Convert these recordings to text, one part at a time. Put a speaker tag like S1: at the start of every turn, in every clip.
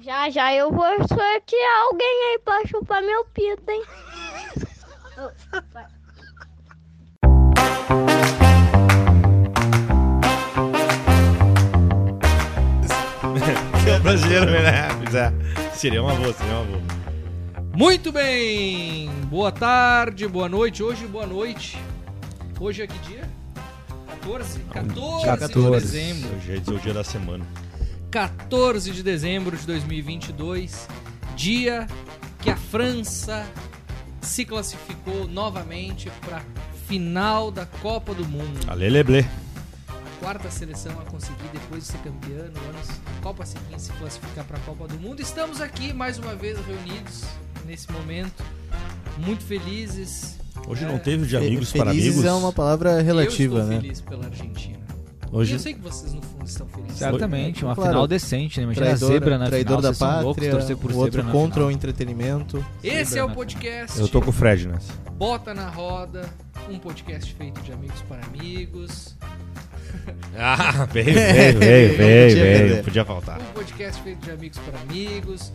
S1: Já, já eu vou sortear alguém aí pra chupar meu pito, hein?
S2: Que é o brasileiro, né? Pois é. Seria uma boa, seria uma boa.
S3: Muito bem! Boa tarde, boa noite. Hoje, boa noite. Hoje é que dia? 14? 14, de
S4: 14.
S3: dezembro.
S2: Hoje é o dia da semana.
S3: 14 de dezembro de 2022. Dia que a França se classificou novamente para final da Copa do Mundo.
S2: Aleleble.
S3: quarta seleção a conseguir, depois de ser campeã no ano na Copa seguinte, se classificar para a Copa do Mundo. Estamos aqui mais uma vez reunidos nesse momento, muito felizes.
S2: Hoje
S3: É.
S2: não teve de
S4: Fe-
S2: amigos
S4: felizes
S2: para amigos.
S4: é uma palavra
S3: Eu
S4: relativa,
S3: estou
S4: né?
S3: feliz pela Argentina. E eu
S2: Hoje
S3: sei que vocês no fundo estão felizes.
S5: Certamente, uma
S4: Claro.
S5: final decente, né? Imagina
S4: Traidor,
S5: a zebra na
S4: traidor
S5: final,
S4: da
S5: vocês são
S4: pátria,
S5: loucos torcer por
S4: o
S5: zebra
S4: outro
S5: na
S4: contra
S5: final.
S4: o entretenimento.
S3: Esse é
S5: Zebra,
S3: o
S5: né?
S3: podcast
S2: eu tô com o Fred né? nessa.
S3: Bota na Roda, um podcast feito de amigos para amigos,
S2: Ah, veio, veio, veio, veio,
S4: Podia
S2: veio.
S4: perder.
S2: Podia faltar.
S3: um podcast feito de amigos para amigos,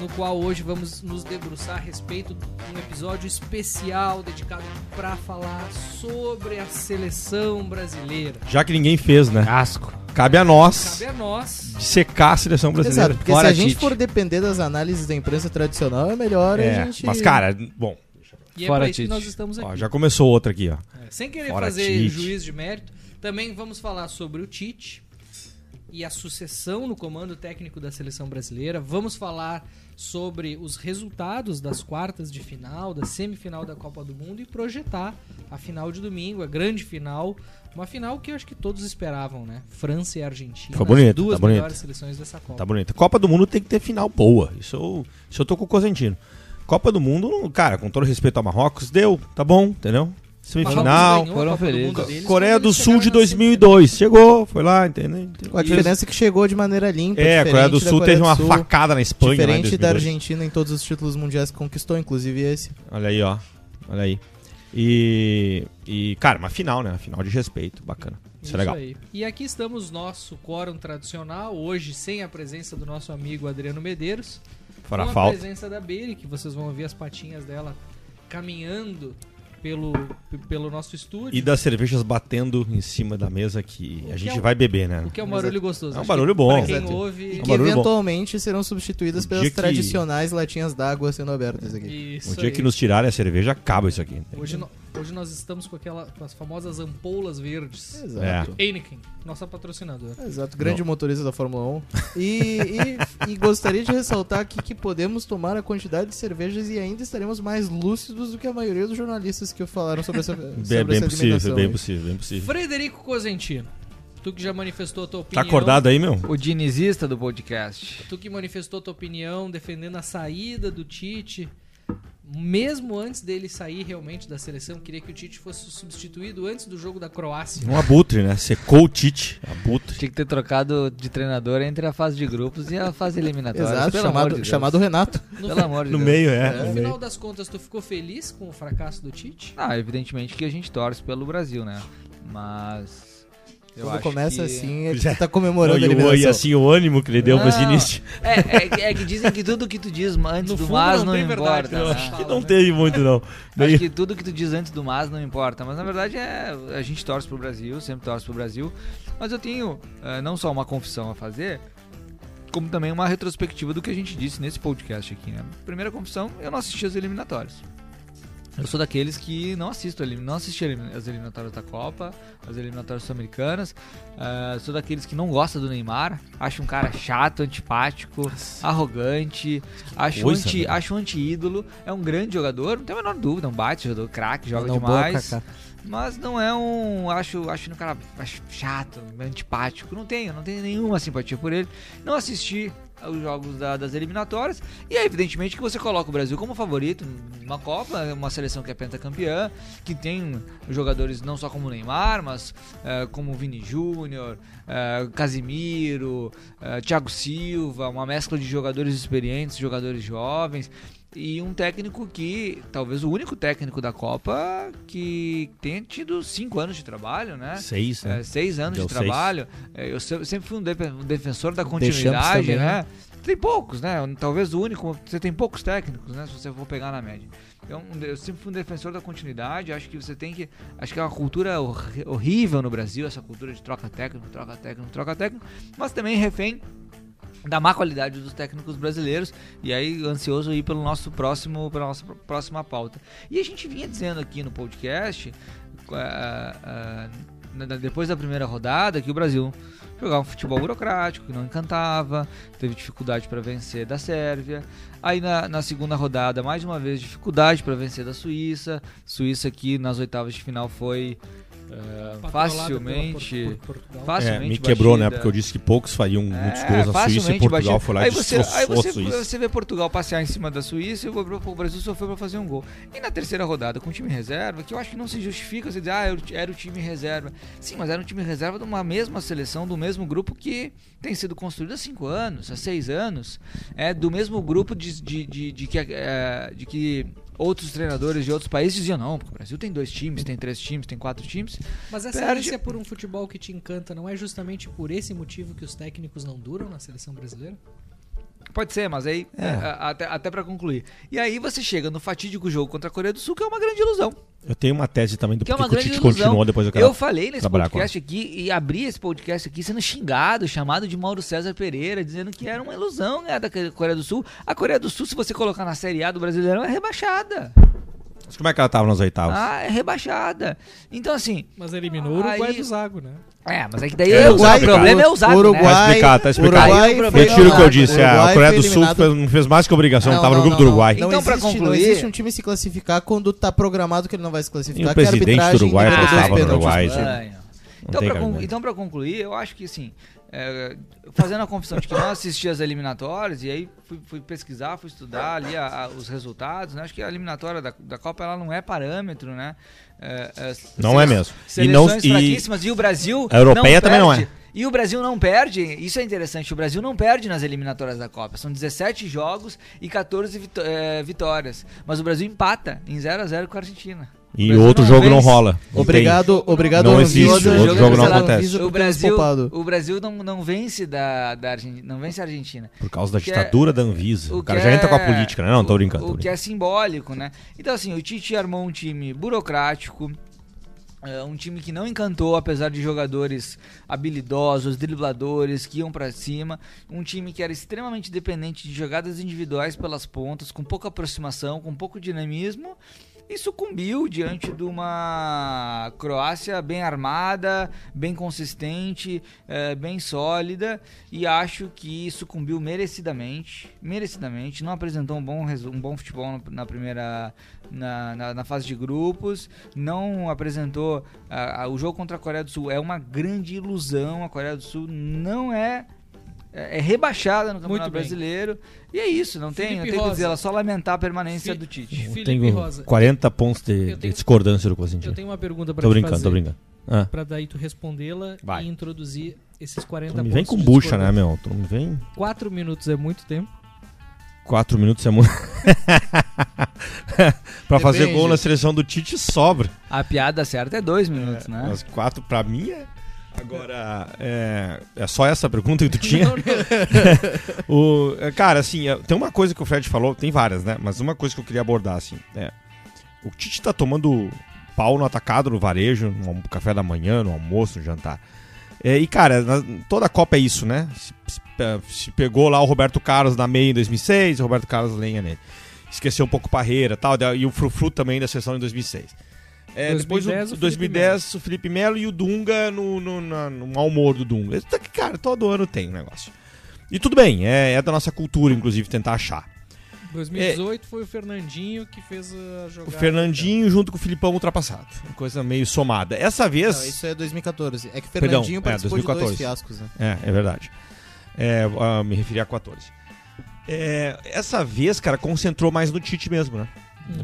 S3: no qual hoje vamos nos debruçar a respeito de um episódio especial dedicado para falar sobre a seleção brasileira.
S2: Já que ninguém fez,
S3: É um
S2: né?
S5: Casco.
S2: Cabe a nós
S3: Cabe a nós.
S2: de secar a seleção brasileira.
S4: Exato, porque
S5: Fora
S4: se a gente
S5: Tite.
S4: for depender das análises da imprensa tradicional, é melhor
S2: É,
S4: a gente...
S2: mas cara, bom,
S3: E é
S5: Fora,
S3: para isso que
S5: Tite.
S3: nós estamos aqui.
S2: ó, já começou outra aqui, ó.
S3: É, Sem querer
S2: Fora,
S3: fazer
S2: Tite.
S3: juízo de mérito, também vamos falar sobre o Tite e a sucessão no comando técnico da seleção brasileira. Vamos falar sobre os resultados das quartas de final, da semifinal da Copa do Mundo e projetar a final de domingo, a grande final. Uma final que eu acho que todos esperavam, né? França e Argentina.
S2: Foi bonito,
S3: as duas
S2: tá bonito.
S3: melhores seleções dessa Copa.
S2: Tá bonito. Copa do Mundo tem que ter final boa. Isso eu, isso eu tô com o Cosentino. Copa do Mundo, cara, com todo respeito a Marrocos, deu, tá bom, entendeu?
S3: Marrocos
S2: Semifinal.
S3: ganhou a
S5: foram
S3: Copa do Mundo
S5: felizes.
S3: deles
S2: Coreia
S3: quando
S2: do
S3: eles
S2: Sul de
S3: chegaram na semifinal.
S2: 2002. Chegou, foi lá, entendeu? Entendeu?
S4: Com a diferença é que chegou de maneira limpa.
S2: É, a
S4: diferente
S2: Coreia do
S4: da
S2: Sul
S4: Coreia
S2: teve
S4: do
S2: uma
S4: Sul,
S2: facada na Espanha lá em
S4: Diferente da
S2: 2002.
S4: Argentina em todos os títulos mundiais que conquistou, inclusive esse.
S2: Olha aí, ó. Olha aí. E, e, cara, uma final, né? Uma final de respeito, bacana. Isso, é legal.
S3: aí. E aqui estamos nosso quórum tradicional, hoje sem a presença do nosso amigo Adriano Medeiros,
S2: Fora
S3: com
S2: a
S3: a
S2: falta.
S3: presença da Beri, que vocês vão ouvir as patinhas dela caminhando pelo, p- pelo nosso estúdio,
S2: E das cervejas batendo em cima da mesa que a
S3: que
S2: gente
S3: é um-
S2: vai beber, né?
S3: o que é um barulho gostoso.
S2: É um
S3: Acho
S2: barulho
S3: que
S2: bom.
S3: Pra quem
S4: Exato.
S3: ouve...
S2: É um
S4: que
S2: barulho bom.
S4: eventualmente serão substituídas
S2: O
S4: pelas
S2: dia que-
S4: tradicionais latinhas d'água sendo abertas aqui.
S3: é Isso
S2: O Um dia
S3: aí.
S2: que nos tirarem a cerveja, acaba isso aqui.
S3: Hoje, no- hoje nós estamos com, aquela, com as famosas ampoulas
S2: É.
S3: verdes.
S4: Exato.
S3: Heineken, nossa patrocinadora.
S4: Exato, grande motorista da Fórmula 1. E, e- e gostaria de ressaltar aqui que podemos tomar a quantidade de cervejas e ainda estaremos mais lúcidos do que a maioria dos jornalistas que falaram sobre essa, sobre
S2: Bem, bem
S4: essa
S2: possível,
S4: alimentação.
S2: bem possível, bem possível.
S3: Frederico Cosentino, tu que já manifestou a tua opinião...
S2: Tá acordado aí, meu?
S5: O dinizista do podcast.
S3: Tu que manifestou tua opinião defendendo a saída do Tite, mesmo antes dele sair realmente da seleção, queria que o Tite fosse substituído antes do jogo da Croácia.
S2: Um abutre, né? Secou o Tite. Abutre.
S5: Tinha que ter trocado de treinador entre a fase de grupos e a fase eliminatória.
S4: Exato,
S5: Pelo amor
S4: chamado,
S5: de Deus.
S4: chamado Renato.
S3: No,
S5: Pelo amor de
S2: No
S5: Deus.
S2: meio, é.
S3: no
S2: No
S3: final
S2: meio.
S3: das contas, tu ficou feliz com o fracasso do Tite?
S5: Não, Ah, evidentemente que a gente torce pelo Brasil, né? Mas. Eu
S4: Quando
S5: acho
S4: começa
S5: que-
S4: assim, ele tá
S2: Não,
S4: comemorando
S2: e,
S4: a
S2: o, e
S4: eliminação.
S2: assim, o ânimo que ele deu pra esse
S5: Não.
S2: início.
S5: É, é- é que dizem que tudo que tu diz antes
S3: No
S5: do
S3: fundo,
S5: mas
S3: não
S5: não,
S3: tem verdade,
S5: importa.
S3: eu
S5: né?
S3: acho
S2: Que não teve muito, não. Bem-
S5: Acho que tudo que tu diz antes do mas não importa, mas na verdade é a gente torce pro Brasil, sempre torce pro Brasil. Mas eu tenho eh, não só uma confissão a fazer, como também uma retrospectiva do que a gente disse nesse podcast aqui, né? Primeira confissão, eu não assisti as eliminatórias. Eu sou daqueles que não assisto, elim- não assisti elim- as eliminatórias da Copa, as eliminatórias sul-americanas. Eh, sou daqueles que não gosta do Neymar, acho um cara chato, antipático, arrogante, acho um
S2: coisa,
S5: anti,
S2: velho.
S5: acho um anti-ídolo, é um grande jogador, não tem a menor dúvida, um bate, jogador craque, joga
S4: Não, boa,
S5: demais.
S4: Kaká.
S5: mas não é um. Acho, acho um cara acho chato, antipático. Não tenho, não tenho nenhuma simpatia por ele. Não assisti aos jogos da- das eliminatórias. E é evidentemente que você coloca o Brasil como favorito numa Copa, é uma seleção que é pentacampeã, que tem jogadores não só como o Neymar, mas eh, como o Vini Júnior, eh, Casimiro, eh, Thiago Silva, uma mescla de jogadores experientes, jogadores jovens. E um técnico que, talvez o único técnico da Copa que tenha tido cinco anos de trabalho, né?
S2: Seis,
S5: É, seis anos
S2: Deu
S5: de
S2: seis.
S5: trabalho. É, eu se- sempre fui um, depe- um defensor da
S4: Deschamps
S5: continuidade,
S4: também,
S5: né? Tem poucos, né? Talvez o único. Você tem poucos técnicos, né? Se você for pegar na média. Eu, eu sempre fui um defensor da continuidade. Acho que você tem que. Acho que é uma cultura horri- horrível no Brasil, essa cultura de troca técnico, troca técnico, troca técnico. Mas também refém da má qualidade dos técnicos brasileiros e aí ansioso aí pelo nosso próximo pela nossa pr- próxima pauta e a gente vinha dizendo aqui no podcast ah, ah, na- na- depois da primeira rodada que o Brasil jogava um futebol burocrático que não encantava teve dificuldade para vencer da Sérvia aí na, na segunda rodada mais uma vez dificuldade para vencer da Suíça Suíça que nas oitavas de final foi ah,
S3: Patrolado pela
S5: facilmente
S3: Por- por- Portugal.
S2: É,
S5: facilmente
S2: me quebrou, né?
S5: batida.
S2: Porque eu disse que poucos fariam muitos gols na Suíça e
S5: É, facilmente
S2: Portugal
S5: batido.
S2: foi lá e
S5: aí você, aí
S2: destroçou
S5: você,
S2: a Suíça.
S5: você vê Portugal passear em cima da Suíça e o Brasil sofreu pra fazer um gol. E na terceira rodada, com o time reserva, que eu acho que não se justifica você dizer, ah, era o- era o time reserva. Sim, mas era um time reserva de uma mesma seleção, do mesmo grupo que tem sido construído há cinco anos, há seis anos, é do mesmo grupo de, de, de, de que, é, de que outros treinadores de outros países diziam, não, porque o Brasil tem dois times, tem três times, tem quatro times.
S3: Mas essa
S5: Perde-
S3: ânsia por um futebol que te encanta não é justamente por esse motivo que os técnicos não duram na seleção brasileira?
S5: Pode ser, mas aí, é, a- até, até para concluir. E aí você chega no fatídico jogo contra a Coreia do Sul, que é uma grande ilusão.
S2: Eu tenho uma tese também do
S5: Que é uma
S2: porquê que o
S5: grande
S2: Tite
S5: ilusão.
S2: continuou depois daquela.
S5: Eu falei nesse
S2: trabalhar com
S5: podcast aqui e abri esse podcast aqui sendo xingado, chamado de Mauro César Pereira, dizendo que era uma ilusão né, da Coreia do Sul. A Coreia do Sul, se você colocar na Série A do Brasileirão, é rebaixada.
S2: Mas como é que ela tava nas oitavas?
S5: Ah, é rebaixada. Então, assim,
S3: Mas eliminou o Uruguai
S5: Aí-
S3: do Zago, né?
S5: é, mas é que daí
S2: É,
S5: é, o
S2: Uruguai,
S5: problema é o Zago, né?
S2: Uruguai, Tá explicado, tá explicado.
S5: Aí o problema-
S2: Retiro o que eu disse, é,
S4: Uruguai
S2: a Coreia
S4: foi
S2: do Sul
S4: eliminado-
S2: fez- não fez mais que obrigação,
S4: Não,
S2: tava no
S4: não,
S2: grupo
S4: não,
S2: do Uruguai.
S4: Não,
S5: Então, pra
S4: existe- não
S5: concluir-
S4: existe um time se classificar quando tá programado que ele não vai se
S2: E
S4: classificar.
S2: o
S4: que a
S2: presidente
S4: arbitragem
S2: do
S5: Ah,
S2: Uruguai
S4: independente
S2: apostava
S4: dos
S2: no
S4: pênaltis.
S2: Uruguai. né? gente.
S5: Espanha. É. Então,
S2: tem né?
S5: pra, con-
S2: cabimento.
S5: então, pra concluir, eu acho que assim, é, fazendo a confissão de que não assisti as eliminatórias, e aí fui, fui pesquisar, fui estudar ali a- a- os resultados, né? Acho que a eliminatória da, da Copa ela não é parâmetro, né? É, é,
S2: Não é
S5: sele-
S2: mesmo. E
S5: Seleções
S2: não- e-
S5: fraquíssimas, e, o Brasil.
S2: A europeia também não
S5: perde.
S2: é.
S5: E o Brasil não perde, isso é interessante, o Brasil não perde nas eliminatórias da Copa. São 17 jogos e 14 vitó- é, vitórias. Mas o Brasil empata em 0 a 0 com a Argentina. O
S2: E
S5: Brasil
S2: outro
S5: não
S2: jogo não
S5: vence.
S2: rola. Não
S4: Obrigado, obrigado
S2: Não
S4: Anvisa,
S2: existe, outro
S4: obrigado
S2: jogo não
S4: Anvisa
S2: acontece.
S4: por ter
S5: O
S4: nos
S5: Brasil,
S4: poupado.
S5: o Brasil não, não vence da, da Argentina, não vence a Argentina.
S2: tem. Por causa da
S5: que é-
S2: ditadura da Anvisa. O,
S5: que
S2: cara já
S5: é-
S2: entra com a política, né? Não, tô
S5: o-
S2: brincando.
S5: O,
S2: tô
S5: que
S2: brincando.
S5: é simbólico, né? Então assim, o Tite armou um time burocrático, é, um time que não encantou, apesar de jogadores habilidosos, dribladores que iam pra cima, um time que era extremamente dependente de jogadas individuais pelas pontas, com pouca aproximação, com pouco dinamismo. E sucumbiu diante de uma Croácia bem armada, bem consistente, eh, bem sólida e acho que sucumbiu merecidamente, merecidamente. Não apresentou um bom, resu- um bom futebol no- na primeira, na, na, na fase de grupos, não apresentou ah, ah, o jogo contra a Coreia do Sul é uma grande ilusão. A Coreia do Sul não é é é rebaixada no Campeonato
S3: Muito bem.
S5: Brasileiro. E é isso, não tem, não
S3: Felipe
S5: tem o que dizer,
S3: Rosa.
S5: ela só lamentar a permanência
S3: Fi-
S5: do Tite.
S2: Eu
S3: Felipe
S2: tenho
S3: Rosa.
S2: 40 pontos de,
S3: Eu
S2: de
S3: tenho-
S2: discordância do Cosentino.
S3: Eu tenho uma pergunta pra
S2: Tô
S3: te
S2: brincando,
S3: fazer.
S2: tô brincando. Ah,
S3: Pra daí tu respondê-la
S2: Vai.
S3: e introduzir esses 40
S2: tu não me
S3: pontos.
S2: vem com
S3: de
S2: bucha, né,
S3: discordância.
S2: meu? Tu não me vem.
S3: Quatro minutos é muito tempo.
S2: 4 minutos é muito. pra fazer
S4: Depende.
S2: gol na seleção do Tite sobra.
S5: A piada certa é dois minutos, né?
S2: Mas 4 pra mim é. Agora, é, é só essa pergunta que tu tinha? O, é, cara, assim, é, tem uma coisa que o Fred falou, tem várias, né? Mas uma coisa que eu queria abordar, assim, é. O Tite tá tomando pau no atacado, no varejo, no almo- café da manhã, no almoço, no jantar. É, e, cara, na- toda a Copa é isso, né? Se, se pe- se pegou lá o Roberto Carlos na meia em 2006, o Roberto Carlos lenha nele. Esqueceu um pouco o Parreira e tal, da- e o Frufru também da sessão em 2006. É, depois o,
S3: 2010 o Felipe
S2: 2010, o Felipe Melo e o Dunga no, no, na- no mau humor do Dunga. Isso daqui, Cara, todo ano tem o negócio. E tudo bem, é, é da nossa cultura, inclusive, tentar achar.
S3: 2018 foi o Fernandinho que fez a
S2: O
S3: jogada.
S2: Fernandinho junto com o Filipão ultrapassado. Uma Coisa meio somada. Essa vez.
S4: Não, isso é 2014. É que o
S2: Perdão,
S4: Fernandinho
S2: é,
S4: participou de
S2: 2014.
S4: dois fiascos, né?
S2: É, é verdade. É, ah, me referi a 14. É, essa vez, cara, concentrou mais no Tite mesmo, né?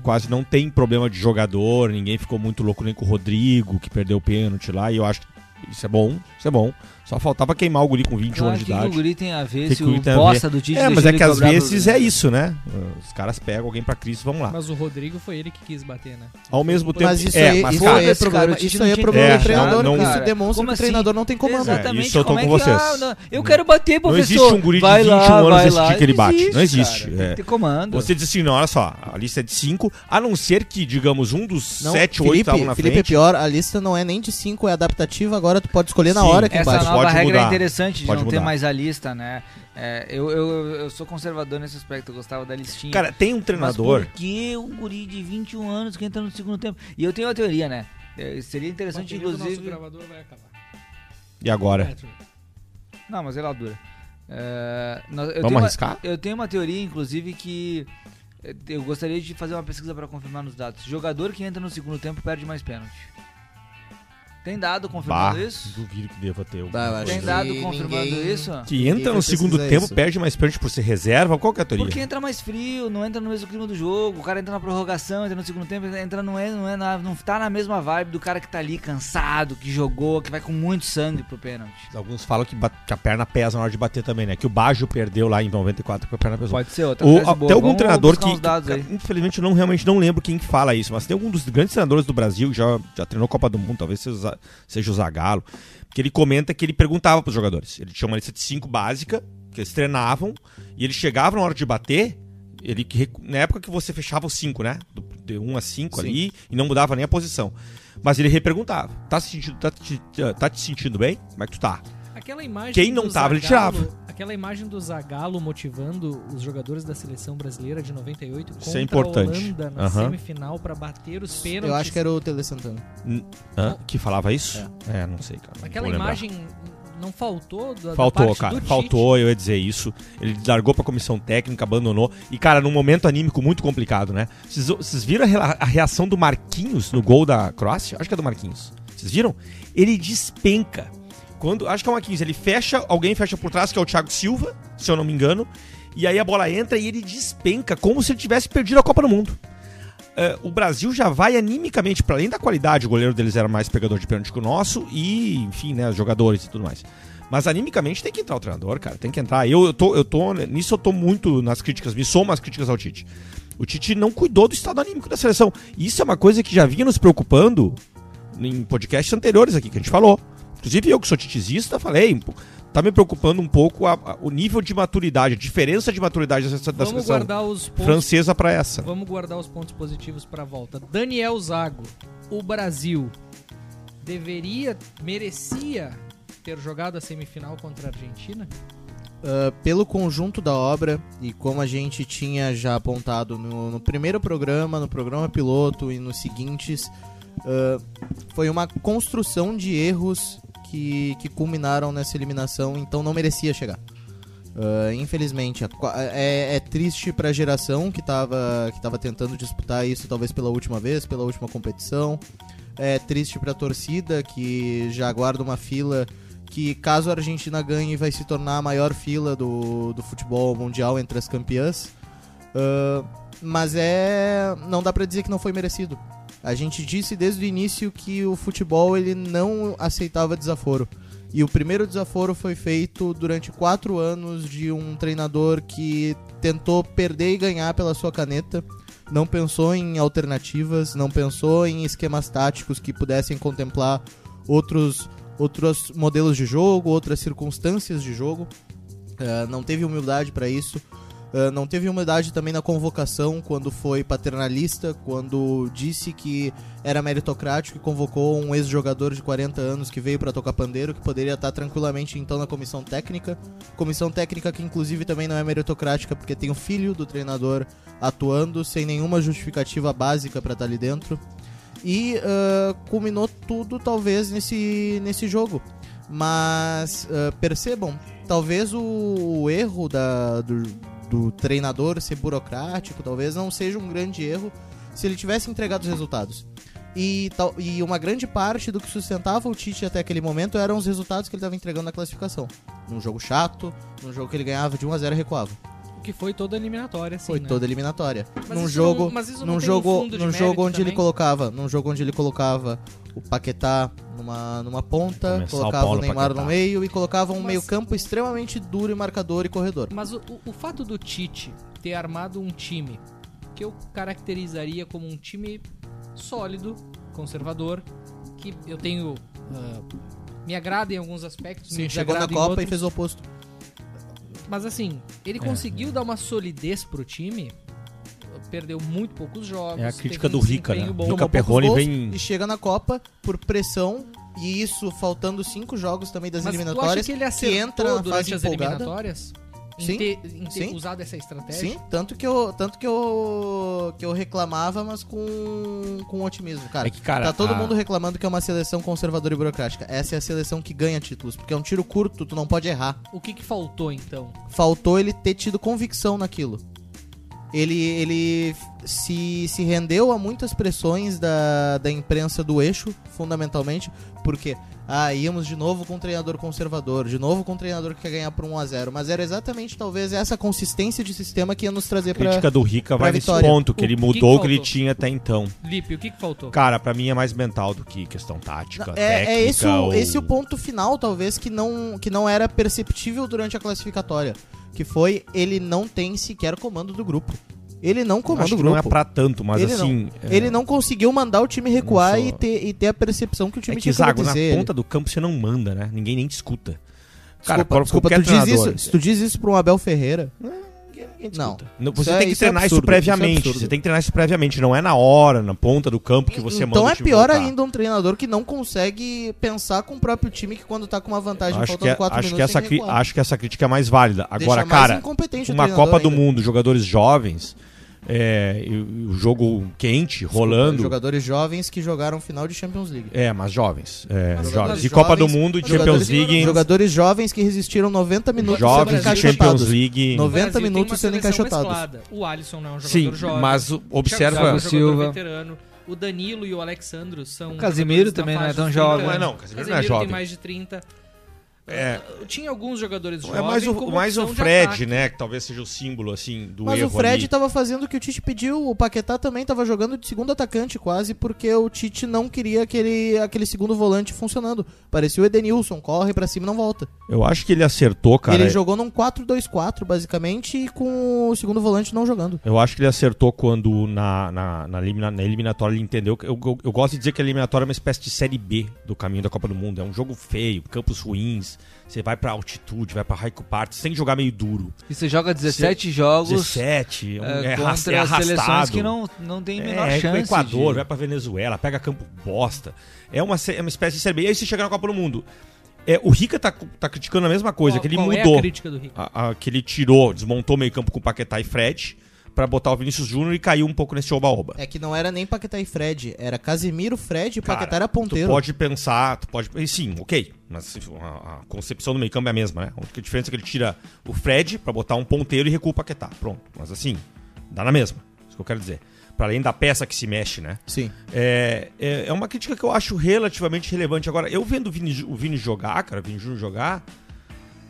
S2: Quase não tem problema de jogador, ninguém ficou muito louco nem com o Rodrigo, que perdeu o pênalti lá, e eu acho que Isso é bom, isso é bom. Só faltava queimar o guri com 21
S5: Eu
S2: anos de
S5: acho que Ah, o
S2: idade.
S5: guri tem a ver
S2: Que
S5: se
S2: que o
S5: o
S2: guri tem a
S5: bosta do Tite
S2: É, mas
S5: deixou
S2: é
S5: ele
S2: que às
S5: cobrar
S2: vezes
S5: pro-
S2: é isso, né? Os caras pegam alguém pra Cristo e vão lá.
S3: Mas o Rodrigo foi ele que quis bater, né?
S2: Ao mesmo tempo.
S4: Mas isso
S2: é,
S4: aí,
S2: mas
S4: isso
S2: cara,
S4: aí é
S5: esse
S4: problema,
S5: cara,
S4: isso
S5: não
S4: aí é
S5: tinha
S4: problema
S2: que
S4: do
S2: deixar,
S4: treinador,
S2: não-
S4: cara.
S5: cara.
S4: Isso demonstra
S5: Como
S4: que o
S5: assim?
S4: treinador não tem comando.
S2: Exato.
S5: Exatamente,
S2: isso eu tô
S5: como é
S2: com
S5: que-
S2: vocês.
S5: ah, não, eu quero bater,
S2: Não
S5: professor.
S2: existe um guri de
S5: vai
S2: 21
S5: lá,
S2: anos
S5: vai
S2: decidir
S5: lá.
S2: que ele bate. Não existe,
S5: cara,
S2: é.
S5: Tem que ter comando.
S2: Você diz assim, não, olha só, a lista é de 5, a não ser que, digamos, um dos
S4: Não,
S2: 7, 8
S4: Felipe,
S2: estavam na
S4: Felipe é
S2: frente.
S4: pior, a lista não é nem de 5, é adaptativa, agora tu pode escolher na
S2: Sim,
S4: hora aqui
S5: Essa
S4: embaixo.
S5: nova
S2: Pode
S5: regra é
S2: mudar.
S5: interessante de
S2: Pode
S5: não ter
S2: mudar.
S5: mais a lista, né? É, eu, eu, eu sou conservador nesse aspecto, eu gostava da listinha.
S2: Cara, tem um treinador.
S5: Mas por que um guri de 21 anos que entra no segundo tempo? E eu tenho uma teoria, né? É, seria interessante,
S3: nosso
S5: inclusive...
S3: gravador vai acabar. É,
S2: E agora?
S5: Não, mas ela dura. É, nós- eu
S2: Vamos
S5: tenho uma-
S2: arriscar?
S5: eu tenho uma teoria, inclusive, que eh, eu gostaria de fazer uma pesquisa pra confirmar nos dados. Jogador que entra no segundo tempo perde mais pênalti. Tem dado
S2: Bah,
S5: confirmando isso?
S2: duvido que deva ter.
S4: Bah, eu
S2: alguma
S4: acho
S5: Tem
S2: coisa.
S4: que-
S5: dado
S4: ninguém-
S5: confirmando isso?
S2: Que entra
S4: Ninguém
S2: no segundo
S4: precisa
S2: tempo,
S4: isso.
S2: perde mais pênalti por ser reserva. Qual que é a teoria?
S5: Porque entra mais frio, não entra no mesmo clima do jogo, o cara entra na prorrogação, entra no segundo tempo, entra não é, não é na, não tá na mesma vibe do cara que tá ali cansado, que jogou, que vai com muito sangue pro pênalti.
S2: Alguns falam que, ba- que a perna pesa na hora de bater também, né? Que o Baggio perdeu lá em 94 com a perna pesou.
S5: Pode ser outra
S2: Ou,
S5: Então, tese boa.
S2: até algum
S5: Vamos
S2: treinador
S5: buscar
S2: que,
S5: uns dados aí.
S2: cara, infelizmente, eu não, realmente não lembro quem que fala isso, mas tem algum dos grandes treinadores do Brasil, que já, já treinou Copa do Mundo, talvez seja, o Za- seja o Zagallo, que ele comenta que ele perguntava pros jogadores. Ele tinha uma lista de cinco básica, que eles treinavam, e eles chegavam na hora de bater, ele, que recu- na época que você fechava os cinco, né? Do- De um a cinco
S4: Sim.
S2: ali, e não mudava nem a posição. Mas ele reperguntava, tá, se sentindo, tá, te, tá te sentindo bem? Como é que tu tá?
S3: Aquela imagem
S2: Quem
S3: do
S2: não tava, ele
S3: Zagallo-
S2: tirava.
S3: Aquela imagem do Zagallo motivando os jogadores da seleção brasileira de 98
S2: Isso é
S3: contra
S2: importante.
S3: a Holanda na
S2: Aham.
S3: semifinal pra bater os pênaltis.
S4: Eu acho que é- era o Tele Santana.
S2: Hã? Que falava isso? É, não sei, cara. não
S3: Aquela
S2: vou lembrar.
S3: imagem não faltou da, da
S2: Faltou,
S3: parte
S2: cara.
S3: do
S2: Faltou, eu ia dizer isso. Ele largou pra comissão técnica, abandonou. E, cara, num momento anímico muito complicado, né? Vocês- Vocês viram a rela- a reação do Marquinhos no gol da Croácia? Acho que é do Marquinhos. Vocês viram? Ele despenca. Quando, acho que é o Marquinhos. Ele fecha, alguém fecha por trás, que é o Thiago Silva, se eu não me engano. E aí a bola entra e ele despenca, como se ele tivesse perdido a Copa do Mundo. É, o Brasil já vai animicamente, para além da qualidade, o goleiro deles era mais pegador de pênalti que o nosso, e, enfim, né, os jogadores e tudo mais. Mas animicamente tem que entrar o treinador, cara. Tem que entrar. Eu, eu tô, eu tô. Nisso eu tô muito nas críticas, me somo as críticas ao Tite. O Tite não cuidou do estado anímico da seleção. E isso é uma coisa que já vinha nos preocupando em podcasts anteriores aqui, que a gente falou. Inclusive eu que sou titizista, falei. pô, Tá me preocupando um pouco a- a- o nível de maturidade, a diferença de maturidade da, se- da
S3: Vamos
S2: seleção
S3: guardar os pontos
S2: francesa pra essa.
S3: Vamos guardar os pontos positivos para a volta. Daniel Zago, o Brasil deveria, merecia ter jogado a semifinal contra a Argentina?
S4: Ah, pelo conjunto da obra e como a gente tinha já apontado no, no primeiro programa, no programa piloto e nos seguintes, ah, foi uma construção de erros que, que culminaram nessa eliminação, então não merecia chegar. Ah, infelizmente, a qua- é, é triste pra geração que tava, que tava tentando disputar isso, talvez pela última vez, pela última competição. É triste pra torcida que já aguarda uma fila que caso a Argentina ganhe vai se tornar a maior fila do, do futebol mundial entre as campeãs. Ah, mas é. não dá pra dizer que não foi merecido. A gente disse desde o início que o futebol ele não aceitava desaforo. E o primeiro desaforo foi feito durante quatro anos de um treinador que tentou perder e ganhar pela sua caneta. Não pensou em alternativas, não pensou em esquemas táticos que pudessem contemplar outros, outros modelos de jogo, outras circunstâncias de jogo. Ah, não teve humildade para isso. Ah, não teve humildade também na convocação, quando foi paternalista, quando disse que era meritocrático e convocou um ex-jogador de 40 anos que veio para tocar pandeiro, que poderia estar tranquilamente então na comissão técnica. Comissão técnica que, inclusive, também não é meritocrática, porque tem o filho do treinador atuando, sem nenhuma justificativa básica para estar ali dentro e ah, culminou tudo talvez nesse, nesse jogo. Mas ah, percebam, talvez o, o erro da- do, do treinador ser burocrático, talvez não seja um grande erro se ele tivesse entregado os resultados. E, tal, e uma grande parte do que sustentava o Tite até aquele momento eram os resultados que ele estava entregando na classificação. Num jogo chato, num jogo que ele ganhava de 1 a 0 um e recuava.
S3: que foi toda eliminatória, assim,
S4: Foi
S3: né?
S4: toda eliminatória.
S3: Mas
S4: num
S3: isso
S4: jogo,
S3: não- mas isso não tem
S4: num
S3: um
S4: jogo,
S3: fundo de
S4: num
S3: mérito
S4: jogo onde ele
S3: também?
S4: colocava, num jogo onde ele colocava o Paquetá numa, numa ponta,
S2: Começar o
S4: colocava o,
S2: Paulo
S4: Neymar
S2: Paquetá.
S4: no meio e colocava um
S3: Mas-
S4: meio-campo extremamente duro e marcador e corredor.
S3: Mas o, o- o fato do Tite ter armado um time que eu caracterizaria como um time sólido, conservador, que eu tenho. ah, me agrada em alguns aspectos, me
S4: Sim, chegou na
S3: desagrada em
S4: Copa e
S3: outros.
S4: fez o oposto.
S3: Mas assim,
S2: É.
S3: ele conseguiu dar uma solidez pro time. Perdeu muito poucos jogos.
S2: É a crítica
S3: teve um
S2: do Rica,
S3: desempenho
S2: né?
S3: bom.
S2: Rica
S4: Tomou poucos
S2: Perrone
S4: gols
S2: vem-
S4: e chega na Copa por pressão e isso faltando cinco jogos também das
S3: Mas tu acha
S4: eliminatórias
S3: que ele acertou
S4: entra na
S3: durante
S4: fase
S3: as
S4: empolgada?
S3: eliminatórias? Em
S4: Sim,
S3: ter, em ter
S4: sim.
S3: usado essa estratégia?
S4: Sim, tanto que eu, tanto que eu, que eu reclamava, mas com, com otimismo, cara.
S2: É que, cara,
S4: tá todo
S2: a-
S4: mundo reclamando que é uma seleção conservadora e burocrática. Essa é a seleção que ganha títulos, porque é um tiro curto, tu não pode errar.
S3: O que, que faltou então?
S4: Faltou ele ter tido convicção naquilo. Ele, ele se, se rendeu a muitas pressões da, da imprensa do eixo, fundamentalmente, porque ah, íamos de novo com um treinador conservador, de novo com um treinador que quer ganhar por 1 a 0 Mas era exatamente, talvez, essa consistência de sistema que ia nos trazer
S2: A
S4: pra,
S2: crítica do Rica
S4: pra
S2: vai nesse
S4: vitória.
S2: ponto, que
S3: O
S2: ele
S3: que
S2: mudou o que ele
S3: faltou?
S2: tinha até então.
S3: Lipe, o que, que faltou?
S2: Cara, pra mim é mais mental do que questão tática,
S4: Não,
S2: Tipo, técnica.
S4: é, é esse, o,
S2: ou-
S4: esse o ponto final, talvez, que não, que não era perceptível durante a classificatória. Que foi, ele não tem sequer comando do grupo. Ele não comanda
S2: Acho
S4: o
S2: que
S4: grupo.
S2: não é pra tanto, mas
S4: Ele não.
S2: assim... é-
S4: Ele um não conseguiu mandar o time recuar
S2: Não sou-
S4: e, ter, e ter a percepção que o time
S2: é que,
S4: tinha que
S2: Zago, na
S4: dizer.
S2: ponta do campo você não manda, né? Ninguém nem te escuta. Cara,
S4: Desculpa,
S2: qual-
S4: desculpa
S2: qualquer
S4: tu diz
S2: treinador-
S4: isso, se tu diz isso pra um Abel Ferreira, não.
S2: Não, Você
S4: Isso é-
S2: tem que
S4: isso é
S2: treinar
S4: absurdo,
S2: isso previamente.
S4: isso é absurdo.
S2: você tem que treinar isso previamente. Não é na hora, na ponta do campo que você manda.
S4: então
S2: o
S4: é
S2: time
S4: pior
S2: voltar.
S4: ainda um treinador que não consegue pensar com o próprio time que quando tá com uma vantagem
S2: Acho que,
S4: faltando
S2: é-
S4: 4
S2: acho,
S4: minutos
S2: que essa,
S4: tem
S2: cri-
S4: recuar.
S2: acho que essa crítica é mais válida.
S4: Deixa
S2: Agora,
S4: mais um
S2: cara,
S4: incompetente o
S2: uma
S4: treinador
S2: Copa do
S4: ainda.
S2: Mundo, jogadores jovens, é, e- e o jogo quente, rolando.
S4: é Jogadores jovens que jogaram final de Champions League.
S2: É, mas jovens. É,
S4: Mas
S2: jovens.
S4: jogadores
S2: E Copa do
S4: jovens,
S2: Mundo e
S4: jogadores-
S2: Champions League.
S4: Jogadores jovens que resistiram 90 minutos
S2: Jovens e
S4: sendo
S2: Champions
S4: encaixotados.
S2: League.
S4: No-
S3: O Brasil
S4: 90
S3: tem
S4: minutos
S3: uma
S4: sendo
S3: seleção
S4: encaixotados.
S3: mesclada. O Alisson não é um jogador
S2: Sim,
S3: jovem.
S2: mas o-
S3: Thiago Silva é um
S2: observa.
S5: Thiago
S3: jogador
S5: Silva.
S3: veterano. O Danilo e o Alexandro são.
S5: O Casimiro
S3: jogadores da
S5: também não é
S3: faixa
S5: tão
S3: dos
S5: jovem.
S3: 30 anos.
S2: Não é não, o Casimiro não é
S3: tem
S2: jovem.
S3: mais de 30.
S2: É.
S3: Tinha alguns jogadores
S2: É
S3: jovens.
S2: mais o,
S3: como
S2: mais o
S3: opção de
S2: Fred,
S3: ataque.
S2: né? Que talvez seja o símbolo, assim, do
S4: Mas
S2: erro
S4: o Fred tá-
S2: ali.
S4: tava fazendo o que o Tite pediu, o Paquetá também tava jogando de segundo atacante quase, porque o Tite não queria aquele, aquele segundo volante funcionando. Parecia o Edenilson, corre pra cima e não volta.
S2: Eu acho que ele acertou, cara. é-
S4: Ele jogou num 4-2-4, basicamente, e com o segundo volante não jogando.
S2: Eu acho que ele acertou quando na, na, na elimina- na eliminatória ele entendeu. que- Eu, eu, eu gosto de dizer que a eliminatória é uma espécie de série B do caminho da Copa do Mundo. É um jogo feio, campos ruins. Você vai pra altitude, vai pra Raico Park, sem jogar meio duro.
S5: E você joga 17 jogos
S2: 17, é, um-
S5: eh,
S2: é,
S5: contra
S2: arras- é
S5: seleções
S2: arrastado.
S5: que não, não tem a menor
S2: é,
S5: chance.
S2: pro Equador,
S5: de-
S2: vai pra Venezuela, pega campo bosta. É uma, sé- é uma espécie de série B. E aí você chega na Copa do Mundo. É, o Rica tá, cu- tá criticando a mesma coisa,
S3: Qual-
S2: que ele
S3: qual é a
S2: mudou.
S3: crítica do Rico?
S2: a- a- que ele tirou, desmontou meio campo com Paquetá e Fred pra botar o Vinícius Júnior e caiu um pouco nesse oba-oba.
S4: É que não era nem Paquetá e Fred, era Casimiro, Fred e
S2: Cara,
S4: Paquetá era
S2: Tu
S4: ponteiro.
S2: pode pensar, tu pode. e Sim, ok. Mas se for- a, a concepção do meio campo é a mesma, né? A única diferença é que ele tira o Fred pra botar um ponteiro e recua o Paquetá. Pronto. Mas assim, dá na mesma. Isso que eu quero dizer. Pra além da peça que se mexe, né?
S4: Sim.
S2: É, é, é uma crítica que eu acho relativamente relevante. Agora, eu vendo o Vini, Ju- o Vini jogar, cara, o Vini Júnior jogar,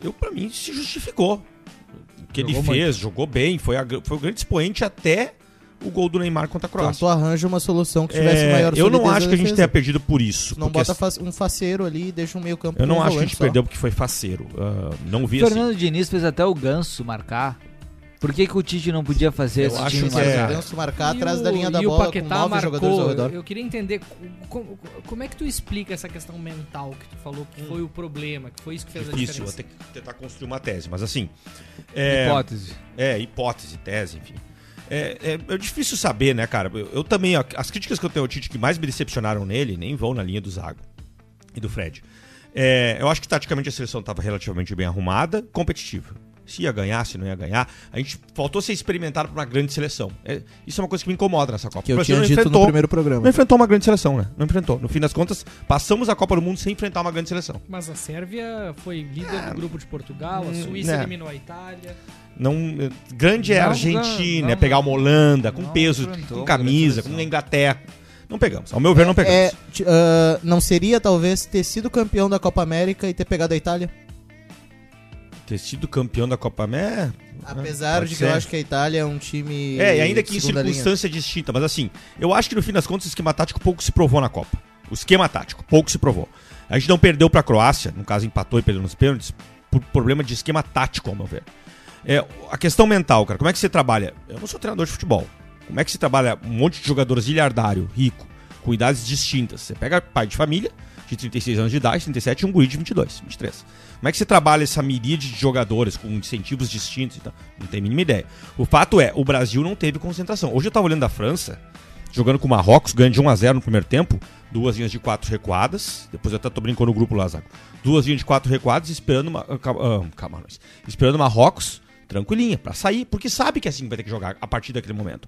S2: eu para mim se justificou. O que ele
S5: Jogou
S2: fez, jogou bem, foi, a gr- foi o grande expoente até o gol do Neymar contra a
S4: Então
S2: Croácia.
S4: tu arranja uma solução que tivesse
S2: É,
S4: maior
S2: eu não
S4: solidez
S2: acho que
S4: da
S2: a gente
S4: defesa.
S2: tenha perdido por isso.
S4: Tu não
S2: porque assim,
S4: bota fa- um faceiro ali e deixa um meio campo
S2: eu
S4: com
S2: não
S4: um
S2: acho que a
S4: volante
S2: gente
S4: só.
S2: perdeu porque foi faceiro. Ah, não vi assim.
S5: Fernando Diniz fez até o Ganso marcar. Por que, que o Tite não podia fazer
S2: Eu
S5: esse
S2: acho
S5: time
S2: que
S5: marcar?
S2: é-
S4: O Ganso marcar
S3: E
S4: atrás
S3: o-
S4: da linha da
S3: e o
S4: bola com
S3: Paquetá
S4: nove
S3: marcou.
S4: jogadores ao redor.
S3: Eu queria entender co- como, como é que tu explica essa questão mental que tu falou
S4: Hum.
S3: que foi o problema, que foi isso que fez a
S2: Difícil,
S3: diferença.
S2: vou ter que tentar construir uma tese, mas assim. é,
S5: Hipótese.
S2: É, hipótese, tese, enfim. É, é, é difícil saber, né, cara? Eu, eu também, ó, as críticas que eu tenho ao Tite que mais me decepcionaram nele nem vão na linha do Zago e do Fred. É, eu acho que taticamente a seleção estava relativamente bem arrumada, competitiva. Se ia ganhar, se não ia ganhar. A gente faltou ser experimentado para uma grande seleção. É, isso é uma coisa que me incomoda nessa Copa.
S4: Que
S2: O
S4: eu
S2: Brasil
S4: tinha
S2: não
S4: dito no
S2: enfrentou-
S4: primeiro programa.
S2: não enfrentou uma grande seleção, né? Não enfrentou. No fim das contas, passamos a Copa do Mundo sem enfrentar uma grande seleção.
S3: Mas a Sérvia foi líder
S2: Ah.
S3: do grupo de Portugal,
S4: Hum.
S3: a Suíça
S2: né.
S3: eliminou a Itália.
S2: Não, grande é a
S5: Não,
S2: Argentina,
S5: não,
S2: é pegar uma Holanda, com
S5: não então,
S2: peso,
S5: enfrentou
S2: com
S5: uma
S2: camisa,
S5: grande
S2: com
S5: seleção.
S2: Inglaterra. Não pegamos. Ao meu ver, não pegamos.
S4: É, t- ah, não seria talvez ter sido campeão da Copa América e ter pegado a Itália?
S2: Ter sido campeão da Copa América.
S4: Apesar
S2: Ah, pode
S4: de que
S2: ser.
S4: eu acho que a Itália é um time.
S2: É, e ainda que
S4: de
S2: em
S4: segunda linha.
S2: circunstância distinta, mas assim, eu acho que no fim das contas o esquema tático pouco se provou na Copa. O esquema tático pouco se provou. A gente não perdeu pra Croácia, no caso empatou e perdeu nos pênaltis, por problema de esquema tático, ao meu ver. É, a questão mental, cara, como é que você trabalha? Eu não sou treinador de futebol. Como é que você trabalha um monte de jogador zilhardário, rico, com idades distintas? Você pega pai de família, de 36 anos de idade, 37, e um guri de 22, 23. Como é que você trabalha essa miríade de jogadores com incentivos distintos e tal? Não tenho a mínima ideia. O fato é, o Brasil não teve concentração. Hoje eu tava olhando a França, jogando com o Marrocos, ganhando de 1x0 no primeiro tempo, duas linhas de quatro recuadas, depois eu até tô brincando no grupo lá, Zago. Duas linhas de quatro recuadas, esperando, uma, ah, Cam- ah, Camarões. esperando o Marrocos, tranquilinha, pra sair, porque sabe que é assim que vai ter que jogar a partir daquele momento.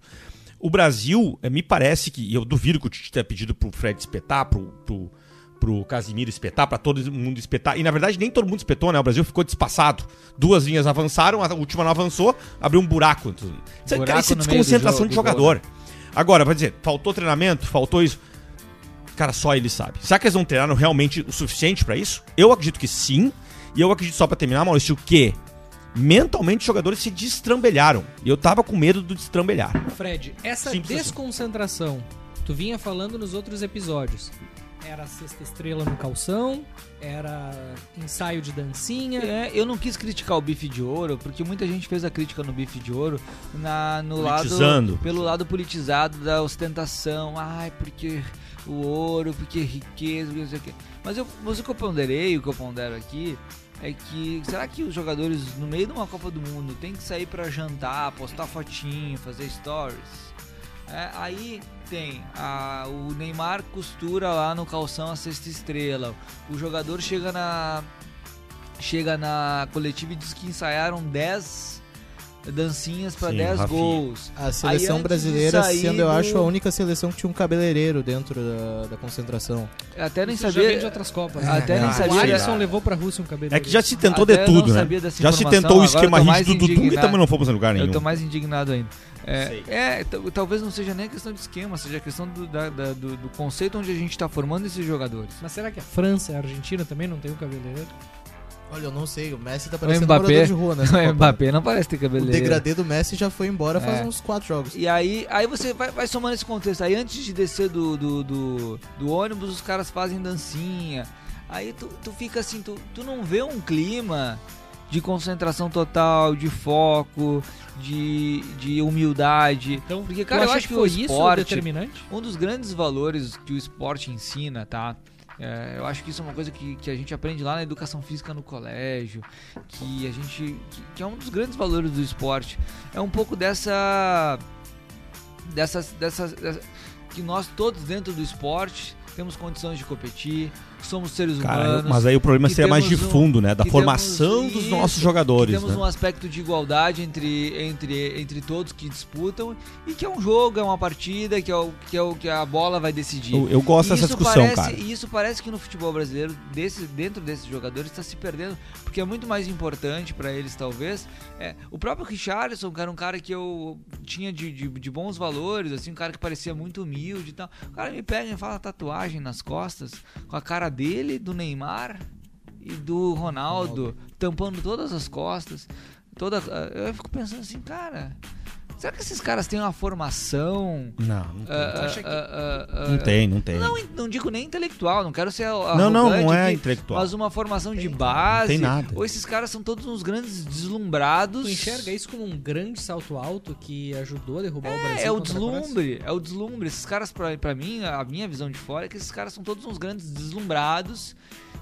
S2: O Brasil, eh, me parece que, e eu duvido que o Tite tenha pedido pro Fred espetar, pro, pro, pro Casimiro espetar, pra todo mundo espetar. E na verdade nem todo mundo espetou, né? O Brasil ficou despassado. Duas linhas avançaram, a última não avançou, abriu um buraco. Isso é- cara,
S5: Buraco
S2: isso é
S5: no meio do
S2: desconcentração
S5: jogo, né?
S2: de
S5: do gol,
S2: jogador. Agora, vai dizer, faltou treinamento, faltou isso. Cara, só ele sabe. Será que eles não treinaram realmente o suficiente pra isso? Eu acredito que sim. E eu acredito só pra terminar, Maurício, que mentalmente os jogadores se destrambelharam. E eu tava com medo do destrambelhar.
S3: Fred, essa
S2: Simples assim.
S3: desconcentração, tu vinha falando nos outros episódios. Era a sexta estrela no calção, era ensaio de dancinha.
S5: É, eu não quis criticar o bife de ouro, porque muita gente fez a crítica no bife de ouro na, no
S2: Politizando.
S5: lado pelo lado politizado da ostentação. Ai, porque o ouro, porque riqueza, porque não sei o quê. Mas, eu, mas o que eu ponderei, o que eu pondero aqui, é que será que os jogadores no meio de uma Copa do Mundo tem que sair pra jantar, postar fotinho, fazer stories? É, aí tem a- o Neymar costura lá no calção a sexta estrela. O jogador chega na chega na coletiva e diz que ensaiaram 10 dancinhas pra
S2: Sim,
S5: 10
S2: Rafinha.
S5: gols.
S4: A
S5: Aí, antes
S4: seleção
S5: de
S4: brasileira
S5: sair
S4: sendo, eu
S5: do-
S4: acho, a única seleção que tinha um cabeleireiro dentro da, da concentração.
S5: Até nem
S3: Isso já vem de
S5: sabia.
S3: outras copas.
S5: Até
S2: nem
S3: Ah,
S2: sabia
S3: O Alisson
S2: da-
S3: levou pra Rússia um cabelo.
S2: É que já se tentou
S5: Até
S2: de
S5: eu não
S2: tudo, né?
S5: sabia dessa
S2: Já se
S5: informação,
S2: tentou o
S5: agora eu
S2: esquema
S5: tô mais
S2: rígido do Dunga e
S5: indignado.
S2: também não fomos a lugar nenhum.
S5: Eu tô mais indignado ainda.
S2: Sei.
S5: É, é, t- talvez não seja nem a questão de esquema, seja a questão do, da- da- do, do conceito onde a gente tá formando esses jogadores.
S3: Mas será que a França e a Argentina também não tem um cabeleireiro?
S4: Olha, eu não sei, o Messi tá parecendo um
S5: Mbappé-
S4: morador de rua nessa
S5: O
S4: Copa.
S5: Mbappé não parece ter
S4: O
S5: cabelo
S4: degradê do Messi já foi embora faz
S5: É.
S4: uns quatro jogos.
S5: E aí, aí você vai, vai somando esse contexto. Aí antes de descer do, do, do- do ônibus, os caras fazem dancinha. Aí tu, tu fica assim, tu, tu não vê um clima de concentração total, de foco, de, de humildade.
S3: Então,
S5: Porque, cara,
S3: tu
S5: eu
S3: acha
S5: acho
S3: que
S5: que
S3: foi
S5: o
S3: isso o
S5: esporte-
S3: determinante?
S5: Um dos grandes valores que o esporte ensina, tá? É, eu acho que isso é uma coisa que, que a gente aprende lá na educação física no colégio, que a gente. Que, que é um dos grandes valores do esporte. É um pouco dessa. dessa. dessa, dessa que nós todos dentro do esporte temos condições de competir, somos seres
S2: Cara,
S5: humanos.
S2: mas é aí o problema
S5: que
S2: seria mais de
S5: temos um-
S2: fundo, né? Da
S5: que
S2: formação
S5: temos
S2: dos
S5: isso,
S2: nossos
S5: que
S2: jogadores,
S5: temos
S2: né?
S5: um aspecto de igualdade entre, entre, entre todos que disputam e que é um jogo, é uma partida, que é o que, é o, que a bola vai decidir.
S2: Eu, eu gosto
S5: um E
S2: dessa
S5: isso
S2: discussão,
S5: parece,
S2: cara.
S5: E isso parece que no futebol brasileiro, desse, dentro desses jogadores, está se perdendo, porque é muito mais importante para eles, talvez. É, o próprio Richarlison, que era um cara que eu tinha de, de- de bons valores, assim, um cara que parecia muito humilde e tal. O cara me pega e fala tatuagem nas costas, com a cara dele, do Neymar e do Ronaldo, tampando todas as costas. Toda, eu fico pensando assim, cara. Será que esses caras têm uma formação?
S2: Não, não tem.
S5: Ah,
S3: acha que-
S5: ah, ah, ah,
S2: não tem, não tem.
S5: não, não digo nem intelectual, não quero ser a-
S2: É. Não, não,
S5: arrogante
S2: não é
S5: aqui,
S2: intelectual.
S5: Mas uma formação de base.
S2: Não tem nada.
S5: Ou esses caras são todos uns grandes deslumbrados.
S3: Tu enxerga isso como um grande salto alto que ajudou a derrubar o
S5: É,
S4: Assim
S3: Brasil?
S5: é o
S3: contra a Croácia?
S5: deslumbre, é o deslumbre. Esses caras, pra, pra mim, a minha visão de fora é que esses caras são todos uns grandes deslumbrados,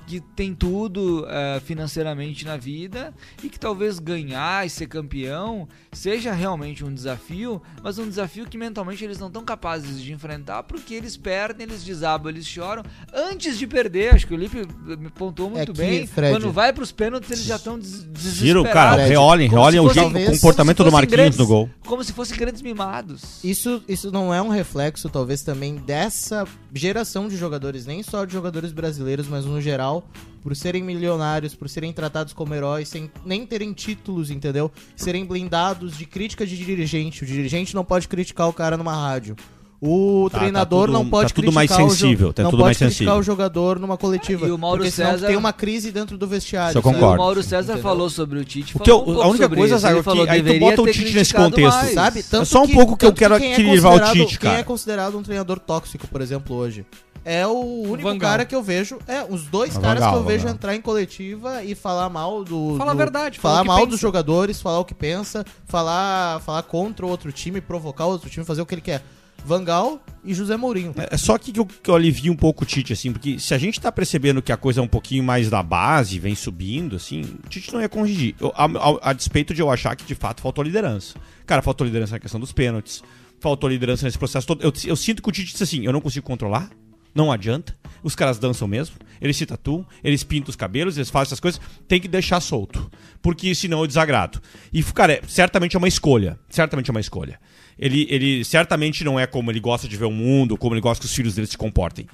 S5: que tem tudo eh, financeiramente na vida e que talvez ganhar e ser campeão seja realmente um desafio, mas um desafio que mentalmente eles não estão capazes de enfrentar porque eles perdem, eles desabam, eles choram antes de perder. Acho que o Lipe me pontuou muito
S4: É que,
S5: bem.
S4: Fred-
S5: Quando vai pros pênaltis, eles já estão des
S2: Ciro,
S5: desesperados.
S2: cara,
S4: Fred,
S2: reolem,
S5: como
S2: reolem
S5: se
S2: o
S5: fosse- um
S2: jeito-
S4: como
S2: o
S4: se
S2: comportamento do
S5: fossem
S2: Marquinhos
S5: grandes.
S2: no gol.
S5: Como se fossem grandes mimados.
S4: Isso, isso não é um reflexo, talvez, também dessa geração de jogadores, nem só de jogadores brasileiros, mas no geral, por serem milionários, por serem tratados como heróis, sem nem terem títulos, entendeu? Serem blindados de crítica de dirigente. O dirigente não pode criticar o cara numa rádio. O
S2: Tá, tá
S4: treinador
S2: tudo-
S4: não pode
S2: tá tudo mais
S4: criticar o jo-
S2: sensível, tá
S4: não
S2: tudo
S4: pode
S2: mais
S4: criticar
S2: sensível.
S4: o jogador numa coletiva.
S5: E o Mauro
S4: porque senão
S5: César-
S4: tem uma crise dentro do vestiário.
S2: Isso eu
S4: sabe?
S5: E o
S2: concordo.
S5: Mauro César
S4: Entendeu?
S5: falou sobre o
S2: O
S5: Tite. falou
S2: que eu-
S5: um pouco
S2: a única
S5: sobre
S2: coisa,
S5: isso.
S2: Zago, é
S5: Ele
S2: que
S5: falou,
S2: aí tu
S5: deveria
S2: bota o
S5: ter
S2: Tite nesse
S5: criticado
S2: contexto,
S5: mais.
S4: Sabe? Tanto
S2: só um pouco que eu
S4: tanto
S2: quero
S4: quem é
S2: aquele rival
S4: considerado-
S2: Tite, cara.
S4: Quem é considerado um treinador tóxico, por exemplo, hoje? É o único
S3: Van Gaal.
S4: cara que eu vejo. É, os dois
S2: Ah, Van
S4: caras
S2: Gaal,
S4: que eu
S2: Van
S4: vejo
S2: Gaal.
S4: entrar em coletiva e falar mal do.
S3: Fala a
S4: do-
S3: verdade, fala
S4: Falar
S3: o que
S4: mal
S3: pensa.
S4: dos jogadores, falar o que pensa, falar, falar contra o outro time, provocar o outro time, fazer o que ele quer. Vangal e José Mourinho.
S2: É só aqui que eu, que eu alivio um pouco o Tite, assim, porque se a gente tá percebendo que a coisa é um pouquinho mais da base, vem subindo, assim, o Tite não ia corrigir. Eu- a, a- a despeito de eu achar que de fato faltou liderança. Cara, faltou liderança na questão dos pênaltis, faltou liderança nesse processo todo. Eu, eu sinto que o Tite disse assim: eu não consigo controlar, não adianta, os caras dançam mesmo, eles se tatuam, eles pintam os cabelos, eles fazem essas coisas, tem que deixar solto, porque senão eu desagrado. E, cara, é- certamente é uma escolha, certamente é uma escolha. Ele, ele certamente não é como ele gosta de ver o mundo, como ele gosta que os filhos dele se comportem.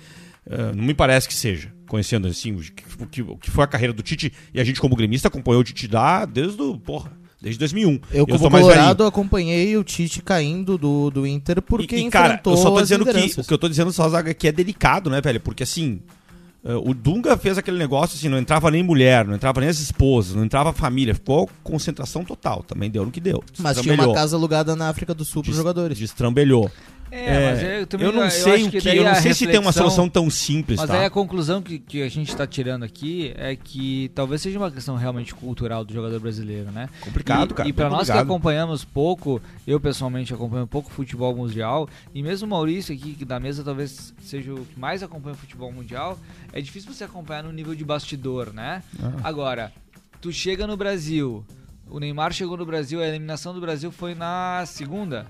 S2: Ah, não me parece que seja, conhecendo assim o que, o que- o que foi a carreira do Tite, e a gente como gremista acompanhou o Tite lá desde o, porra, desde 2001.
S4: Eu, como
S2: sou um. mais
S4: colorado, acompanhei o Tite caindo do, do Inter porque
S2: e, e,
S4: enfrentou
S2: cara, eu só tô
S4: as
S2: dizendo que o
S4: lideranças.
S2: que eu tô dizendo só Zaga, que é delicado, né, velho? Porque assim, eh, o Dunga fez aquele negócio assim, não entrava nem mulher, não entrava nem as esposas, não entrava a família, ficou concentração total, também deu no que deu.
S4: Mas tinha
S2: Destrambelhou.
S4: uma casa alugada na África do Sul pros
S2: Des-
S4: jogadores.
S2: Destrambelhou.
S5: É, mas
S2: É,
S5: eu, também,
S2: eu não sei
S5: acho
S2: o que,
S5: daí
S2: eu não
S5: a
S2: sei se tem uma
S5: reflexão-
S2: solução tão simples,
S5: Mas é
S2: tá?
S5: aí a conclusão que, que a gente tá tirando aqui é que talvez seja uma questão realmente cultural do jogador brasileiro, né?
S2: Complicado,
S5: e,
S2: cara.
S5: E pra
S2: muito
S5: nós que
S2: complicado.
S5: acompanhamos pouco, eu pessoalmente acompanho pouco futebol mundial, e mesmo o Maurício aqui, que da mesa talvez seja o que mais acompanha futebol mundial, é difícil você acompanhar no nível de bastidor, né?
S2: Ah.
S5: Agora, tu chega no Brasil, o Neymar chegou no Brasil, a eliminação do Brasil foi na segunda.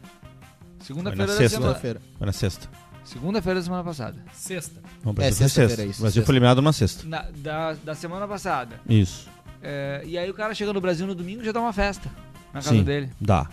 S5: Segunda-feira da
S2: sexta.
S5: semana.
S4: Segunda-feira.
S2: Foi na sexta.
S5: Segunda-feira da semana passada.
S3: Sexta.
S2: Não, o Brasil
S4: É,
S2: foi
S4: sexta-feira,
S2: sexta.
S4: é isso,
S2: O Brasil
S4: sexta.
S2: foi eliminado na sexta.
S5: Na- da, da semana passada.
S2: Isso.
S5: É, e aí o cara chega no Brasil no domingo e já dá uma festa na casa
S2: Sim.
S5: dele.
S2: Dá.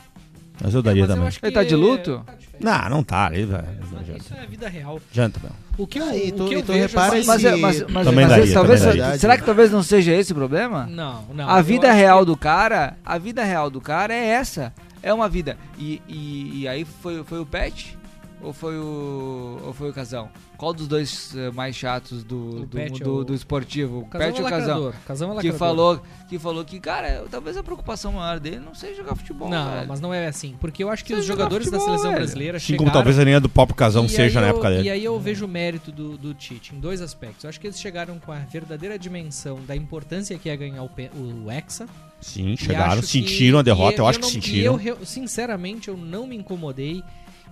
S2: Mas eu daria
S3: Mas eu
S2: também.
S3: acho
S5: Ele tá de luto?
S3: tá de férias.
S2: Não, não tá. Ele vai. não
S3: Mas
S2: adianta.
S3: Isso é vida real.
S2: Adianta, meu.
S3: O que eu,
S4: Ah, e tu-
S3: o que eu
S4: e tu
S3: vejo,
S4: repara
S3: assim,
S4: esse-
S5: Mas, é- mas, mas,
S2: Também
S5: mas
S2: daria,
S5: esse- talvez,
S2: também
S4: daria.
S5: será que talvez não seja esse o problema?
S3: Não, não.
S5: a
S3: eu
S5: vida
S3: acho que-
S5: real do cara, a vida real do cara é essa. É uma vida. E, e, e aí foi, foi o Pet ou foi o ou foi o Casão? Qual dos dois eh, mais chatos do,
S3: O
S5: do,
S3: Pet
S5: do-
S3: ou-
S5: do esportivo? O
S3: Casão
S5: Pet
S3: é
S5: ou o Casão?
S3: lacrador. Casão é
S5: Que
S3: lacrador.
S5: falou, que falou que, cara, talvez a preocupação maior dele não seja jogar futebol.
S3: Não,
S5: velho.
S3: mas não é assim. Porque eu acho que
S5: Você
S3: os
S5: joga
S3: jogadores da
S5: futebol,
S3: seleção
S5: velho.
S3: brasileira
S2: Assim
S4: tá
S3: chegaram...
S2: como talvez a linha do próprio casão
S3: E
S2: seja
S3: aí
S2: na
S3: eu-
S2: época dele.
S3: E aí eu vejo o mérito do, do Tite em dois aspectos. Eu acho que eles chegaram com a verdadeira dimensão da importância que é ganhar o, pe- o Hexa.
S2: Sim,
S3: E
S2: chegaram,
S3: acho que-
S2: sentiram a derrota,
S3: e
S2: eu, acho que
S3: não- E
S2: sentiram.
S3: eu, re- sinceramente, eu não me incomodei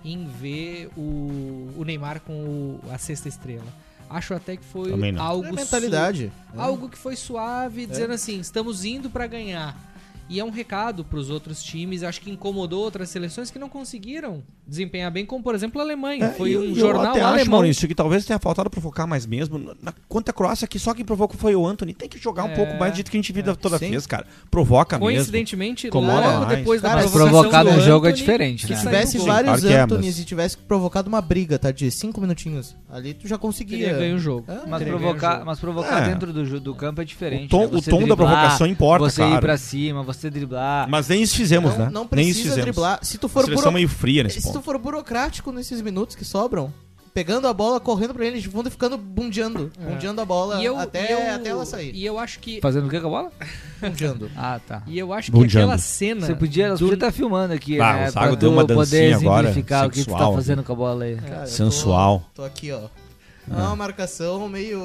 S3: em ver o, o Neymar com o- a sexta estrela. Acho até que foi
S2: Também não.
S4: É
S3: algo
S4: a mentalidade.
S2: É.
S3: su- algo que foi suave, dizendo assim, estamos indo pra ganhar. E é um recado pros outros times, acho que incomodou outras seleções que não conseguiram desempenhar bem, como por exemplo a Alemanha.
S2: É,
S3: foi
S2: e-
S3: um
S2: e
S3: jornal
S2: eu até acho,
S3: alemão
S2: Maurício, que talvez tenha faltado provocar mais mesmo. Na- Na, quanto à Croácia, que só quem provocou foi o Anthony. Tem que jogar um
S3: É.
S2: pouco mais do jeito que a gente vira toda
S4: Sim.
S2: vez, cara. Provoca mesmo. é
S3: Coincidentemente,
S2: Incomoda
S3: logo
S2: mais.
S3: depois da
S4: Cara,
S5: Mas
S3: provocação
S5: provocar
S3: do
S5: no jogo é
S3: Anthony,
S5: diferente,
S3: que
S5: né?
S4: Se
S3: saiu um
S4: tivesse
S3: gol.
S4: vários
S2: Claro que é,
S4: Anthonies
S2: mas-
S4: e tivesse provocado uma briga, tá? De cinco minutinhos. Ali tu já
S3: Teria
S4: conseguia.
S3: ganho o um jogo.
S4: É,
S5: Mas
S4: teria
S5: provocar,
S3: jogo.
S5: mas provocar
S2: É.
S5: dentro do, ju- do campo é diferente.
S2: O tom,
S5: né?
S2: o
S5: Você
S2: tom da
S5: driblar,
S2: provocação importa,
S5: Você ir
S2: cara.
S5: pra cima, você driblar.
S2: Mas nem isso fizemos,
S4: não,
S2: né?
S4: não
S2: nem isso
S4: precisa
S2: fizemos.
S4: driblar. Se tu
S2: A
S4: for
S2: seleção
S4: buro-
S2: meio fria nesse
S4: Se tu
S2: ponto.
S4: for burocrático nesses minutos que sobram, pegando a bola, correndo pra eles de fundo e ficando bundeando.
S3: É.
S4: Bundeando a bola
S3: E eu-
S4: até,
S3: e eu-
S4: até ela sair.
S3: E eu acho que.
S5: Fazendo o que com a bola?
S4: Bundeando.
S5: Ah, tá.
S3: E eu acho que
S2: Bundiando.
S3: aquela cena.
S5: Você podia, você
S3: do-
S5: podia estar filmando aqui,
S2: Ah,
S5: né?
S2: o Zago
S5: pra
S2: deu
S5: tu
S2: uma
S5: poder
S2: dancinha agora,
S5: exemplificar o que tu tá
S2: sexual,
S5: fazendo
S2: né?
S5: com a bola aí.
S4: Cara, eu tô-
S2: Sensual.
S4: Tô, aqui, ó. É uma marcação meio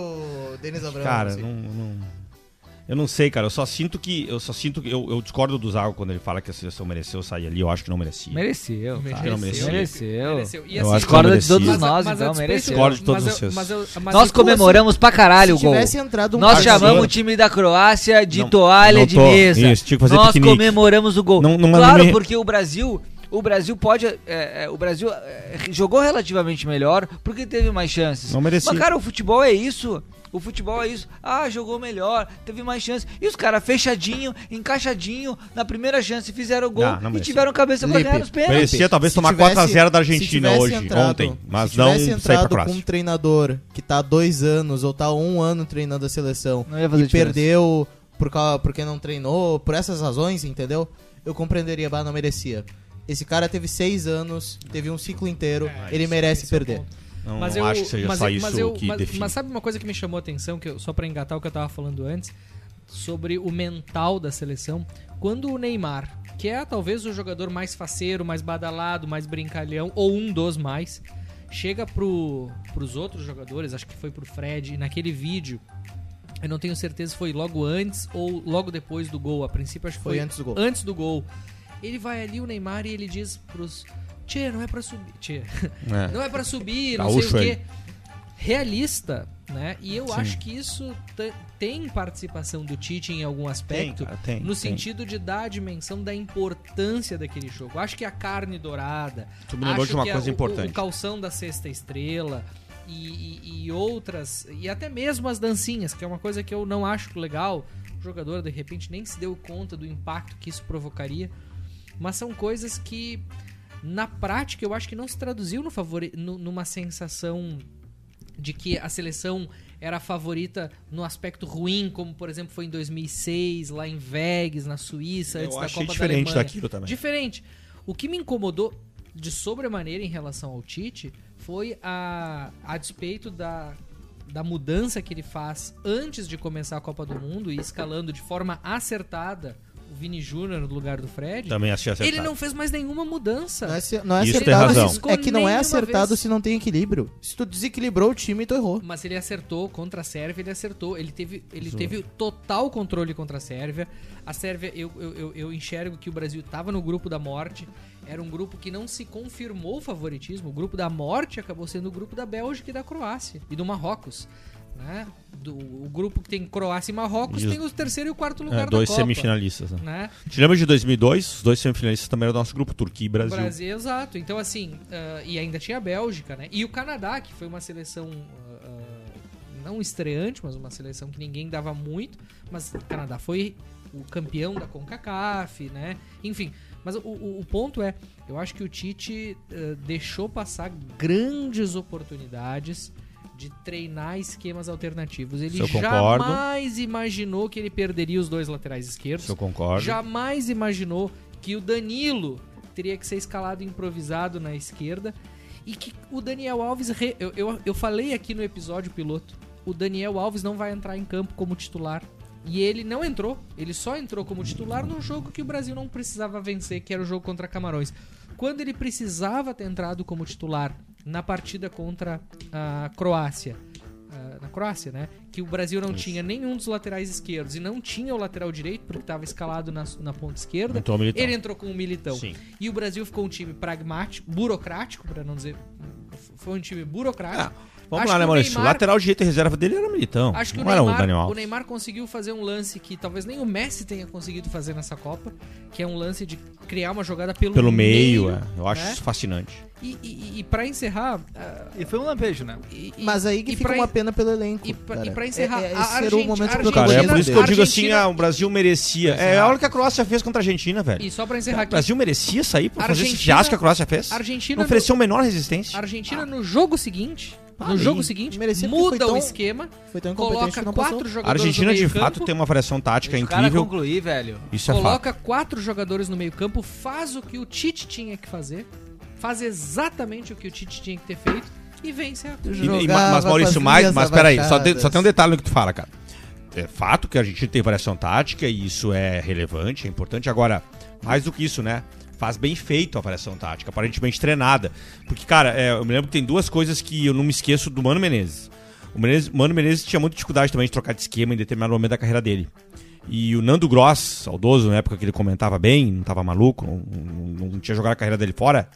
S4: Denis Abrão.
S2: Cara,
S4: assim.
S2: não, não- Eu não sei, cara. Eu só sinto que. Eu só sinto que. Eu, eu discordo do Zago quando ele fala que a seleção mereceu sair ali. Eu acho que não merecia.
S5: Mereceu.
S2: Acho que não merecia.
S5: Mereceu.
S3: Mereceu. E
S2: Eu
S3: assim,
S2: acho que não
S5: Discorda de
S2: merecia.
S5: todos
S3: mas a-
S5: nós,
S3: mas a
S5: então
S3: despeito-
S5: mereceu.
S2: Discordo de todos
S3: mas eu-
S2: vocês.
S3: mas eu- mas é assim?
S5: Nós
S3: eu-
S5: comemoramos pra caralho o
S4: Se
S5: gol.
S4: tivesse entrado um
S5: Nós
S4: parceiro-
S5: chamamos o time da Croácia de
S2: Não,
S5: toalha
S2: não
S5: de
S2: tô.
S5: mesa.
S2: Isso, tinha que fazer
S5: Nós
S2: piquenique.
S5: comemoramos o gol.
S2: Não- não-
S5: claro,
S2: não me-
S5: porque o Brasil, o Brasil pode, é, é, o Brasil é, jogou relativamente melhor porque teve mais chances.
S2: Não merecia.
S5: Mas cara, o futebol é isso. O futebol é isso. Ah, jogou melhor, teve mais chances. E os caras fechadinho, encaixadinho, na primeira chance fizeram o gol
S2: Ah, Não, não
S5: e
S2: merecia.
S5: tiveram cabeça pra
S4: Lipe,
S5: ganhar os pênaltis.
S2: Merecia talvez
S4: Se
S2: tomar
S4: tivesse-
S2: 4x0 da
S4: se
S2: Argentina
S4: tivesse
S2: hoje,
S4: entrado-
S2: ontem. Mas
S4: se
S2: não
S4: tivesse
S2: sair pra
S4: entrado com um
S2: Croácia.
S4: treinador que tá há dois anos ou tá há um ano treinando a seleção
S5: Não ia fazer
S4: e
S5: diferença.
S4: perdeu por causa, porque não treinou, por essas razões, entendeu? Eu compreenderia, bah, não merecia. Esse cara teve seis anos, teve um ciclo inteiro,
S3: É,
S4: ele
S3: isso,
S4: merece
S3: esse é o
S4: perder.
S3: ponto.
S2: Não,
S3: mas
S2: não
S3: eu,
S2: acho que seja
S3: mas,
S2: só
S3: mas
S2: isso
S3: eu-
S2: que
S3: mas,
S2: define.
S3: mas sabe uma coisa que me chamou a atenção, que eu- só pra engatar o que eu tava falando antes, sobre o mental da seleção. Quando o Neymar, que é talvez o jogador mais faceiro, mais badalado, mais brincalhão, ou um dos mais, chega pro, pros outros jogadores, acho que foi pro Fred, e naquele vídeo, eu não tenho certeza se foi logo antes ou logo depois do gol, a princípio acho que
S4: Foi
S3: foi
S4: antes do gol.
S3: antes do gol. Ele vai ali, o Neymar, e ele diz pros. Tchê, não é pra subir. Tchê,
S2: É.
S3: não é pra subir, não
S2: Gaúcho
S3: sei o
S2: ele.
S3: quê. Realista, né? E eu
S2: Sim.
S3: acho que isso te- tem participação do Tite em algum aspecto.
S2: cara, tem,
S3: no
S2: tem.
S3: sentido de dar a dimensão da importância daquele jogo. Acho que a carne dourada.
S2: Tu me lembrou
S3: acho
S2: de uma
S3: que a-
S2: coisa
S3: o-
S2: importante.
S3: O, calção da sexta estrela. E, e- e outras, e até mesmo as dancinhas, que é uma coisa que eu não acho legal. O jogador, de repente, nem se deu conta do impacto que isso provocaria. Mas são coisas que, na prática, eu acho que não se traduziu no favori, nu- numa sensação de que a seleção era a favorita no aspecto ruim, como, por exemplo, foi em 2006, lá em Vegas, na Suíça, antes
S2: eu
S3: da
S2: achei
S3: Copa
S2: diferente
S3: da Alemanha.
S2: daquilo também.
S3: Diferente. O que me incomodou de sobremaneira em relação ao Tite foi a, a despeito da, da mudança que ele faz antes de começar a Copa do Mundo e escalando de forma acertada o Vini Júnior no lugar do Fred.
S2: Também achei acertado.
S3: Ele não fez mais nenhuma mudança.
S4: Não é, ace- não é
S2: Isso tem
S4: acertado.
S2: razão.
S4: É que não é
S3: Nenhuma
S4: acertado
S3: vez.
S4: se não tem equilíbrio. Se tu desequilibrou o time, tu errou.
S3: Mas ele acertou contra a Sérvia, ele acertou. Ele teve, ele teve total controle contra a Sérvia. A Sérvia, eu, eu, eu- eu enxergo que o Brasil estava no grupo da morte. Era um grupo que não se confirmou o favoritismo. O grupo da morte acabou sendo o grupo da Bélgica e da Croácia e do Marrocos. Né? Do, o grupo que tem Croácia e Marrocos
S2: E os-
S3: tem o terceiro e o quarto
S2: É,
S3: lugar
S2: dois
S3: da Copa.
S2: semifinalistas. Né?
S3: Né?
S2: Te lembra de 2002? Os dois semifinalistas também eram do nosso grupo, Turquia e Brasil.
S3: Brasil, exato. Então, assim, ah, e ainda tinha a Bélgica, né? E o Canadá, que foi uma seleção ah, ah, não estreante, mas uma seleção que ninguém dava muito. Mas o Canadá foi o campeão da CONCACAF, né? Enfim, mas o, o- o ponto é, eu acho que o Tite ah, deixou passar grandes oportunidades de treinar esquemas alternativos. Ele
S2: Isso eu concordo.
S3: jamais imaginou que ele perderia os dois laterais esquerdos.
S2: Isso eu concordo.
S3: Jamais imaginou que o Danilo teria que ser escalado improvisado na esquerda e que o Daniel Alves. re- Eu, eu, eu falei aqui no episódio piloto: o Daniel Alves não vai entrar em campo como titular. E ele não entrou, ele só entrou como titular num jogo que o Brasil não precisava vencer, que era o jogo contra Camarões. Quando ele precisava ter entrado como titular na partida contra a Croácia, ah, na Croácia, né? Que o Brasil não tinha nenhum dos laterais esquerdos e não tinha o lateral direito, porque estava escalado na, na ponta esquerda.
S2: Entrou o Militão.
S3: Ele entrou com o Militão.
S2: Sim.
S3: E o Brasil ficou um time pragmático, burocrático, pra não dizer. Foi um time burocrático.
S2: Vamos
S3: Acho
S2: lá,
S3: que
S2: né,
S3: o
S2: Maurício? O
S3: Neymar-
S2: lateral direito e reserva dele era o Militão.
S3: Acho que
S2: Ah, não
S3: o, Neymar,
S2: era o Daniel
S3: o
S2: Alves.
S3: Neymar conseguiu fazer um lance que talvez nem o Messi tenha conseguido fazer nessa Copa, que é um lance de criar uma jogada pelo,
S2: Pelo meio, é. eu acho
S3: né?
S2: isso fascinante.
S3: E, e, e para encerrar. ah,
S5: E foi um lampejo, né?
S3: e- e-
S4: Mas aí que
S3: e
S4: fica
S3: pra-
S4: uma pena pelo elenco.
S3: e pra-
S4: cara.
S3: e pra encerrar,
S4: é, é,
S3: a
S4: esse era o
S3: Argentina-
S4: momento
S3: a
S4: do
S3: Argentina-
S2: Cara, é por isso que eu
S4: protagonismo
S2: digo assim,
S3: Argentina-
S2: ah, o Brasil merecia. É a hora que a Croácia fez contra a Argentina, velho.
S3: E só pra encerrar
S2: O
S3: aqui.
S2: Brasil merecia sair por fazer esse
S3: Argentina-
S2: fiasco que a Croácia fez?
S3: Argentina
S2: Não ofereceu a menor resistência?
S3: Argentina no jogo seguinte, no
S2: aí,
S3: jogo seguinte,
S4: Ah, merecia porque
S3: muda
S4: foi tão-
S3: o esquema,
S4: Foi tão incompetente que
S3: coloca
S4: não
S3: quatro
S4: passou.
S2: A
S3: jogadores
S2: Argentina,
S3: no
S2: de
S3: meio
S2: fato,
S3: campo,
S2: tem uma variação tática
S5: Deixa o cara
S2: é incrível.
S5: concluir, velho.
S2: Isso é fato.
S3: coloca quatro jogadores no meio campo, faz o que o Tite tinha que fazer, faz exatamente o que o Tite tinha que ter feito e vence a
S2: E- e- ma-
S4: Jogava
S2: mas,
S4: com as
S2: Maurício, mais,
S4: linhas
S2: mas peraí, só,
S4: abaixadas.
S2: de- só tem um detalhe no que tu fala, cara. É fato que a Argentina tem variação tática e isso é relevante, é importante. Agora, mais do que isso, né? Faz bem feito a variação tática, aparentemente treinada. Porque, cara, é, eu me lembro que tem duas coisas que eu não me esqueço do Mano Menezes. O Menezes- Mano Menezes tinha muita dificuldade também de trocar de esquema em determinado momento da carreira dele. E o Nando Gross, saudoso, na época que ele comentava bem, não tava maluco, não, não- não tinha jogado a carreira dele fora.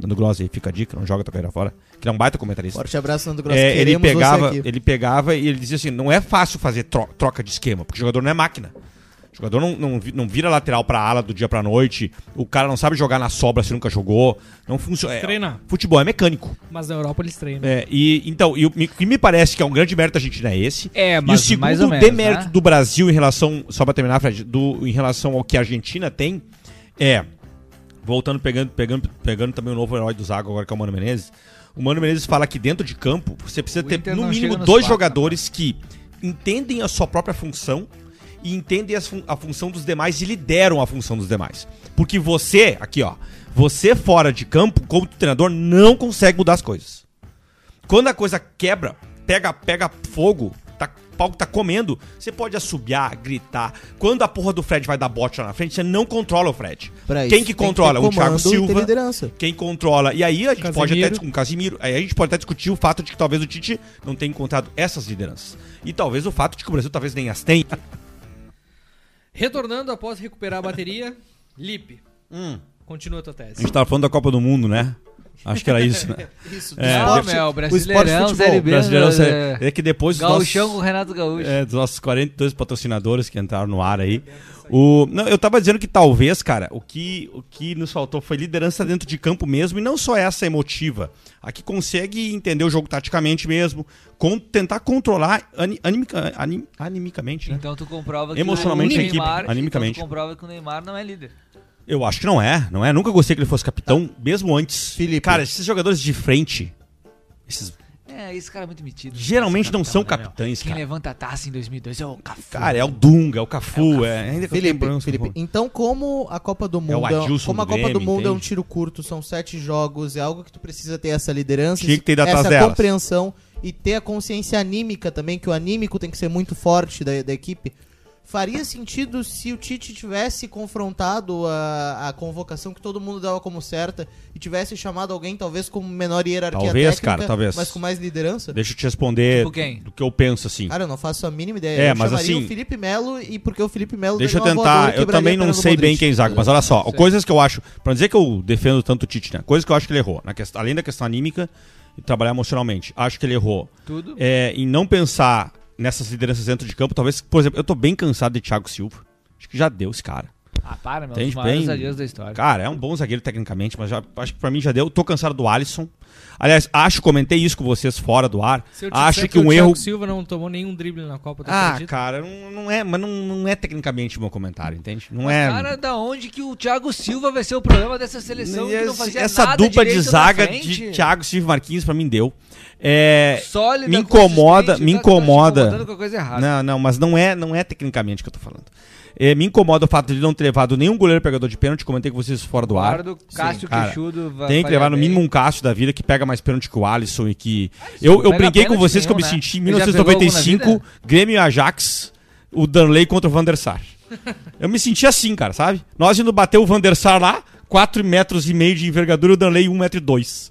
S2: Nando Gross aí fica a dica, não joga a tua carreira fora. Que ele é um baita comentarista.
S4: Forte abraço, Nando Grosso.
S2: É, ele
S4: queremos você
S2: pegava,
S4: aqui.
S2: ele pegava e ele dizia assim: não é fácil fazer tro- troca de esquema, porque o jogador não é máquina. O jogador não, não, vi- não vira lateral pra ala do dia pra noite, o cara não sabe jogar na sobra se nunca jogou, não funciona. é,
S3: Treinar.
S2: futebol é mecânico.
S3: Mas na Europa eles
S5: né?
S3: treinam.
S2: É, e então, e o me- que me parece que é um grande mérito da Argentina é esse.
S5: É,
S2: e o
S5: mas
S2: segundo
S5: mais ou menos,
S2: demérito
S5: né?
S2: do Brasil em relação, só pra terminar, Fred, do, em relação ao que a Argentina tem, é voltando, pegando, pegando, pegando também o novo herói do Zago agora, que é o Mano Menezes. O Mano Menezes fala que dentro de campo você precisa
S5: O
S2: ter
S5: Inter
S2: no
S5: não
S2: mínimo
S5: chega nos
S2: dois
S5: quatro,
S2: jogadores que entendem a sua própria função e entendem as fun- a função dos demais e lideram a função dos demais. Porque você, aqui ó, você fora de campo, como treinador, não consegue mudar as coisas. Quando a coisa quebra, pega, pega fogo, tá, o pau tá comendo, você pode assobiar, gritar. Quando a porra do Fred vai dar bote lá na frente, você não controla o Fred.
S4: Pra
S2: Quem
S4: isso,
S2: que
S4: tem
S2: controla?
S4: ter
S2: o Thiago
S4: comando e ter
S2: Silva
S4: liderança.
S2: quem controla. E aí a gente pode até
S3: Casemiro.
S2: discutir com Casimiro, aí a gente pode até discutir o fato de que talvez o Tite não tenha encontrado essas lideranças. E talvez o fato de que o Brasil talvez nem as tenha.
S3: Retornando após recuperar a bateria, Lipe,
S2: Hum.
S3: continua a tua
S2: A
S3: tese.
S2: gente tava falando da Copa do Mundo, né? Acho que era isso, né?
S3: Isso,
S2: É,
S5: não,
S2: deve
S5: meu,
S4: esporte
S5: Brasileirão,
S4: futebol,
S5: Série
S2: O
S5: B,
S2: brasileiro
S5: é,
S2: é, é que depois dos
S5: Gauchão com
S2: nossos-
S5: o Renato Gaúcho.
S2: é, dos nossos 42 patrocinadores que entraram no ar aí. O, não, eu tava dizendo que talvez, cara, o que, o que nos faltou foi liderança dentro de campo mesmo, e não só essa emotiva. A que consegue entender o jogo taticamente mesmo, con- tentar controlar ani- animica- anim- animicamente, né?
S5: Então tu comprova que
S2: Emocionalmente
S5: o
S2: a equipe,
S5: Neymar, então tu
S2: animicamente.
S5: comprova que o Neymar não é líder.
S2: Eu acho que não é, não é? Nunca gostei que ele fosse capitão, mesmo antes.
S4: Felipe.
S2: Cara, esses jogadores de frente, esses
S5: É, esse cara é muito metido.
S2: geralmente não são
S5: né, meu?
S2: capitães,
S5: Quem
S2: cara.
S5: levanta a taça em 2002 é o Cafu.
S2: Cara, é o Dunga, é o Cafu, é. Ainda que eu tenha
S4: Felipe,
S2: problemas com o
S4: Felipe,
S2: Cafu.
S4: então como a Copa do Mundo,
S2: É
S4: um
S2: Adilson
S4: como a
S2: do
S4: Copa do
S2: Grêmio,
S4: Mundo é um
S2: entende?
S4: tiro curto, são sete jogos, é algo que tu precisa ter essa liderança,
S2: Tinha que ter ido atrás
S4: essa
S2: delas.
S4: compreensão e ter a consciência anímica também, que o anímico tem que ser muito forte da, da equipe. Faria sentido se o Tite tivesse confrontado a, a convocação que todo mundo dava como certa e tivesse chamado alguém talvez com menor hierarquia
S2: Talvez,
S4: técnica,
S2: cara, talvez.
S4: mas com mais liderança?
S2: Deixa eu te responder
S5: Tipo quem?
S2: do que eu penso, assim.
S4: Cara, eu não faço a mínima ideia.
S2: É,
S4: eu
S2: mas
S4: chamaria
S2: assim-
S4: o Felipe Melo e porque o Felipe Melo
S2: Deixa eu
S4: daria uma voadora
S2: tentar,
S4: e
S2: eu
S4: quebraria
S2: também
S4: a
S2: não
S4: perna do
S2: sei bem
S4: Modric.
S2: quem zaga, mas olha só, coisas que eu acho, pra não dizer que eu defendo tanto o Tite, né? Coisas que eu acho que ele errou, na questão- além da questão anímica e trabalhar emocionalmente. Acho que ele errou
S5: Tudo.
S2: é, em não pensar nessas lideranças dentro de campo, talvez, por exemplo, eu tô bem cansado de Thiago Silva. Acho que já deu esse cara.
S5: Ah, para, meu. Um dos
S2: Entende
S5: maiores
S2: bem?
S5: zagueiros da história.
S2: Cara, é um bom zagueiro tecnicamente, mas já, acho que pra mim já deu. Tô cansado do Alisson. Aliás, acho, comentei isso com vocês fora do ar.
S3: Se eu te
S2: Acho
S3: disser
S2: que, um
S3: é o Thiago
S2: erro.
S3: Silva não tomou nenhum drible na Copa, tu
S2: Ah,
S3: acredita?
S2: cara, não, não é, mas não, não é tecnicamente meu comentário, entende? Não
S5: Mas,
S2: é.
S5: Cara, da onde que o Thiago Silva vai ser o problema dessa seleção que não
S2: Esse-
S5: fazia
S2: essa
S5: nada
S2: dupla de
S5: direito na
S2: zaga
S5: frente?
S2: de Thiago Silva e Marquinhos pra mim deu. É,
S5: Sólida,
S2: me incomoda,
S5: consistente,
S2: me
S5: o cara tá te
S2: incomoda. Né?
S5: incomodando com a coisa errada.
S2: Não, não, mas não é, não é tecnicamente que eu tô falando. É, me incomoda o fato de ele não ter levado nenhum goleiro pegador de pênalti, comentei com vocês fora do ar.
S5: Eduardo, Cássio
S2: cara.
S5: Queixudo. va-
S2: Tem que levar no
S5: faria
S2: mínimo
S5: bem.
S2: um Cássio da vida que pega mais pênalti que o Alisson e que. Eu, eu
S5: pega
S2: brinquei com
S5: pênalti
S2: vocês que eu me
S5: nenhum, né?
S2: senti em
S5: Ele já pegou algum na
S2: 1995,
S5: vida?
S2: Grêmio e Ajax, o Danley contra o Van der Sar. Eu me senti assim, cara, sabe? Nós indo bater o Van der Sar lá, 4 metros e meio de envergadura, o Danley 1,2 metro e dois.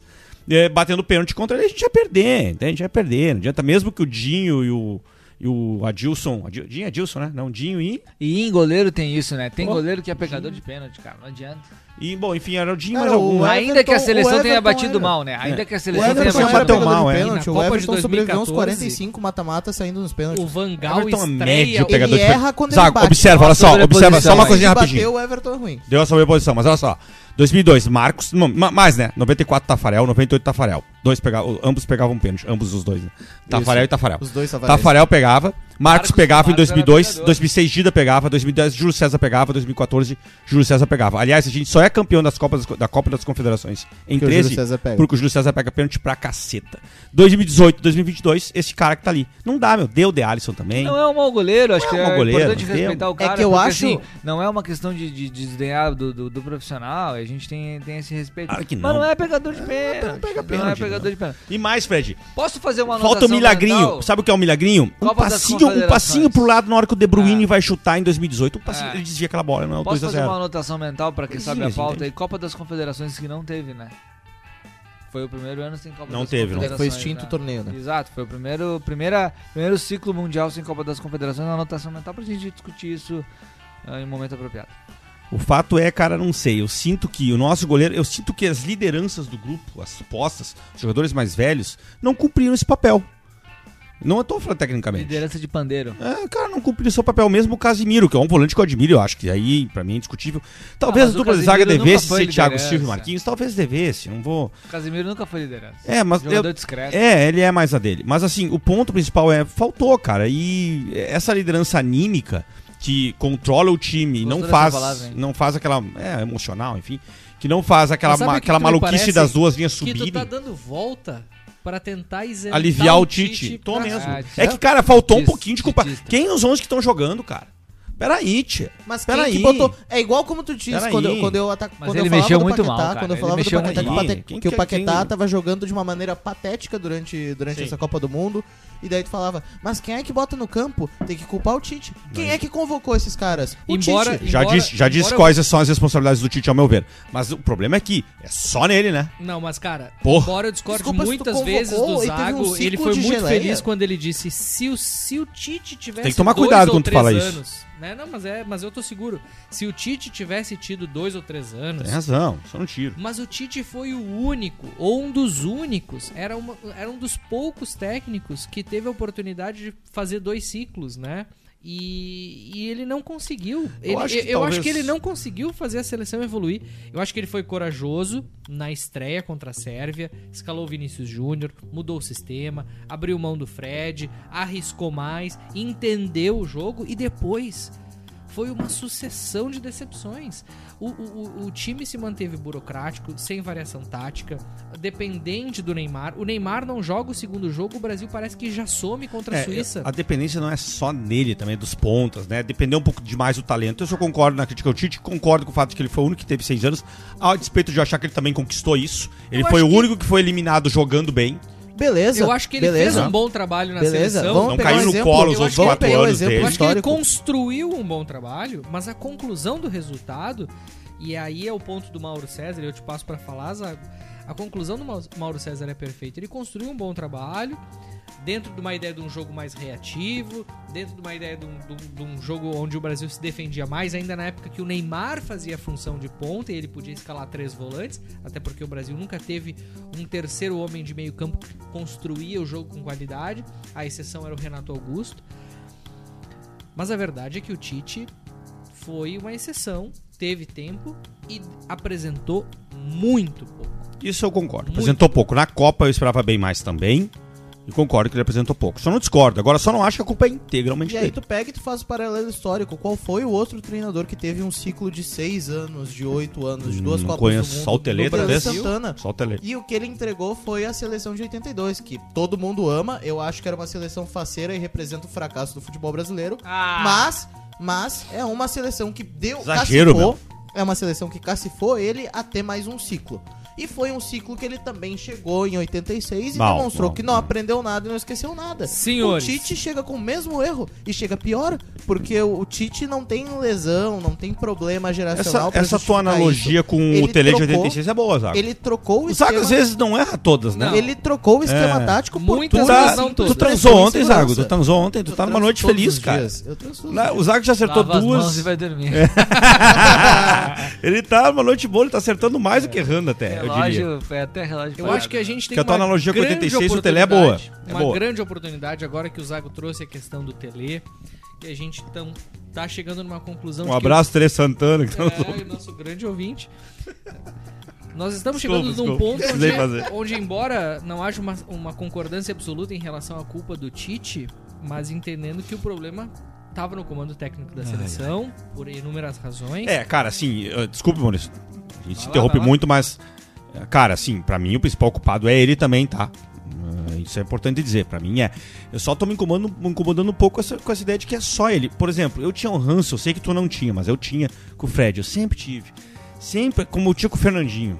S2: É, batendo pênalti contra ele, a gente ia perder, entende? A gente ia perder. Não adianta mesmo que o Dinho e o, e o Adilson. Adil, Dinho e Adilson, né? Não, Dinho e.
S5: E em goleiro tem isso, né? Tem
S2: Pô.
S5: goleiro que é pegador de pênalti, cara. Não adianta.
S2: e bom, enfim, era o Dinho, mas
S4: Cara, o
S2: algum. né?
S4: Everton-
S5: Ainda que a seleção
S4: o
S5: tenha
S4: Everton
S5: batido
S4: era.
S5: mal, né? Ainda que a
S4: O
S5: seleção tenha
S4: Everton
S2: É. Everton
S5: batido
S4: era
S2: bateu mal,
S4: pegador
S5: mal.
S4: de
S2: é.
S4: pênalti.
S3: Na
S4: O
S3: Copa de
S4: Everton sobreviveu uns
S3: 2014,
S4: 45 mata-mata saindo nos pênaltis.
S3: O Van Gaal
S2: Everton é
S3: estreia...
S2: médio pegador de
S4: erra
S2: pênalti.
S4: quando ele
S2: Zago,
S4: bate.
S2: observa, olha só,
S5: Sobre a
S2: observa só
S5: posição,
S2: uma
S5: hein?
S2: coisinha
S4: Se
S2: rapidinho.
S4: bateu, o Everton é ruim.
S2: Deu essa reposição, mas olha só. 2002, Marcos, não, ma- mais né? 94 Tafarel, 98 Tafarel. Dois pega, o- ambos pegavam um pênalti, ambos os dois. Né? Tafarel e Tafarel.
S4: Os dois Tavares.
S2: Tafarel pegava, Marcos,
S5: Marcos
S2: pegava em
S5: Marcos era
S2: 2002,
S5: pegador.
S2: 2006 Dida pegava, 2010 Júlio César pegava, 2014 Júlio César pegava. Aliás, a gente só é campeão das Copas da Copa das Confederações em
S4: Que o Júlio
S2: 13,
S4: César pega.
S2: porque o Júlio César pega pênalti pra caceta. 2018, 2022, esse cara que tá ali. Não dá, meu, deu de Alisson também.
S5: Não é um mau goleiro, acho
S2: Não
S5: que
S2: é
S5: é,
S2: um mau goleiro,
S5: importante
S2: mas
S5: respeitar
S2: tem-
S5: o cara.
S4: É que eu
S5: porque,
S4: acho-
S5: assim, não é uma questão de, de, de desdenhar do, do, do profissional, a gente tem, tem esse respeito.
S2: Claro que
S5: Mas
S2: não.
S5: não é pegador de pênalti.
S2: pega
S5: Não é
S2: pênalti,
S5: pegador
S2: não.
S5: de pênalti.
S2: E mais, Fred,
S5: Posso fazer uma
S2: Falta
S5: anotação
S2: um milagrinho.
S5: mental?
S2: Sabe o que é um milagrinho? Um
S5: Copa das
S2: passinho, um
S5: Confederações.
S2: passinho pro lado na hora que o De Bruyne
S5: É.
S2: vai chutar em 2018. Um passinho,
S5: É.
S2: ele desvia aquela bola, não é o
S5: Posso
S2: 2 a
S5: fazer uma
S2: 0
S5: anotação mental pra quem sabe a
S2: Coisinhas,
S5: pauta?
S2: entende?
S5: E Copa das Confederações que não teve, né? Foi o primeiro ano sem Copa
S2: Não
S5: das
S2: teve, não.
S5: Confederações.
S4: Foi extinto o
S5: né?
S4: torneio, né?
S5: Exato, foi o primeiro, primeira, primeiro ciclo mundial sem Copa das Confederações na anotação mental pra gente discutir isso ah, em momento apropriado.
S2: O fato é, cara, não sei. Eu sinto que o nosso goleiro, eu sinto que as lideranças do grupo, as postas, os jogadores mais velhos, não cumpriram esse papel. Não eu tô falando tecnicamente.
S5: Liderança de pandeiro.
S2: É, cara, não cumpriu seu papel mesmo o Casimiro, que é um volante que eu admiro, eu acho que aí, pra mim, é indiscutível. Talvez
S5: Ah,
S2: a
S5: mas o
S2: dupla de zaga
S5: Casimiro
S2: devesse
S5: nunca foi
S2: ser Thiago
S5: liderança.
S2: Silva e Marquinhos, talvez devesse, não vou.
S5: O Casimiro nunca foi liderança.
S2: É, mas eu,
S5: Jogador discreto.
S2: É, ele é mais a dele. Mas assim, o ponto principal é faltou, cara. E essa liderança anímica que controla o time e
S5: Gostou
S2: não
S5: dessa
S2: faz,
S5: palavra, hein?
S2: não faz aquela é, emocional, enfim, que não faz aquela
S3: Mas sabe
S2: ma-
S3: o que
S2: aquela
S3: que me
S2: maluquice
S3: parece?
S2: das duas linhas
S3: Que tu
S2: subirem.
S3: tá dando volta pra tentar isentar
S2: Aliviar o Tite. Tô
S3: pra-
S2: mesmo.
S5: Ah,
S2: É que, cara, faltou um
S5: Titista,
S2: pouquinho de culpa.
S5: titista.
S2: Quem os 11 que estão jogando, cara? Peraí, tia.
S4: Mas quem
S2: Peraí.
S4: que botou. É igual como tu disse,
S2: Peraí.
S4: quando eu, quando eu, ataca,
S5: Mas
S4: quando
S5: ele
S4: eu falava
S5: mexeu
S4: do
S5: muito
S4: Paquetá,
S5: mal, cara.
S4: quando eu
S5: Ele
S4: falava do
S5: mexeu
S4: Paquetá, que,
S2: muito
S4: o Pate-
S2: mal. Quem
S4: que o
S2: que-
S4: Paquetá
S2: quem-
S4: tava jogando de uma maneira patética durante, durante
S2: Sim.
S4: essa Copa do Mundo. E daí tu falava, mas quem é que bota no campo? Tem que culpar o Tite. Quem é que convocou esses caras? O
S3: Embora-
S4: Tite.
S2: Já
S3: Embora-
S2: disse, já disse
S3: embora-
S2: quais são as responsabilidades do Tite, ao meu ver. Mas o problema é que é só nele, né?
S3: Não, mas cara,
S2: Porra.
S3: embora eu discorde
S4: Desculpa se tu
S3: muitas
S4: convocou
S3: vezes do
S4: e teve um
S3: Zago,
S4: ciclo
S3: ele foi
S4: de
S3: muito
S4: geleia.
S3: feliz quando ele disse se o, se o Tite tivesse
S2: Tem que tomar
S3: dois
S2: cuidado
S3: ou
S2: quando tu
S3: três
S2: fala isso.
S3: anos, Né? Não, mas, é, mas eu tô seguro. Se o Tite tivesse tido dois ou três anos,
S2: Tem razão, só no tiro.
S3: mas o Tite foi o único, ou um dos únicos, era, uma- era um dos poucos técnicos que teve a oportunidade de fazer dois ciclos, né? E, e ele não conseguiu. Ele- eu
S2: acho
S3: acho,
S2: que
S3: que
S2: talvez-
S3: ele não conseguiu fazer a seleção evoluir. Eu acho que ele foi corajoso na estreia contra a Sérvia, escalou o Vinícius Júnior, mudou o sistema, abriu mão do Fred, arriscou mais, entendeu o jogo e depois foi uma sucessão de decepções. O, o- o- o time se manteve burocrático, sem variação tática, dependente do Neymar. O Neymar não joga o segundo jogo, o Brasil parece que já some contra
S2: É,
S3: a Suíça.
S2: A dependência não é só nele também, dos pontas, né? Dependeu um pouco demais do talento. Eu só concordo na crítica ao Tite, concordo com o fato de que ele foi o único que teve seis anos, a despeito de eu achar que ele também conquistou isso. Ele
S3: Eu
S2: foi o
S3: acho que-
S2: único que foi eliminado jogando bem.
S4: Beleza.
S3: Eu acho que ele
S4: beleza.
S3: fez um bom trabalho na
S4: Beleza,
S3: seleção.
S4: vamos
S2: não
S4: pegar
S2: caiu
S4: um
S2: no
S4: exemplo.
S2: colo
S4: Eu
S2: os
S4: acho
S2: outros
S4: que
S2: quatro
S4: pegar o
S2: anos
S4: exemplo
S2: dele.
S3: Eu acho que ele
S4: histórico.
S3: construiu um bom trabalho, mas a conclusão do resultado, e aí é o ponto do Mauro César, eu te passo pra falar, Zago. A conclusão do Mau- Mauro César é perfeita. Ele construiu um bom trabalho dentro de uma ideia de um jogo mais reativo, dentro de uma ideia de um, de um- de um jogo onde o Brasil se defendia mais, ainda na época que o Neymar fazia a função de ponta e ele podia escalar três volantes, até porque o Brasil nunca teve um terceiro homem de meio campo que construía o jogo com qualidade. A exceção era o Renato Augusto. Mas a verdade é que o Tite foi uma exceção, teve tempo e apresentou muito pouco.
S2: Isso eu concordo.
S3: Muito.
S2: Apresentou pouco. Na Copa eu esperava bem mais também. E concordo que ele apresentou pouco. Só não discordo. Agora só não acho que a culpa é integralmente
S4: E aí
S2: dele.
S4: tu pega e tu faz o paralelo histórico. Qual foi o outro treinador que teve um ciclo de seis anos, de oito anos, de duas
S2: Não
S4: Copas
S2: conheço.
S4: do Mundo?
S2: Só o Tele,
S4: no Brasil,
S2: talvez?
S4: Santana.
S2: Só o tele.
S4: E o que ele entregou foi a seleção de 82, que todo mundo ama. Eu acho que era uma seleção faceira e representa o fracasso do futebol brasileiro.
S2: Ah.
S4: Mas, mas é uma seleção que deu
S2: Exagero,
S4: cacifou- É uma seleção que cacifou ele até mais um ciclo. E foi um ciclo que ele também chegou em 86 e
S2: Mal,
S4: demonstrou
S2: mal,
S4: que não
S2: mal.
S4: aprendeu nada e não esqueceu nada.
S3: Senhores.
S4: O Tite chega com o mesmo erro e chega pior, porque o o Tite não tem lesão, não tem problema
S2: Essa,
S4: geracional. pra
S2: essa tua
S4: justificar
S2: analogia com o
S4: Ele
S2: Tele de
S4: trocou-
S2: 86 é boa, Zago.
S4: Ele trocou o
S2: O Zago
S4: esquema-
S2: às vezes não erra todas, né?
S3: Não.
S4: ele trocou o esquema
S2: É.
S4: tático
S3: Muitas
S2: Tu,
S4: por
S2: tá,
S3: vezes não
S2: tu
S3: todas.
S2: transou
S4: Pressão e
S2: ontem,
S4: segurança.
S2: Zago. Tu transou ontem. Tu tá numa noite feliz, cara.
S4: Eu transo todos os
S2: Lá, O
S4: dias.
S2: Zago já acertou
S5: Lava as
S2: duas.
S5: mãos e vai dormir.
S2: ele tá numa noite boa, ele tá acertando mais do que errando até, É, eu diria.
S5: relógio, foi até relógio. né?
S3: Eu
S5: parado.
S3: acho que a gente tem
S2: Porque a tua analogia com
S3: grande
S2: 86 o Tele é boa.
S3: oportunidade,
S2: É
S3: uma
S2: boa.
S3: grande oportunidade agora que o Zago trouxe a questão do Tele, que a gente tão, tá chegando numa conclusão
S2: Um
S3: de que
S2: abraço, Tere Santana. Que tá nos
S3: É, o nosso grande ouvinte. Nós estamos
S2: Desculpa,
S3: chegando num
S2: desculpa.
S3: ponto
S2: Precisei fazer.
S3: onde, onde, embora não haja uma, uma concordância absoluta em relação à culpa do Tite, mas entendendo que o problema estava no comando técnico da seleção, por inúmeras razões.
S2: É, cara, assim, eh, desculpe, Maurício. A gente se
S3: Vai lá,
S2: interrompe
S3: vai lá.
S2: muito, mas. eh, Cara, assim, pra mim o principal culpado é ele também, tá? Eh, Isso é importante dizer, pra mim é. Eu só tô me incomodando, me incomodando um pouco com essa, com essa ideia de que é só ele. Por exemplo, eu tinha um ranço, eu sei que tu não tinha, mas eu tinha com o Fred, eu sempre tive. Sempre, como eu tinha com o Fernandinho.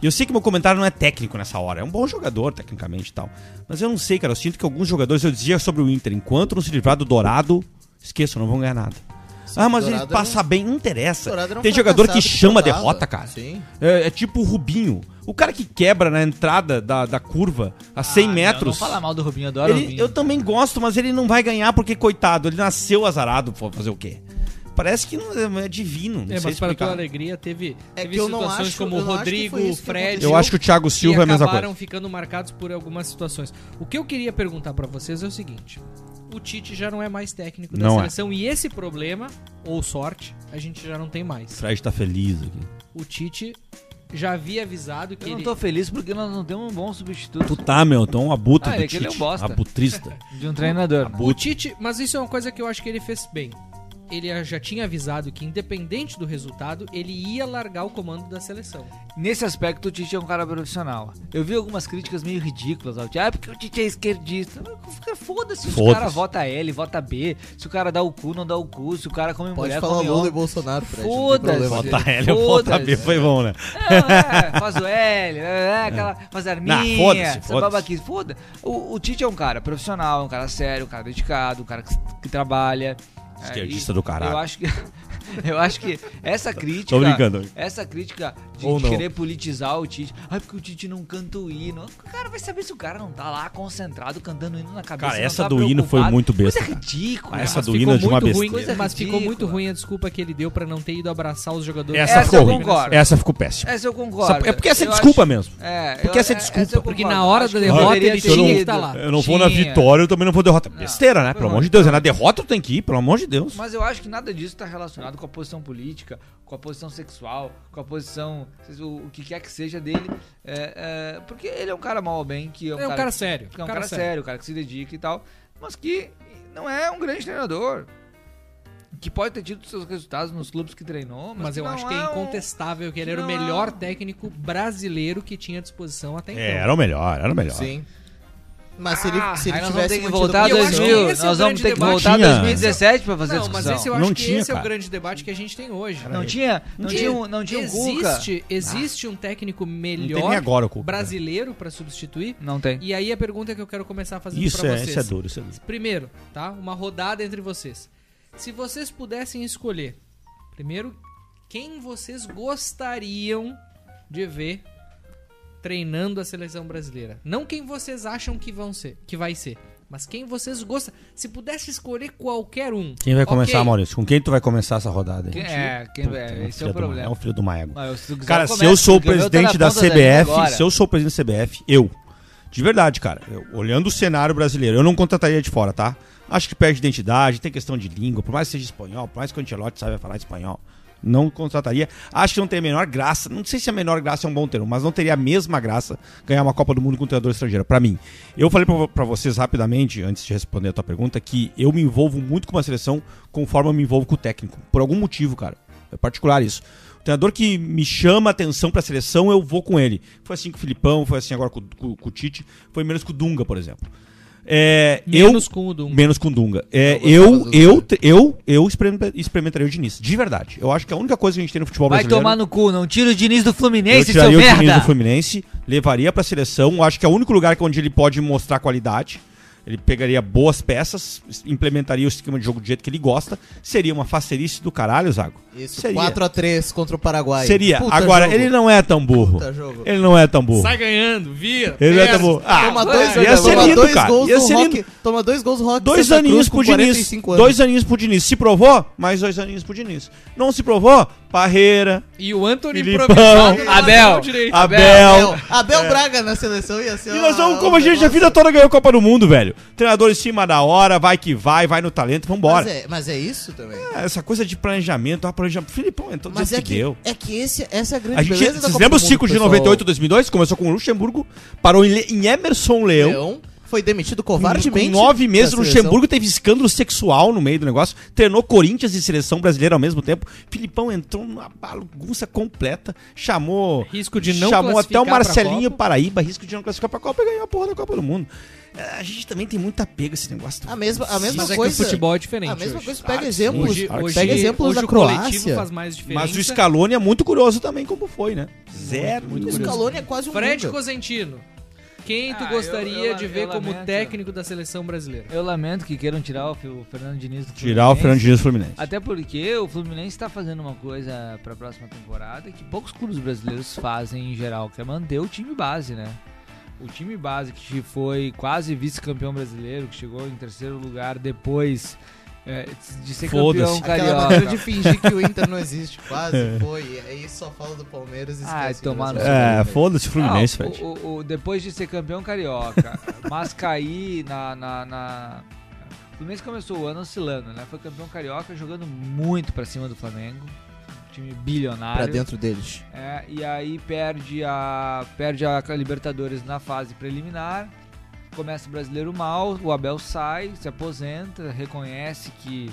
S2: E eu sei que meu comentário não é técnico nessa hora. É um bom jogador, tecnicamente e tal. Mas eu não sei, cara. Eu sinto que alguns jogadores, eu dizia sobre o Inter, enquanto não se livrar do Dourado, esqueçam, não vão ganhar nada. ah, mas ele
S4: Dourado
S2: passa
S4: era
S2: bem, não interessa.
S4: Dourado era um
S2: Tem jogador que
S4: fracassado que
S2: chama a
S4: jogava.
S2: derrota, cara.
S4: Sim.
S2: É, é tipo o Rubinho. O cara que quebra na entrada da, da curva a 100
S5: Ah, não,
S2: metros.
S5: Não fala mal do Rubinho, adoro o
S2: Ele-
S5: Rubinho.
S2: eu também gosto, mas ele não vai ganhar porque, coitado, ele nasceu azarado. Pô, fazer o quê? Parece que não é, é divino. Não
S3: É,
S2: sei
S3: mas para
S2: explicar.
S3: tua alegria teve,
S4: É
S3: teve
S4: que eu não
S3: situações
S4: acho-
S3: como
S4: eu
S3: o
S4: não acho que
S3: Rodrigo,
S4: foi
S3: o
S4: isso que
S3: Fred.
S4: aconteceu.
S2: Eu acho que o Thiago Silva é a mesma
S3: acabaram
S2: coisa.
S3: ficando marcados por algumas situações. O que eu queria perguntar pra vocês é o seguinte: o Tite já não é mais técnico da
S2: Não é.
S3: seleção e esse problema ou sorte a gente já não tem
S2: O
S3: mais.
S2: Fred tá feliz aqui.
S3: O Tite já havia avisado que
S5: Eu não
S3: ele
S5: tô feliz porque nós não temos um bom substituto
S2: Tu tá, meu, tu é um abutre
S5: Ah,
S2: do
S5: é que ele é um
S2: Tite.
S5: bosta.
S2: Abutrista.
S5: de um treinador. né?
S3: O Tite, mas isso é uma coisa que eu acho que ele fez bem. ele já tinha avisado que, independente do resultado, ele ia largar o comando da seleção.
S5: Nesse aspecto, o Tite é um cara profissional. Eu vi algumas críticas meio ridículas ao Tite. Ah, porque o Tite é esquerdista. Fica Foda-se se o
S2: Foda-se.
S5: cara vota L, vota B. Se o cara dá o cu, não dá o cu. Se o cara come
S4: Pode
S5: mulher,
S4: falar
S5: come
S4: Lula e
S5: homem.
S4: Bolsonaro, Fred. não tem
S5: Foda-se.
S4: problema.
S5: Foda-se.
S2: Bota L ou bota B
S5: Foda-se.
S2: foi bom, né?
S5: Não, é, faz o L, é, é, aquela, faz arminha,
S2: foda-se,
S5: essa
S2: foda-se.
S5: babaquice. Foda. O, o Tite é um cara profissional, um cara sério, um cara dedicado, um cara que, que trabalha. É,
S2: Esquerdista
S5: e
S2: do caralho.
S5: Eu acho que, eu acho que essa crítica...
S2: Tô brincando.
S5: Essa crítica de
S4: Ou não.
S5: querer politizar o Tite. Ai, porque o Tite não canta o hino. O cara vai saber se o cara não tá lá concentrado, cantando o hino na cabeça.
S2: Cara,
S5: não
S2: essa
S5: tá
S2: do hino foi
S5: preocupado.
S2: muito besta, cara.
S5: Coisa ridícula.
S2: Essa
S5: Mas
S2: do
S5: ficou
S2: hino é de
S5: muito-
S2: uma
S3: muito ruim,
S5: besteira.
S3: mas ficou
S5: Coisa
S3: muito
S5: ridícula.
S3: ruim a desculpa que ele deu pra não ter ido abraçar os jogadores. É, um
S2: Essa
S5: Essa
S2: ficou
S5: eu
S2: ruim.
S5: concordo.
S2: Essa ficou péssima.
S5: Essa eu concordo.
S2: Essa- é porque essa é
S5: Eu
S2: desculpa
S5: acho-
S2: mesmo.
S5: É,
S2: Porque
S5: eu-
S2: essa é desculpa.
S5: eu
S3: Porque
S5: concordo.
S3: na hora
S5: Acho
S3: da
S5: que
S3: derrota
S5: deveria
S3: ele
S5: ter
S2: eu,
S3: tinha
S2: não,
S5: ido.
S3: que tá lá.
S2: eu não vou na
S5: Tinha.
S2: vitória, eu também não vou derrota. Besteira, né?
S5: Foi
S2: Pelo amor
S5: ruim.
S2: de Deus. É na derrota tu tem que ir, pelo amor de Deus.
S5: Mas eu acho que nada disso tá relacionado com a posição política, com a posição sexual, com a posição, o, o que quer que seja dele. É, é, porque ele é um cara mal ou bem, que é um,
S3: É um
S5: cara,
S3: cara sério.
S5: que é um cara, sério, um cara que se dedica e tal, mas que não é um grande treinador. Que pode ter tido seus resultados nos clubes que treinou, mas,
S3: Mas eu
S5: não
S3: acho que
S5: é
S3: é
S5: um-
S3: incontestável que ele era o
S5: não é um-
S3: melhor técnico brasileiro que tinha à disposição até então.
S2: É, era o melhor, era o melhor.
S4: Sim. Mas se ele,
S5: Ah,
S4: se ele
S5: aí nós vamos
S4: tivesse
S5: ter que
S4: mantido
S5: voltar a
S3: E eu acho que
S5: 2000,
S3: esse é o
S5: nós vamos
S3: grande
S5: ter que
S3: debate.
S5: voltar a
S2: Tinha.
S5: 2017 pra fazer a
S3: Não, mas
S5: discussão.
S3: esse eu acho
S2: Não
S3: que
S2: tinha,
S3: esse é o
S2: cara.
S3: grande debate que a gente tem hoje.
S5: Não tinha, não
S3: Porque
S5: tinha, um- não tinha um Cuca.
S3: existe, existe um técnico
S2: Ah. Não tem nem
S3: melhor
S2: agora o Cuca. né?
S3: brasileiro pra substituir?
S5: Não tem.
S3: E aí a pergunta que eu quero começar a fazer
S2: Isso
S3: pra
S2: é,
S3: vocês.
S2: isso é duro, isso é duro.
S3: Primeiro, tá? Uma rodada entre vocês. Se vocês pudessem escolher, primeiro, quem vocês gostariam de ver treinando a seleção brasileira? Não quem vocês acham que vão ser, que vai ser, mas quem vocês gostam. Se pudesse escolher qualquer um.
S2: Quem vai começar,
S3: Ok,
S2: Maurício? Com quem tu vai começar essa rodada? aí?
S5: Quem- é, quem-
S2: Puta,
S5: é,
S2: um
S5: esse é
S2: filho
S5: o
S2: de uma-
S5: problema.
S2: É um filho de uma égua.
S5: Mas se tu quiser,
S2: Cara, se
S5: começa,
S2: eu sou o
S5: porque meu tá na
S2: presidente da
S5: ponta língua agora.
S2: CBF, se eu sou o presidente da CBF, eu, de verdade, cara, eu- olhando o cenário brasileiro, eu não contrataria de fora, tá? Acho que perde identidade, tem questão de língua, por mais que seja espanhol, por mais que o Ancelotti saiba falar espanhol, não contrataria. Acho que não tem a menor graça, não sei se a menor graça é um bom termo, mas não teria a mesma graça ganhar uma Copa do Mundo com um treinador estrangeiro, pra mim. Eu falei pra vo- pra vocês rapidamente, antes de responder a tua pergunta, que eu me envolvo muito com uma seleção conforme eu me envolvo com o técnico, por algum motivo, cara. É particular isso. O treinador que me chama a atenção pra seleção, eu vou com ele. Foi assim com o Filipão, foi assim agora com, com- com o Tite, foi menos com o Dunga, por exemplo. É,
S3: Menos
S2: eu,
S3: com o Dunga.
S2: menos com o Dunga. É,
S4: Eu
S2: eu,
S4: gostava do
S2: eu,
S4: Dunga.
S2: eu, eu experimenta- experimentaria o Diniz, de verdade. Eu acho que a única coisa que a gente tem no futebol
S5: Vai
S2: brasileiro.
S5: tomar no cu, não tira o Diniz do
S2: eu
S5: Fluminense, seu
S2: tiraria o Diniz
S5: merda!
S2: do Fluminense, levaria pra seleção. Eu Acho que é o único lugar que- onde ele pode mostrar qualidade. Ele pegaria boas peças, implementaria o esquema de jogo do jeito que ele gosta. Seria uma facerice do caralho, Zago.
S4: Isso,
S2: Seria.
S4: 4x3 contra o Paraguai.
S2: Seria.
S4: Puta
S2: Agora,
S4: jogo.
S2: ele não é tão burro.
S4: Puta jogo.
S2: Ele não é tão burro.
S3: Sai ganhando, vira.
S2: Ele não é
S3: perde.
S2: tão burro. Ah,
S4: Toma
S5: vai,
S4: dois, toma
S5: ia ser
S2: lindo,
S4: dois
S2: cara.
S4: gols
S2: Ia
S4: do
S2: ser
S4: Rock.
S2: lindo.
S4: Toma dois gols do Rock.
S2: Dois
S4: Santa Cruz
S2: aninhos
S4: com
S2: pro Diniz.
S4: 45 anos.
S2: Dois aninhos pro Diniz. Se provou, mais dois aninhos pro Diniz. não se provou, Parreira,
S3: E o Anthony
S2: Filipão,
S3: improvisado né? no
S5: Abel.
S3: lateral direito.
S2: Abel. É.
S4: Abel, Abel Braga na seleção ia
S2: E
S4: ser
S2: nós
S4: uma-
S2: vamos,
S4: um
S2: como a gente a
S4: negócio.
S2: vida toda ganhou Copa do Mundo, velho. Treinador em cima da hora, vai que vai, vai no talento,
S4: Mas
S2: vambora.
S4: é, mas é isso também.
S2: Ah, Essa coisa de planejamento, ah, planejamento. Filipão, então
S4: Mas é
S2: que
S4: que,
S2: deu.
S4: é que esse, essa é a grande
S2: A gente,
S4: beleza da
S2: vocês
S4: Copa
S2: lembram o
S4: do
S2: ciclo
S4: Mundo,
S2: de
S4: pessoal.
S2: 98 2002? Começou com o Luxemburgo, parou em Le- em Emerson Leão.
S4: Leão foi demitido
S2: Com-
S4: covardemente.
S2: Com nove meses,
S4: da
S2: o
S4: seleção.
S2: Luxemburgo teve escândalo sexual no meio do negócio. Treinou Corinthians e seleção brasileira ao mesmo tempo. Filipão entrou numa bagunça completa. Chamou.
S3: Risco de não
S2: Chamou até
S3: classificar
S2: o
S3: pra
S2: Marcelinho
S3: Copa.
S2: Paraíba, risco de não classificar pra Copa e ganhou a porra da Copa do Mundo. É, A gente também tem muito apego a esse negócio.
S4: A mesma, a mesma
S3: Mas é
S4: coisa.
S3: que o futebol é diferente.
S4: a Ah, mesma
S3: hoje.
S4: coisa, pega
S2: Claro que sim.
S4: exemplos.
S2: Hoje- hoje-
S4: pega exemplos
S3: hoje
S4: da
S3: o coletivo
S4: Croácia.
S3: faz mais diferença.
S2: Mas o Scaloni é muito curioso também, como foi, né? Zero. Muito,
S4: O
S2: curioso.
S4: Scaloni é quase um
S3: Fred
S4: Dunga.
S3: Cosentino. Quem tu
S5: Ah, eu-
S3: gostaria
S5: eu la-
S3: de
S5: eu
S3: ver como
S5: lamento.
S3: técnico da seleção brasileira?
S5: Eu lamento que queiram tirar o Fi- o Fernando Diniz
S4: é
S5: do
S2: Tirar o Fernando
S5: Fluminense.
S2: Diniz do Fluminense.
S5: Até porque o Fluminense tá fazendo uma coisa pra próxima temporada que poucos clubes brasileiros fazem em geral, que é manter o time base, né? O time base que foi quase vice-campeão brasileiro, que chegou em terceiro lugar depois é, de ser campeão
S2: Foda-se.
S4: Aquela
S5: carioca.
S4: maneira de fingir que o Inter não existe,
S3: É.
S4: quase foi. E aí só fala do Palmeiras e
S5: Ai,
S4: esquece.
S5: tomar
S4: do
S5: no
S4: Brasil.
S2: É, foda-se o Fluminense,
S5: Não,
S2: Fred.
S5: Ah, o- o- o- depois de ser campeão carioca, mas cair na. na, na... O Fluminense começou o ano oscilando, né? Foi campeão carioca jogando muito pra cima do Flamengo. Um time bilionário.
S4: Pra dentro deles.
S5: É, e aí perde a, perde a Libertadores na fase preliminar. Começa o brasileiro mal, o Abel sai, se aposenta, reconhece que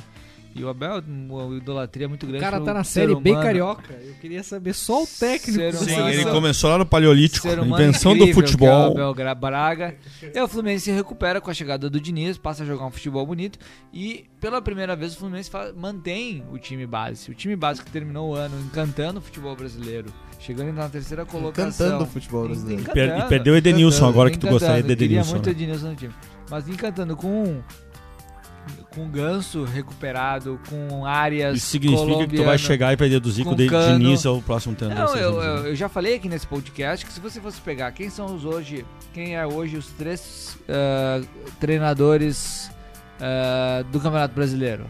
S5: E o Abel, uma idolatria muito grande.
S3: O cara
S5: pro
S3: tá na
S5: um ser
S3: série B
S5: humano.
S3: carioca. Eu queria saber só o técnico.
S5: Ser
S3: da
S5: humano.
S2: Sim,
S3: seleção.
S2: ele
S5: Nossa.
S2: começou lá no Paleolítico, né?
S5: Ser humano
S2: invenção do
S5: incrível, que é o
S2: futebol.
S5: Abel Gra- Braga. E aí o Fluminense se recupera com a chegada do Diniz, passa a jogar um futebol bonito. E pela primeira vez o Fluminense fa- mantém o time base. O time base que terminou o ano encantando o futebol brasileiro. Chegando na terceira colocação.
S4: Cantando o futebol brasileiro.
S2: E
S5: Encantando.
S2: per- e perdeu o
S5: Tá
S2: Edenilson
S4: Encantando,
S2: agora que tu
S5: Encantando.
S2: gostaria de
S5: Queria
S2: Edenilson.
S5: muito
S2: né?
S5: Edenilson no time. Mas encantando com um, com o Ganso recuperado, com áreas
S2: Isso significa que tu vai chegar e perder do Zico
S5: né? com
S2: de
S5: Cano.
S2: Diniz ao próximo é tempo.
S5: não, eu, eu,
S2: né?
S5: eu já falei aqui nesse podcast que se você fosse pegar quem são os hoje, quem é hoje os três ah, treinadores ah, do Campeonato Brasileiro.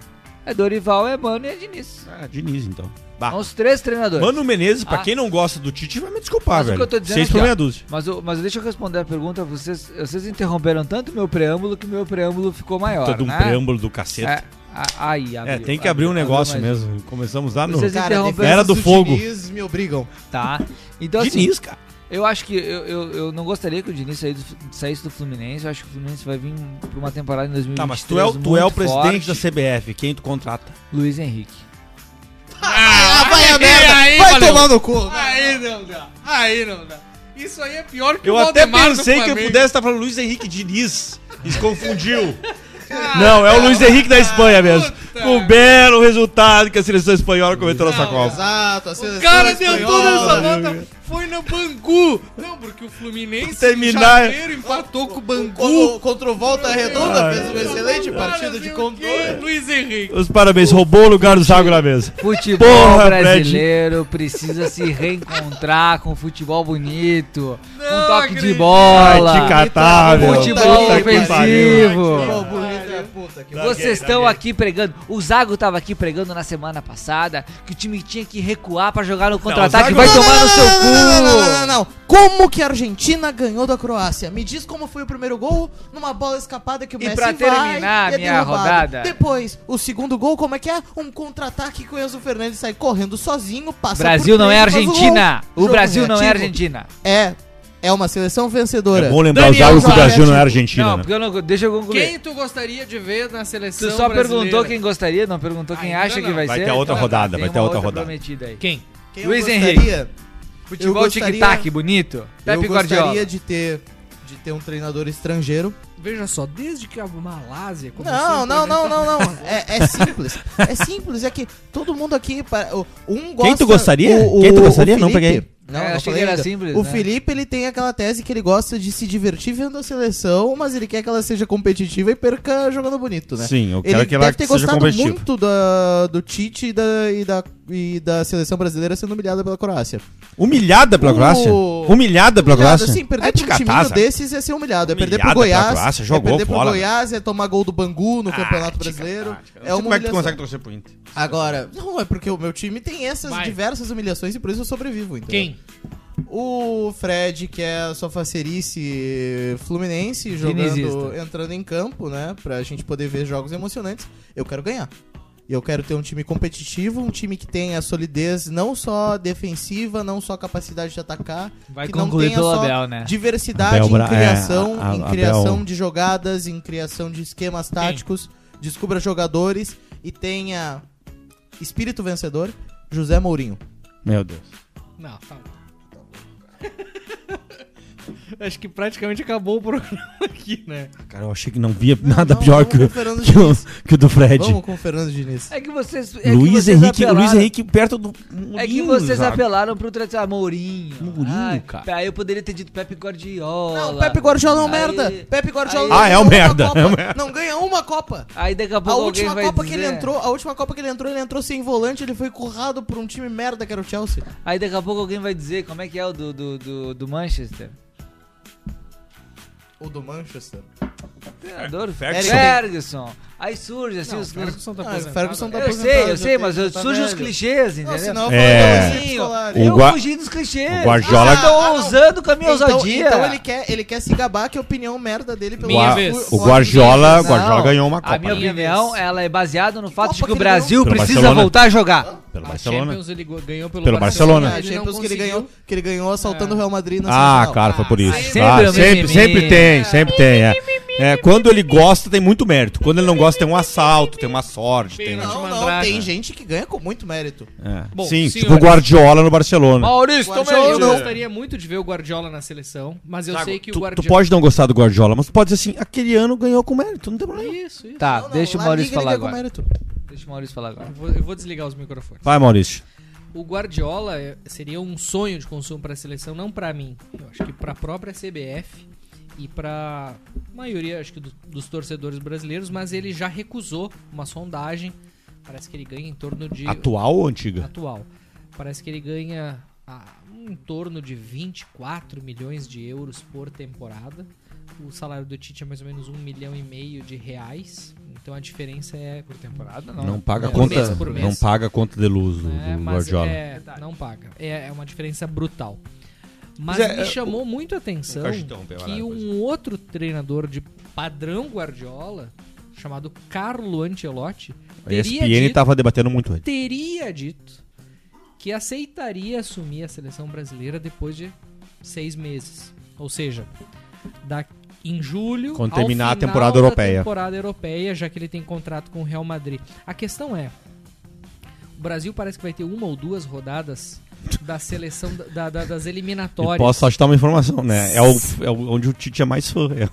S5: É Dorival, é Mano e é Diniz.
S2: Ah, Diniz, então.
S5: São
S2: Bah.
S5: os três treinadores.
S2: Mano Menezes, pra
S5: Ah.
S2: quem não gosta do Tite, vai me desculpar,
S5: Mas o que
S2: velho.
S5: eu tô dizendo
S2: Seis
S5: aqui,
S2: por
S5: ó.
S2: meia dúzia.
S5: Mas, eu- mas deixa eu responder a pergunta. Vocês, vocês interromperam tanto meu preâmbulo que meu preâmbulo ficou maior.
S2: Todo um
S5: né?
S2: preâmbulo do cacete.
S5: É, a- aí,
S2: É,
S5: abriu,
S2: tem que abrir um
S5: abriu,
S2: negócio
S5: abriu mais
S2: mesmo. Começamos lá no.
S5: Vocês interromperam.
S2: Era do fogo.
S4: Diniz me obrigam.
S5: um. Tá. Então, assim,
S2: Diniz, cara.
S5: Eu acho que eu, eu, eu não gostaria que o Diniz saísse do, saísse do Fluminense. Eu acho que o Fluminense vai vir pra uma temporada em 2023
S2: Tá, mas tu é, o- tu é o
S5: muito
S2: presidente
S5: forte.
S2: da CBF, quem tu contrata?
S5: Luiz Henrique.
S4: Ah, vai a merda!
S3: É, aí,
S4: vai
S3: valeu.
S4: tomar no cu!
S3: Aí não dá. Aí não dá. Isso aí é pior que
S2: Eu
S3: o
S2: até
S3: Valdemar do
S2: pensei que eu
S3: Flamengo.
S2: pudesse estar falando Luiz Henrique Diniz. E se confundiu. Não, é o Luiz Henrique da Espanha mesmo.
S3: puta.
S2: Com o belo resultado que a seleção espanhola cometeu nessa
S3: Não,
S2: Copa.
S4: Exato, a
S3: O
S4: seleção
S3: cara deu
S4: espanhola.
S3: toda essa nota, foi no Bangu. Não, porque o Fluminense
S2: Terminar-
S3: em janeiro empatou com o Bangu.
S4: Como- Contra o Volta Redonda,
S2: Ah,
S4: fez uma excelente partida de
S3: controle.
S4: controle.
S3: Luiz Henrique.
S2: Os parabéns, roubou o lugar do Zago na mesa.
S5: Futebol
S2: Porra, Fred.
S5: brasileiro precisa se reencontrar com futebol bonito,
S3: Não
S5: um toque de
S3: acredito.
S2: Ai, que
S5: bola.
S2: catar, meu.
S5: Futebol
S2: Puta que
S5: ofensivo.
S2: pariu.
S4: Futebol bonito é a puta que
S5: Vocês estão aqui pregando. O Zago tava aqui pregando na semana passada que o time tinha que recuar pra jogar no contra-ataque.
S2: Zago-
S5: Vai
S2: Não,
S5: tomar no seu cu.
S4: Não, não, não, não, não, não. Como que a Argentina ganhou da Croácia? Me diz como foi o primeiro gol numa bola escapada que o
S5: E
S4: Messi
S5: pra
S4: vai
S5: terminar
S4: e
S5: a
S4: é
S5: minha
S4: derrubado.
S5: rodada.
S4: Depois, o segundo gol, como é que é? Um contra-ataque que o Enzo Fernandes sai correndo sozinho, passa
S5: Brasil
S4: por
S5: não é
S4: três e faz um
S5: Argentina.
S4: gol.
S5: O
S4: Jogo
S5: Brasil não é
S4: reativo.
S5: Argentina.
S4: É, é uma seleção vencedora.
S2: É bom lembrar o
S4: Daniel
S2: Zago que o Brasil
S4: Zanetti.
S2: não é argentino,
S5: Não,
S2: né?
S5: porque eu não. Deixa eu concluir.
S3: Quem tu gostaria de ver na
S5: Tu
S3: seleção
S5: só
S3: brasileira?
S5: perguntou quem gostaria, não perguntou quem
S3: Ainda
S5: acha que
S3: não.
S5: vai,
S2: Vai
S5: ser.
S2: ter a outra
S5: Então,
S2: rodada,
S5: tem
S2: vai ter a
S5: uma
S2: outra rodada.
S5: prometida aí.
S3: Quem?
S4: Quem eu
S5: Luiz
S4: gostaria?
S5: Futebol
S4: gostaria-
S5: tic-tac, bonito.
S4: Eu
S5: Pepe Guardiola.
S4: gostaria de ter, de ter um treinador estrangeiro.
S3: Veja só, desde que a Malásia começou a
S4: Não, não, não,
S3: implementar-
S4: não, não. É, é simples. É simples, é que todo mundo aqui. pa- o- Um gosta,
S2: tu gostaria? Quem tu gostaria? Não peguei.
S4: Não, não
S5: É, achei que
S4: falei
S5: era
S4: ainda.
S5: simples,
S4: O
S5: né?
S4: Felipe, ele tem aquela tese que ele gosta de se divertir vendo a seleção, mas ele quer que ela seja competitiva e perca jogando bonito, né?
S2: Sim, eu
S4: Ele
S2: quero que ela
S4: deve ter
S2: seja
S4: gostado
S2: competitiva.
S4: muito da, do Tite e da, e, da, e da seleção brasileira sendo humilhada pela Croácia.
S2: Humilhada pela
S4: O-
S2: Croácia? Humilhada pela
S4: Humilhado,
S2: Croácia? É
S4: Assim, perder
S2: Vai
S4: pra
S2: te
S4: um timinho
S2: catar, Zago.
S4: desses é ser humilhado. É perder pro
S2: Humilhado pra
S4: Goiás.
S2: Croácia,
S4: é
S2: jogou
S4: perder pro
S2: fora,
S4: Goiás, é tomar gol do Bangu no
S2: Ah,
S4: Campeonato
S2: te
S4: Brasileiro.
S2: catar, te catar.
S4: É
S2: Não sei
S4: uma
S2: Como é que tu
S4: humilhação.
S2: consegue torcer pro Inter?
S4: Agora, não, é porque o meu time tem essas
S3: Vai.
S4: diversas humilhações e por isso eu sobrevivo, entendeu?
S3: Quem?
S4: O Fred, que é a sua facerice fluminense, jogando,
S5: Dinizista.
S4: entrando em campo, né? Pra gente poder ver jogos emocionantes. Eu quero ganhar. E Eu quero ter um time competitivo, um time que tenha solidez não só defensiva, não só capacidade de atacar,
S5: Vai
S4: que não
S5: concluir
S4: tenha
S5: pelo
S4: só
S5: Abel, né?
S4: diversidade
S2: Abel Bra-
S4: em criação,
S2: é, a-
S4: em
S2: Abel-
S4: criação de jogadas, em criação de esquemas táticos, descubra jogadores e tenha espírito vencedor, José Mourinho.
S2: Meu Deus.
S3: Não, tá bom. Acho que praticamente acabou o programa aqui, né?
S2: Cara, eu achei que não via
S4: Não,
S2: nada
S4: não,
S2: pior
S4: vamos
S2: que,
S4: com
S2: o-
S4: o Fernando
S2: que o,
S4: Diniz.
S2: que o do Fred.
S4: Vamos com o Fernando Diniz.
S5: É que vocês. É que
S2: Luiz
S5: vocês
S2: Henrique, Luiz
S5: apelaram-
S2: Henrique perto do.
S5: É que vocês
S2: Zago.
S5: apelaram pro tradicional ah, Mourinho.
S2: Mourinho,
S5: Ai,
S2: cara.
S5: Aí eu poderia ter dito Pepe Guardiola.
S4: Não, Pepe Guardiola é um
S5: Aí-
S4: merda. Pepe Guardiola
S5: aí-
S4: não
S2: Ah, é um
S4: ganha uma
S2: merda,
S4: Copa.
S2: é um merda.
S4: Não ganha uma Copa.
S5: Aí daqui a
S4: A
S5: pouco alguém
S4: última
S5: vai
S4: Copa que
S5: dizer-
S4: ele entrou, a última Copa que ele entrou, ele entrou sem volante, ele foi currado por um time merda que era o Chelsea.
S5: Aí daqui a pouco alguém vai dizer como é que é o do, do, do, do Manchester.
S4: Ou do Manchester.
S5: Treinador
S2: Ferguson.
S5: Ferguson. Ferguson. Aí surge assim
S3: Não,
S5: os.
S3: o Ferguson tá
S4: Ah, o
S3: aposentado.
S4: Ferguson tá-
S5: Eu sei, eu sei, mas eu-
S4: Tá
S5: surgem os
S4: velho.
S5: clichês, entendeu?
S4: Não, senão eu
S2: É.
S4: falei, não, assim, ó.
S2: O
S5: eu
S2: Gua-
S5: fugi dos clichês.
S2: o Guardiola-
S5: Vocês estão ousando com a minha
S4: então,
S5: ousadia.
S4: então ele quer, ele quer se gabar que a opinião merda dele pelo
S3: Minha
S2: Gua-
S3: vez.
S2: O
S4: assim,
S2: Guardiola, o
S4: né?
S5: Não,
S2: Guardiola ganhou uma Copa.
S5: A minha
S2: né?
S5: opinião, ela é baseada no fato
S4: Copa
S5: de que
S4: que
S5: o
S4: ele
S5: Brasil
S4: ganhou?
S2: Pelo
S5: precisa
S2: Barcelona.
S5: voltar a jogar.
S2: Pelo
S3: A
S2: Barcelona.
S3: Ah, Champions ele go- ganhou pelo,
S2: Pelo
S4: Ah,
S2: Barcelona.
S4: a Champions que ele
S3: conseguiu.
S4: ganhou, que
S5: É.
S4: ele ganhou assaltando o Real Madrid na
S2: Ah,
S4: semifinal.
S2: claro, foi por isso.
S5: sempre
S2: Ah,
S5: o
S2: sempre,
S5: mimimi.
S2: sempre tem, sempre tem. é. É, quando ele gosta, tem muito mérito. Quando ele não gosta, tem um assalto, tem uma sorte. Tem... um-
S3: Não,
S4: Não,
S3: mandraga.
S4: não, tem gente que ganha com muito mérito.
S2: É.
S3: Bom,
S2: Sim, tipo o
S3: senhores.
S2: Guardiola no Barcelona.
S5: Maurício, toma
S4: Guardiola
S5: aí.
S3: Eu
S4: não.
S3: gostaria muito de ver o Guardiola na seleção, mas eu
S2: Thiago,
S3: sei que o
S2: tu, tu
S3: Guardiola.
S2: pode não gostar do Guardiola, mas tu pode dizer assim, aquele ano ganhou com mérito, não tem problema.
S3: Isso, isso.
S2: Ah,
S5: Tá,
S4: Não, não,
S5: deixa o
S4: La
S5: Maurício
S4: Liga ele
S5: falar
S4: ganha com
S5: agora.
S4: mérito.
S5: Deixa o Maurício falar agora.
S3: Eu vou, eu vou desligar os microfones.
S2: Vai, Maurício.
S3: O Guardiola eh, seria um sonho de consumo para a seleção, não para mim. Eu acho que para a própria CBF e para maioria, acho que do- dos torcedores brasileiros, mas ele já recusou uma sondagem. Parece que ele ganha em torno de
S2: Atual ou antiga?
S3: atual. Parece que ele ganha ah, em torno de 24 milhões de euros por temporada. O salário do Tite é mais ou menos um milhão e meio de reais. Então a diferença é por temporada,
S2: Não paga a
S3: é,
S2: conta,
S3: por mês, por
S2: não
S3: mês.
S2: paga a conta de luz do,
S3: É,
S2: do
S3: mas
S2: Guardiola.
S3: é, não paga. É, é uma diferença brutal. Mas
S2: Mas é,
S3: me
S2: é,
S3: chamou muito a atenção
S2: Eu acho que interrompeu, vai lá,
S3: que
S2: depois.
S3: um outro treinador de padrão Guardiola, chamado Carlo Ancelotti,
S2: A
S3: teria
S2: ESPN
S3: dito-
S2: tava debatendo muito ele.
S3: teria dito que aceitaria assumir a seleção brasileira depois de seis meses. Ou seja, da, em julho.
S2: Quando
S3: ao
S2: terminar a
S3: final
S2: temporada
S3: da
S2: europeia.
S3: temporada europeia, já que ele tem contrato com o Real Madrid. A questão é: o Brasil parece que vai ter uma ou duas rodadas da seleção da- da- da- das
S2: E
S3: eliminatórias.
S2: posso só te dar uma informação, né? É, o, é o- onde o Tite é mais fã, é,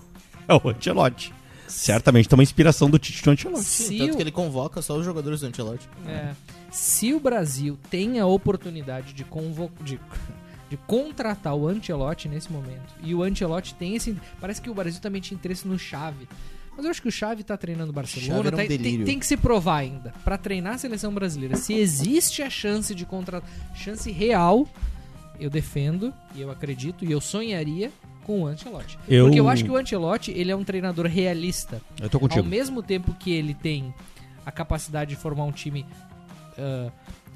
S2: é o Ancelotti. Certamente tem uma inspiração do Tite no Ancelotti.
S3: Se
S4: Tanto
S3: o-
S4: que ele convoca só os jogadores do Antelote.
S3: É, se o Brasil tem a oportunidade de, convo- de- de contratar o Ancelotti nesse momento, e o Ancelotti tem esse. Parece que o Brasil também tinha interesse no Chave. Mas eu acho que o Chave tá treinando o
S4: Xavi
S3: Barcelona.
S4: era um
S3: tá- tem- tem,
S4: delírio.
S3: que se provar ainda. Pra treinar a seleção brasileira, se existe a chance de contratar. Chance real, eu defendo, e eu acredito, e eu sonharia com o Ancelotti.
S2: Eu-
S3: Porque eu acho que o Ancelotti ele é um treinador realista.
S2: Eu tô
S3: Ao
S2: contigo.
S3: mesmo tempo que ele tem a capacidade de formar um time ah,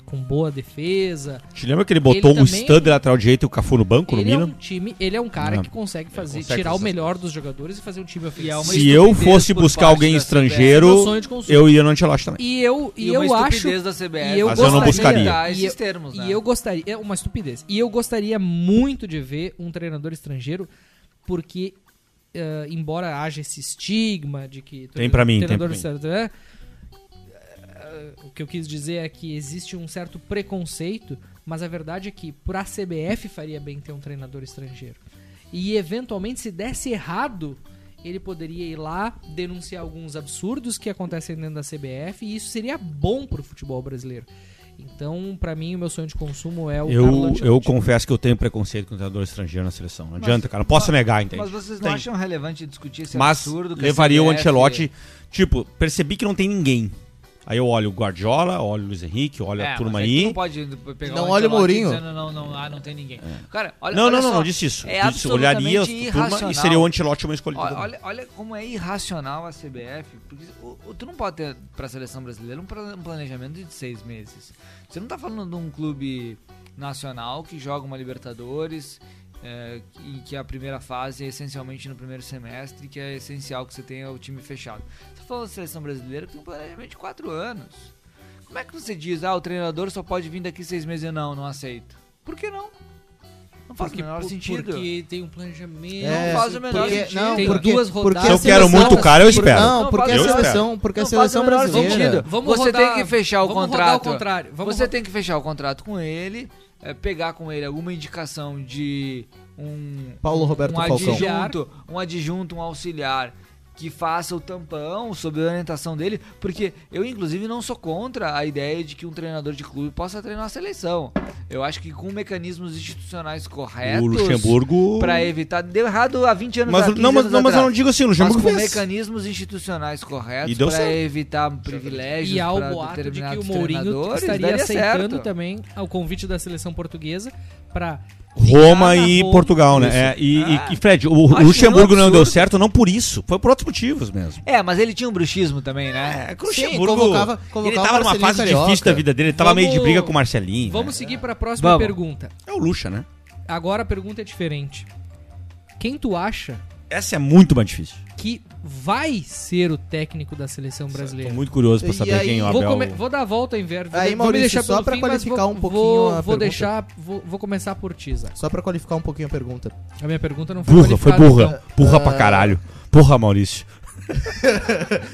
S3: com boa defesa,
S2: Te lembra que ele botou
S3: Ele
S2: um
S3: também-
S2: stand lateral direito e o Cafu no banco, no
S3: ele é
S2: Milan?
S3: um time, ele é um cara
S2: né? Não.
S3: que consegue fazer,
S2: consegue
S3: tirar
S2: fazer
S3: o melhor dos jogadores e fazer um time
S5: E é
S3: ofensivo.
S5: uma
S2: Se eu
S5: estupidez
S2: fosse
S5: por
S2: buscar
S5: parte
S2: alguém
S5: da É,
S2: estrangeiro,
S3: meu sonho de consumo.
S2: eu ia no Ancelotti também.
S3: E eu e,
S5: E, é
S3: eu
S5: uma
S3: acho
S5: estupidez da CBF.
S3: e eu
S2: Mas eu não gostaria.
S5: Tá,
S3: E eu-
S5: esses termos, né?
S3: E eu gostaria. É uma estupidez. E eu gostaria muito de ver um treinador estrangeiro, porque, eh, embora haja esse estigma de que.
S2: Tem pra mim, tem
S3: treinador
S2: pra mim.
S3: estrangeiro, né? Eh, O que eu quis dizer é que existe um certo preconceito, mas a verdade é que pra CBF faria bem ter um treinador estrangeiro. E eventualmente, se desse errado, ele poderia ir lá denunciar alguns absurdos que acontecem dentro da CBF e isso seria bom pro futebol brasileiro. Então, pra mim, o meu sonho de consumo é o Carlo
S2: Eu,
S3: Ancelotti.
S2: eu confesso que eu tenho preconceito com o treinador estrangeiro na seleção. Não adianta, cara. Não posso negar, entende?
S5: Mas
S2: Mas,
S5: vocês não acham relevante discutir esse absurdo? que a
S2: levaria o
S5: CBF
S2: Ancelotti. Tipo, percebi que não tem ninguém. Aí eu olho o Guardiola, olho o Luiz Henrique, olho
S5: É,
S2: a turma
S5: mas é que tu
S2: aí.
S5: Não pode pegar
S4: Não olha o
S5: Ancelotti
S4: Mourinho.
S5: dizendo, não, não, ah, não tem ninguém. Cara, olha,
S2: Não,
S5: olha
S2: não, não,
S5: só.
S2: não disse isso.
S5: É
S2: disse, olharia a
S5: absolutamente
S2: turma e
S5: irracional.
S2: seria o Ancelotti uma escolha.
S5: Olha, olha, olha como é irracional a CBF, porque o- o- tu não pode ter para a seleção brasileira um pra- um planejamento de seis meses. Você não tá falando de um clube nacional que joga uma Libertadores é, e que a primeira fase é essencialmente no primeiro semestre, que é essencial que você tenha o time fechado. Você tá falando da seleção brasileira que tem um planejamento de quatro anos. Como é que você diz, ah, o treinador só pode vir daqui seis meses? Não, não aceito. Por que não? Não faz
S3: Porque-
S5: o menor
S3: por-
S5: sentido.
S3: Porque tem um planejamento.
S4: É,
S5: faz o menor
S4: porque-
S5: sentido.
S4: não,
S3: tem
S4: porque-
S3: duas
S4: porque
S3: rodadas.
S4: a
S2: Eu quero
S4: seleção-
S2: muito o cara, eu espero.
S4: Não, porque
S2: Eu
S4: a
S2: espero.
S4: seleção, porque a
S5: Não faz o
S4: seleção
S5: menor
S4: brasileira.
S5: sentido. Você
S3: rodar-
S5: tem que fechar o
S3: vamos
S5: contrato.
S3: Rodar ao contrário. Vamos
S5: você
S3: rodar-
S5: tem que fechar o contrato com ele, é, pegar com ele alguma indicação de um,
S4: Paulo Roberto
S5: um
S4: Falcão.
S5: adjunto, um adjunto, um auxiliar que faça o tampão sob a orientação dele, porque eu inclusive não sou contra a ideia de que um treinador de clube possa treinar a seleção. Eu acho que com mecanismos institucionais corretos
S2: O Luxemburgo.
S5: para é evitar deu errado há 20 anos
S2: Mas,
S5: há 15
S2: não, mas,
S5: anos
S2: não, mas eu não
S5: atrás.
S2: digo assim, o
S5: Mas
S2: Luxemburgo
S5: com
S2: fez.
S5: mecanismos institucionais corretos
S2: E deu
S5: para
S2: certo.
S5: evitar privilégios
S3: E há o
S5: pra
S3: boato de que o
S5: determinados
S3: Mourinho
S5: treinadores,
S3: estaria
S5: daria
S3: aceitando
S5: certo.
S3: também ao convite da seleção portuguesa pra
S2: Roma
S3: ficar Tá na
S2: e
S3: Roma.
S2: Portugal, né? É, e, e-
S5: Ah.
S2: e, Fred, o
S5: Acho
S2: Luxemburgo
S5: um
S2: não deu
S5: absurdo.
S2: certo, não por isso. Foi por outros motivos mesmo.
S5: É, mas ele tinha um bruxismo também, né?
S2: É, que o
S4: Sim,
S2: Luxemburgo.
S4: convocava-
S2: ele
S4: convocava
S2: tava numa
S4: Marcelinho
S2: fase
S4: Carioca.
S2: difícil da vida dele, ele tava meio de
S3: Vamos-
S2: briga com o Marcelinho.
S3: Vamos
S2: né?
S3: seguir pra próxima
S5: Vamos.
S3: pergunta.
S2: É o Luxa, né?
S3: Agora a pergunta é diferente. Quem tu acha
S2: Essa é muito mais difícil.
S3: que vai ser o técnico da seleção brasileira?
S2: Tô muito curioso pra
S4: E
S2: saber
S4: aí-
S2: quem é o
S3: Vou,
S2: Abel.
S3: come- vou dar a volta ao inverno.
S4: Aí,
S3: vou
S4: Maurício,
S3: deixar
S4: só
S3: pelo
S4: pra
S3: fim, mas
S4: qualificar
S3: vou-
S4: um pouquinho
S3: Vou,
S4: a
S3: vou
S4: pergunta.
S3: deixar. Vou, vou começar por ti, Zé.
S4: Só pra qualificar um pouquinho a pergunta.
S3: A minha pergunta não foi
S2: Burra, foi
S3: qualificada,
S2: burra. Burra pra caralho. Porra, Maurício.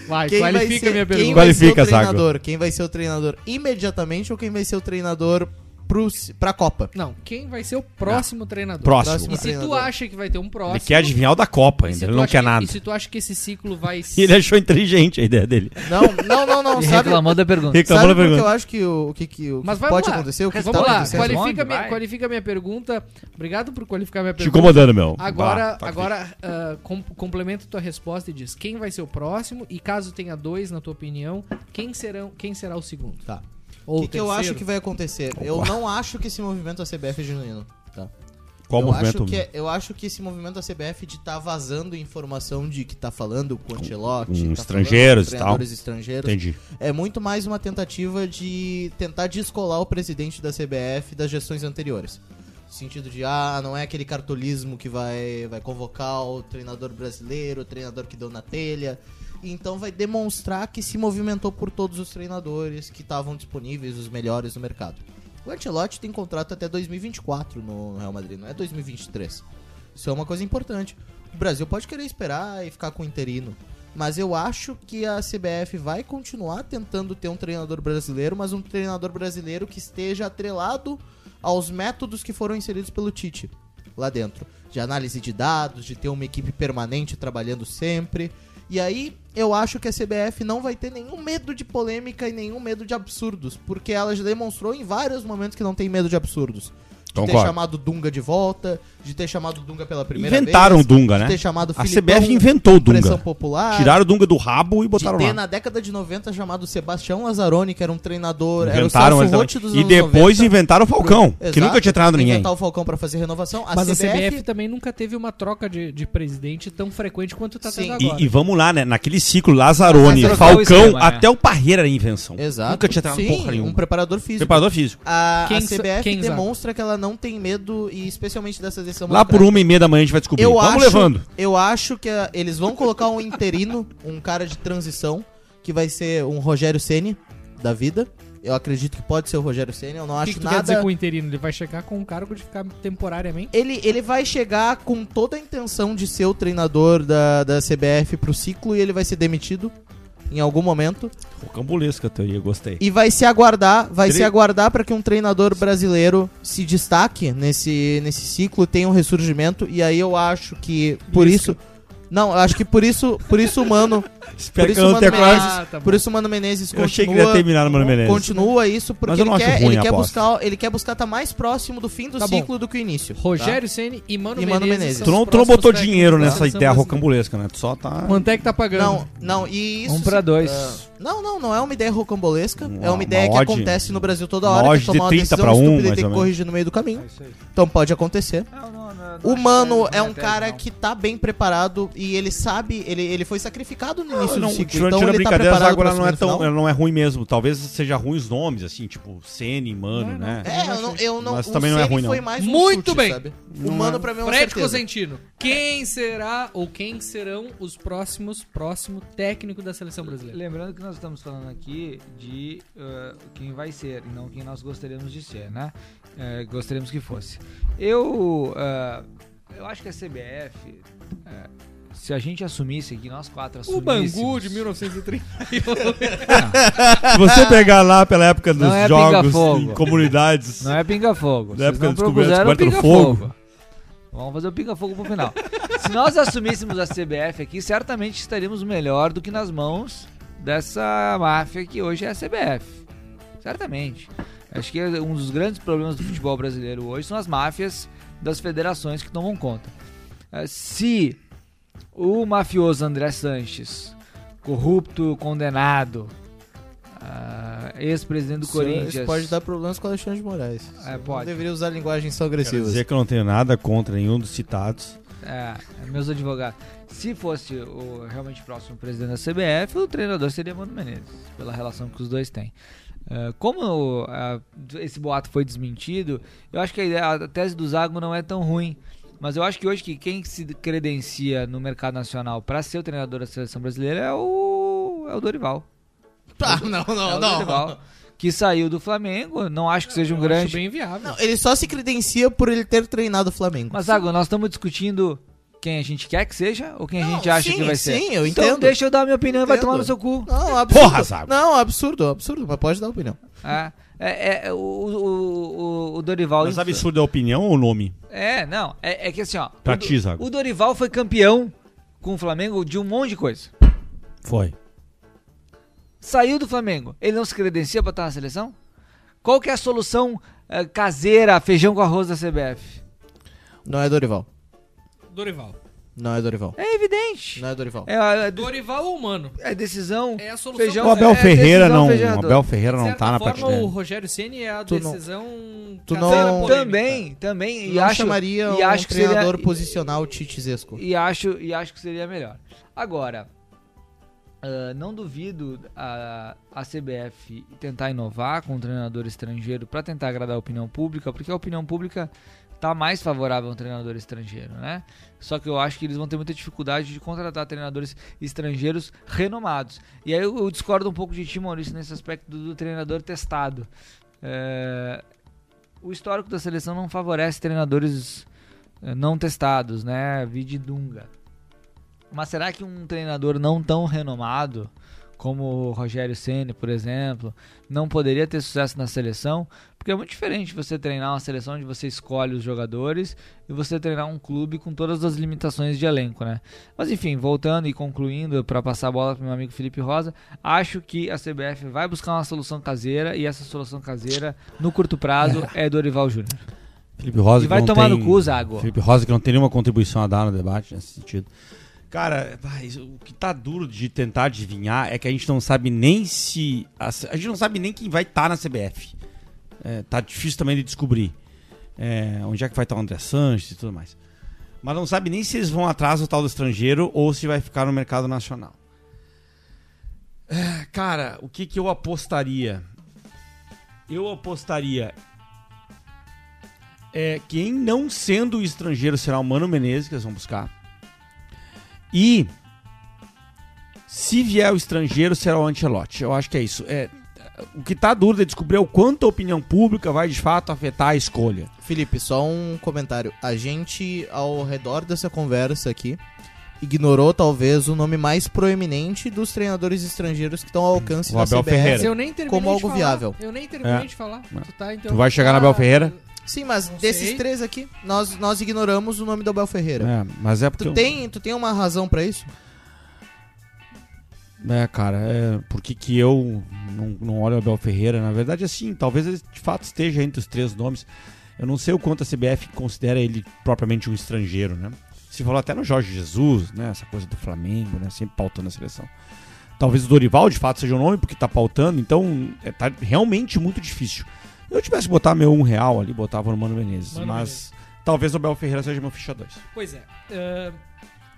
S3: Vai,
S4: Quem vai
S3: qualifica
S4: ser,
S3: a minha
S4: quem
S3: pergunta.
S4: vai ser o
S2: Qualifica, Zago.
S4: treinador? Quem vai ser o treinador imediatamente ou quem vai ser o treinador pro, pra Copa?
S3: Não, quem vai ser o próximo treinador?
S2: Próximo.
S4: Próximo.
S3: E se tu
S4: treinador.
S3: acha que vai ter um próximo...
S2: Ele quer adivinhar o da Copa
S3: e se
S2: ainda,
S3: tu
S2: ele não
S3: acha
S2: quer
S3: que-
S2: nada.
S3: E se tu acha que esse ciclo vai...
S2: E ele é achou inteligente a ideia dele.
S4: Não, não, não, não.
S5: Ele
S4: sabe
S5: reclamou da pergunta.
S2: Reclamou da
S4: sabe por que eu
S2: pergunta.
S4: acho que o, o que, que, o que
S3: Mas vamos
S4: pode
S3: lá.
S4: acontecer? O que
S5: Responde,
S4: tá
S3: Vamos lá,
S4: acontecendo?
S5: quali-
S3: qualifica,
S5: Responde,
S3: minha,
S5: vai.
S3: qualifica minha pergunta. Obrigado por qualificar minha
S2: Te
S3: pergunta.
S2: incomodando, meu.
S3: Agora,
S2: Bah, tá
S3: agora ah, com- complementa tua resposta e diz quem vai ser o próximo e caso tenha dois, na tua opinião, quem, serão, quem será o segundo?
S4: Tá.
S3: Ou
S4: o que, que eu acho
S3: terceiro?
S4: que vai acontecer? Eu não acho que esse movimento da CBF é genuíno. Tá.
S2: Qual
S4: eu
S2: movimento?
S4: Acho que, é- eu acho que esse movimento da CBF de tá vazando informação de que tá falando com o Ancelotti,
S2: Com
S4: tá falando
S2: Hum, estrangeiros
S4: com
S2: e tal.
S4: treinadores estrangeiros,
S2: Entendi.
S4: é muito mais uma tentativa de tentar descolar o presidente da CBF das gestões anteriores. No sentido de, ah, não é aquele cartolismo que vai, vai convocar o treinador brasileiro, o treinador que deu na telha. Então vai demonstrar que se movimentou por todos os treinadores que estavam disponíveis, os melhores no mercado. O Ancelotti tem contrato até 2024 no Real Madrid, não é 2023. Isso é uma coisa importante. O Brasil pode querer esperar e ficar com o interino. Mas eu acho que a CBF vai continuar tentando ter um treinador brasileiro, mas um treinador brasileiro que esteja atrelado aos métodos que foram inseridos pelo Tite lá dentro. De análise de dados, de ter uma equipe permanente trabalhando sempre. E aí eu acho que a CBF não vai ter nenhum medo de polêmica e nenhum medo de absurdos, porque ela já demonstrou em vários momentos que não tem medo de absurdos. De ter
S2: Concordo.
S4: chamado Dunga de volta, de ter chamado Dunga pela primeira
S2: Inventaram
S4: vez.
S2: o Dunga,
S4: de
S2: né?
S4: ter chamado
S2: A
S4: Filipão,
S2: CBF inventou o
S4: Pressão
S2: Dunga.
S4: popular.
S2: Tiraram o Dunga do rabo e
S4: de
S2: botaram
S4: ter
S2: lá.
S4: na década de 90 chamado Sebastião Lazzaroni, que era um treinador,
S2: Inventaram
S4: era
S2: ele
S4: o Celso Rotti dos
S2: também. E
S4: anos
S2: depois
S4: 90.
S2: inventaram o Falcão, que
S4: Exato.
S2: nunca tinha treinado ninguém.
S4: Inventar o Falcão pra fazer renovação. A
S3: Mas
S4: CBF,
S3: a CBF também nunca teve uma troca de, de presidente tão frequente quanto tá
S4: Sim.
S3: tendo agora.
S2: E, e vamos lá, né? Naquele ciclo, Lazarone,
S4: é
S5: Mas trocou o
S2: Falcão,
S5: esquema, né?
S2: até o Parreira era invenção.
S4: Exato.
S2: Nunca tinha treinado
S4: Sim,
S2: porra nenhuma.
S4: um preparador físico.
S2: Preparador físico.
S4: A, a
S3: Quem sa-
S4: CBF
S3: quem sabe?
S4: demonstra que ela não tem medo, e especialmente dessa decisão
S2: Lá por uma e meia da manhã a gente vai descobrir.
S4: Então, é. Eu
S2: vamos
S4: acho,
S2: levando.
S4: Eu acho que ah, eles vão colocar um interino, um cara de transição, que vai ser um Rogério Ceni da vida. Eu acredito que pode ser o Rogério Ceni, eu não
S3: o
S4: acho
S3: que, que tu
S4: nada.
S3: quer dizer com o interino? Ele vai chegar com um cargo de ficar temporariamente?
S4: ele, ele vai chegar com toda a intenção de ser o treinador da, da CBF pro ciclo e ele vai ser demitido em algum momento.
S2: Rocambolesca a teoria, gostei.
S4: E vai se aguardar, vai
S2: Tre-
S4: se aguardar para que um treinador brasileiro se destaque nesse, nesse ciclo, tenha um ressurgimento. E aí eu acho que por
S3: Lisca.
S4: isso. Não, eu acho que por isso, por isso o Mano,
S2: Espero
S4: por
S2: que
S4: isso
S2: eu não
S4: manda
S2: tenha
S4: melhor.
S2: coragem.
S3: Ah, tá bom.
S4: por isso o Mano Menezes
S2: Tá Eu
S4: continua,
S2: achei que ele ia terminar no Mano Menezes.
S4: continua isso
S2: Mas
S4: porque
S2: eu não
S4: ele
S2: acho
S4: quer,
S2: ruim
S4: ele
S2: a
S4: quer
S2: aposta.
S4: buscar, ele quer buscar estar mais próximo do fim do
S3: Tá bom.
S4: ciclo do que o início. tá?
S3: Rogério Ceni e Mano
S4: E
S3: Menezes.
S4: Mano Menezes.
S3: são
S2: Tu não,
S3: os
S2: tu não
S3: próximos
S2: botou
S3: técnicos
S2: dinheiro
S3: da
S2: nessa
S3: seleção
S2: ideia
S3: brasileira.
S2: rocambolesca, né? Tu só tá.
S3: Quanto é que tá pagando?
S4: Não, não, e isso.
S5: Um pra dois.
S4: Ah, não, não, não é uma ideia rocambolesca.
S2: Uma-
S4: é
S2: uma
S4: uma ideia que
S2: odd-
S4: acontece no Brasil toda
S2: uma
S4: hora.
S2: odd
S4: que
S2: de
S4: é tomar uma
S2: 30
S4: decisão
S2: pra um, mais
S4: estúpida e ter
S2: ou
S4: que
S2: menos.
S4: corrigir no meio do caminho. Então pode acontecer. O Mano é um cara que tá bem preparado e ele sabe, ele, ele foi sacrificado no início
S2: Ah, Não,
S4: do ciclo.
S2: tirando,
S4: então
S2: tirando a
S4: ele tá
S2: brincadeira,
S4: preparado
S2: agora
S4: pra
S2: não é
S4: subir no
S2: tão,
S4: final.
S2: ela não é ruim mesmo. Talvez seja ruim os nomes, assim, tipo Sene, Mano,
S3: Não,
S2: né?
S4: É, eu não, eu não,
S2: Mas
S4: o
S2: também não é
S4: Ceni
S2: ruim, não.
S4: Foi mais um
S3: Muito
S4: chute,
S3: bem.
S4: sabe? O
S2: Não
S4: Mano
S2: é.
S4: pra mim é uma
S3: Fred
S4: certeza.
S3: Cosentino, quem será ou quem serão os próximos, próximo técnico da seleção brasileira?
S5: Lembrando que nós estamos falando aqui de eh, quem vai ser e não quem nós gostaríamos de ser, né? Eh, gostaríamos que fosse. Eu, eh, eu acho que a CBF, eh, se a gente assumisse aqui, nós quatro
S3: O
S5: assumíssemos...
S3: Bangu de 1938.
S2: Se você pegar lá pela época dos
S5: Não é
S2: jogos,
S5: pinga-fogo.
S2: em comunidades.
S5: Não é pinga-fogo.
S2: Na
S5: Vocês
S2: época
S5: não
S2: dos comandantes
S5: propuseram o
S2: quarto do
S5: pinga-fogo. Vamos fazer o pinga-fogo pro final. Se nós assumíssemos a CBF aqui, certamente estaríamos melhor do que nas mãos dessa máfia que hoje é a CBF. Certamente. Acho que é um dos grandes problemas do futebol brasileiro hoje são as máfias das federações que tomam conta. Eh, Se o mafioso André Sanches, corrupto, condenado, ah, ex-presidente do
S4: Isso-
S5: Corinthians...
S4: Isso pode dar problemas com o Alexandre de Moraes.
S5: É,
S4: Não
S5: pode.
S4: deveria usar linguagens tão
S2: Quero
S4: agressivas.
S2: dizer que eu não tenho nada contra nenhum dos citados.
S5: É, meus advogados. Se fosse o realmente próximo presidente da CBF, o treinador seria Mano Menezes, pela relação que os dois têm. É, como ah, esse boato foi desmentido, eu acho que a, ideia- a tese do Zago não é tão ruim. Mas eu acho que hoje que quem se credencia no mercado nacional para ser o treinador da seleção brasileira é o, é o Dorival.
S4: Tá, não,
S5: é o
S4: não,
S5: Dorival, que saiu do Flamengo. Não acho que seja um
S3: Eu
S5: grande.
S3: Acho bem viável.
S4: Não, ele só se credencia por ele ter treinado o Flamengo.
S5: Mas, Zago, nós estamos discutindo quem a gente quer que seja ou quem a
S4: Não,
S5: gente acha
S4: sim,
S5: que vai ser.
S4: Sim, eu
S5: então
S4: entendo.
S5: deixa eu dar a minha opinião e vai
S4: Entendo.
S5: tomar no seu cu.
S4: Não, absurdo.
S2: Porra, Zago.
S4: Não, absurdo, absurdo, mas pode dar opinião.
S5: É, é, é, o, o, o- o Dorival.
S2: Mas absurdo é a opinião ou o nome?
S5: É, não. É, é que assim, ó.
S2: Pra
S5: o, Do-
S2: ti, Zago.
S5: o Dorival foi campeão com o Flamengo de um monte de coisa.
S2: Foi.
S5: Saiu do Flamengo. Ele não se credencia pra estar na seleção? Qual que é a solução eh, caseira, feijão com arroz da CBF?
S4: Não é Dorival.
S3: Dorival.
S4: Não é Dorival.
S5: É evidente.
S4: Não é Dorival.
S5: É, a- é,
S3: Dorival ou Mano?
S5: é decisão.
S3: É a solução.
S5: Feijão.
S2: O Abel
S5: É,
S2: Ferreira
S5: decisão
S2: não.
S5: feijão.
S2: O Abel Ferreira não
S3: certa
S2: tá na
S3: forma, o
S2: prateleira.
S3: Rogério Ceni é a
S4: Tu não-
S3: decisão
S4: tu não-
S3: caseira polêmica.
S5: Também, também. E
S4: não
S5: acho,
S4: chamaria
S5: e
S4: um
S5: acho que seria-
S4: treinador posicional titizesco.
S5: e acho e acho que seria melhor. Agora, ah, não duvido a, a CBF tentar inovar com um treinador estrangeiro para tentar agradar a opinião pública, porque a opinião pública tá mais favorável a um treinador estrangeiro, né? Só que eu acho que eles vão ter muita dificuldade de contratar treinadores estrangeiros renomados. E aí eu, eu discordo um pouco de ti, Maurício, nesse aspecto do, do treinador testado. É, o histórico da seleção não favorece treinadores eh, não testados, né? Vide Dunga. Mas será que um treinador não tão renomado como o Rogério Ceni, por exemplo, não poderia ter sucesso na seleção? Porque é muito diferente você treinar uma seleção onde você escolhe os jogadores e você treinar um clube com todas as limitações de elenco, né? Mas enfim, voltando e concluindo para passar a bola para meu amigo Felipe Rosa, acho que a CBF vai buscar uma solução caseira e essa solução caseira no curto prazo é Dorival Júnior.
S2: Felipe Rosa
S5: E vai
S2: que não
S5: tomar
S2: tem-
S5: no cu, Zago.
S2: Felipe Rosa que não tem nenhuma contribuição a dar no debate nesse sentido. Cara, vai, o que tá duro de tentar adivinhar é que a gente não sabe nem se. A, a gente não sabe nem quem vai estar na CBF. É, tá difícil também de descobrir. É, onde é que vai estar o André Sanches e tudo mais. Mas não sabe nem se eles vão atrás do tal do estrangeiro ou se vai ficar no mercado nacional. É, cara, o que, que eu apostaria? Eu apostaria é, quem não sendo estrangeiro será o Mano Menezes que eles vão buscar. E se vier o estrangeiro será o Ancelotti. Eu acho que é isso. É, o que tá duro é descobrir o quanto a opinião pública vai de fato afetar a escolha.
S4: Felipe, só um comentário. A gente, ao redor dessa conversa aqui, ignorou talvez o nome mais proeminente dos treinadores estrangeiros que estão ao alcance
S2: O
S4: da
S2: Abel
S4: CBF.
S2: Ferreira.
S3: Se eu nem terminei
S4: Como
S3: de
S4: algo
S3: falar,
S4: viável.
S3: Eu nem terminei
S2: É.
S3: de falar. Tu, tá, então,
S2: Tu vai chegar na Abel Ferreira?
S4: Sim, mas
S3: Não
S4: desses
S3: sei.
S4: três aqui, nós, nós ignoramos o nome do Abel Ferreira.
S2: É, mas é porque
S4: Tu, tem, tu tem uma razão pra isso?
S2: É, cara, é, por que que eu não, não olho o Abel Ferreira? Na verdade, assim, talvez ele de fato esteja entre os três nomes. Eu não sei o quanto a CBF considera ele propriamente um estrangeiro, né? Se falou até no Jorge Jesus, né? Essa coisa do Flamengo, né? Sempre pautando a seleção. Talvez o Dorival, de fato, seja o nome, porque tá pautando, então é, tá realmente muito difícil. Eu tivesse que botar meu um real ali, botava no Mano Menezes,
S3: Mano
S2: mas talvez o Abel Ferreira seja meu ficha 2.
S3: Pois é. ah,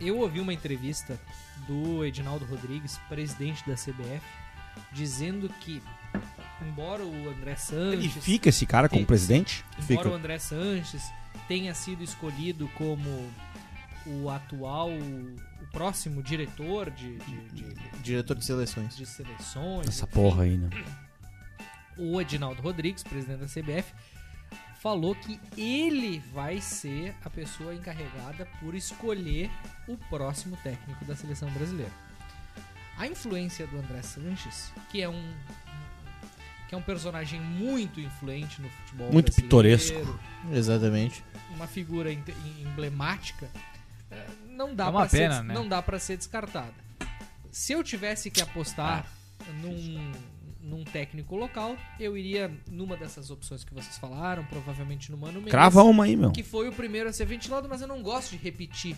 S3: eu ouvi uma entrevista do Edinaldo Rodrigues, presidente da CBF, dizendo que, embora o André Sanches...
S2: Ele fica esse cara como
S3: Ele-
S2: presidente?
S3: Embora
S2: Fica.
S3: o André Sanches tenha sido escolhido como o atual, o próximo diretor de, de- de-
S4: Diretor de seleções.
S3: de seleções.
S2: Essa
S3: enfim,
S2: porra aí, né?
S3: O Edinaldo Rodrigues, presidente da CBF, falou que ele vai ser a pessoa encarregada por escolher o próximo técnico da seleção brasileira. A influência do André Sanches, que é um que é um personagem muito influente no futebol
S2: Muito
S3: brasileiro,
S2: pitoresco.
S4: Exatamente.
S3: uma figura ente- emblemática, eh, não dá
S5: É uma
S3: pra ser
S5: pena,
S3: des-
S5: né?
S3: não dá para ser descartada. Se eu tivesse que apostar num, num técnico local, eu iria numa dessas opções que vocês falaram, provavelmente no Mano Menezes,
S2: Crava uma aí, meu.
S3: que foi o primeiro a ser ventilado, mas eu não gosto de repetir.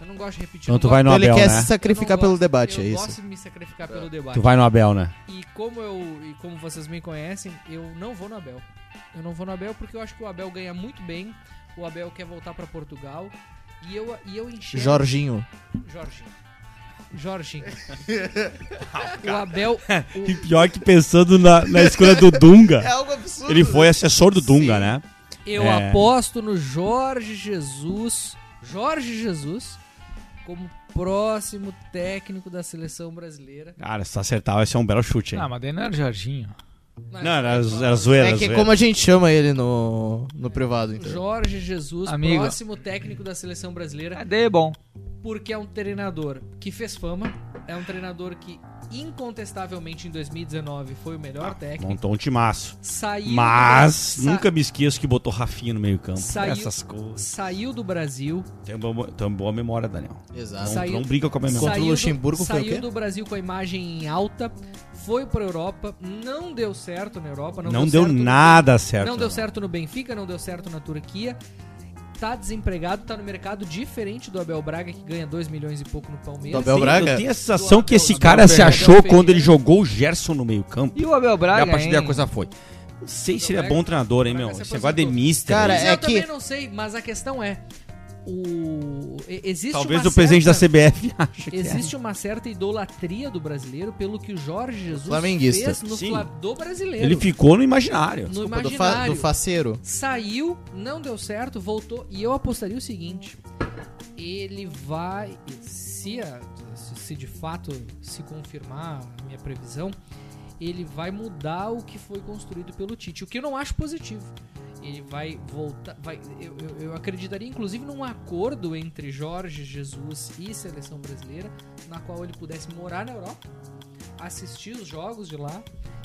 S3: Eu não gosto de repetir.
S2: Então
S3: eu
S2: tu
S3: não
S2: vai no
S4: Então ele
S2: Abel,
S4: quer
S2: né?
S4: se sacrificar
S3: eu não
S4: pelo
S3: gosto-
S4: debate,
S3: eu
S4: é
S3: gosto
S4: isso.
S3: de me sacrificar pelo debate.
S2: Tu vai no Abel, né?
S3: E como eu e como vocês me conhecem, eu não vou no Abel. Eu não vou no Abel porque eu acho que o Abel ganha muito bem. O Abel quer voltar pra Portugal e eu e eu enxergo
S4: Jorginho.
S3: Jorginho. Jorginho. o Abel
S2: E pior que pensando na, na escolha do Dunga.
S4: algo absurdo.
S2: Ele foi assessor do Dunga,
S4: É Sim.
S2: né?
S3: eu
S2: É.
S3: aposto no Jorge Jesus. Jorge Jesus como próximo técnico da seleção brasileira.
S2: Cara, se tu acertar vai ser um belo chute, hein?
S5: Ah, mas daí não era o Jorginho.
S2: Não, era, era zoeira.
S4: É que é
S2: zoeira.
S4: como a gente chama ele no, no privado, então.
S3: Jorge Jesus,
S5: Amigo.
S3: próximo técnico da seleção brasileira,
S5: Daí é bom.
S3: porque é um treinador que fez fama, é um treinador que incontestavelmente em 2019 foi o melhor técnico.
S2: Montou um timaço.
S3: Saiu
S2: Mas
S3: sa-
S2: nunca me esqueço que botou Rafinha no meio campo.
S3: Saiu-
S2: Essas coisas.
S3: saiu do Brasil,
S2: Tem uma, boa- tem uma boa memória, Daniel.
S4: Exato.
S2: Não,
S3: Saiu-
S2: não brinca com a minha memória.
S4: Contra o
S3: saiu,
S4: Luxemburgo
S3: do,
S4: foi o
S3: saiu
S4: quê?
S3: do Brasil com a imagem em alta, foi pra Europa, não deu certo na Europa, não,
S2: Não, deu,
S3: certo no-
S2: nada certo. né?
S3: Não deu certo no Benfica, não deu certo na Turquia. Tá desempregado, tá no mercado diferente do Abel Braga, que ganha 2 milhões e pouco no Palmeiras.
S4: Do Abel
S2: Tem-
S4: Braga?
S2: Eu tenho a sensação que esse
S3: Abel
S2: cara se
S3: Ferreira.
S2: achou
S3: Abel
S2: quando ele
S3: Ferreira.
S2: jogou o Gerson no meio campo.
S5: E o Abel
S2: E
S5: Braga,
S2: a partir daí a
S5: hein?
S2: coisa foi. Não sei se ele é
S3: Braga-
S2: bom treinador, hein,
S3: Braga
S2: meu?
S3: se
S2: Esse negócio de
S3: aposentou.
S2: mister.
S4: Cara,
S2: aí.
S3: Mas
S4: é
S3: eu
S4: que-
S3: também não sei, mas a questão é o e- existe
S2: Talvez
S3: uma
S2: o presidente da
S3: certa-
S2: CBF ache que é.
S3: Existe uma certa idolatria do brasileiro pelo que o Jorge Jesus
S4: Flamenguista.
S3: fez no
S2: Sim.
S3: Fla... do brasileiro.
S2: Ele ficou no imaginário.
S3: no
S4: Desculpa, do, fa
S3: imaginário.
S4: do faceiro.
S3: Saiu, não deu certo, voltou. E eu apostaria o seguinte: ele vai. Se, a- se- se de fato se confirmar a minha previsão, ele vai mudar o que foi construído pelo Tite, o que eu não acho positivo. Ele vai voltar. Vai, eu, eu- eu acreditaria, inclusive, num acordo entre Jorge Jesus e seleção brasileira, na qual ele pudesse morar na Europa, assistir os jogos de lá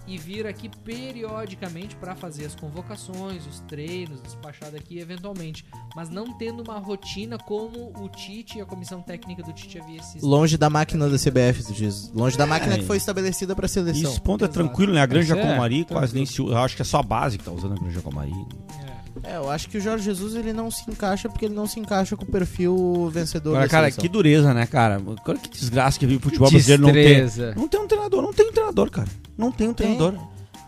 S3: e vir aqui periodicamente para fazer as convocações, os treinos, despachar daqui eventualmente, mas não tendo uma rotina como o Tite e a comissão técnica do Tite havia se
S4: Longe da máquina da CBF, tu diz. Longe
S2: É.
S4: da máquina que foi estabelecida pra
S2: E
S4: seleção.
S2: esse ponto é
S3: Exato.
S2: tranquilo, né? A Granja
S5: É,
S2: Comari quase nem se usa. Eu acho que é só a base que tá usando a Granja Comari.
S3: É.
S4: É, eu acho que o Jorge Jesus ele não se encaixa porque ele não se encaixa com o perfil vencedor
S2: Agora,
S4: da
S2: cara,
S4: seleção.
S2: que dureza, né, cara? Cara, que desgraça que vive o futebol brasileiro não tem.
S5: Destreza.
S2: Não tem um treinador, não tem um treinador, cara. Não tem um
S4: Tem.
S2: treinador.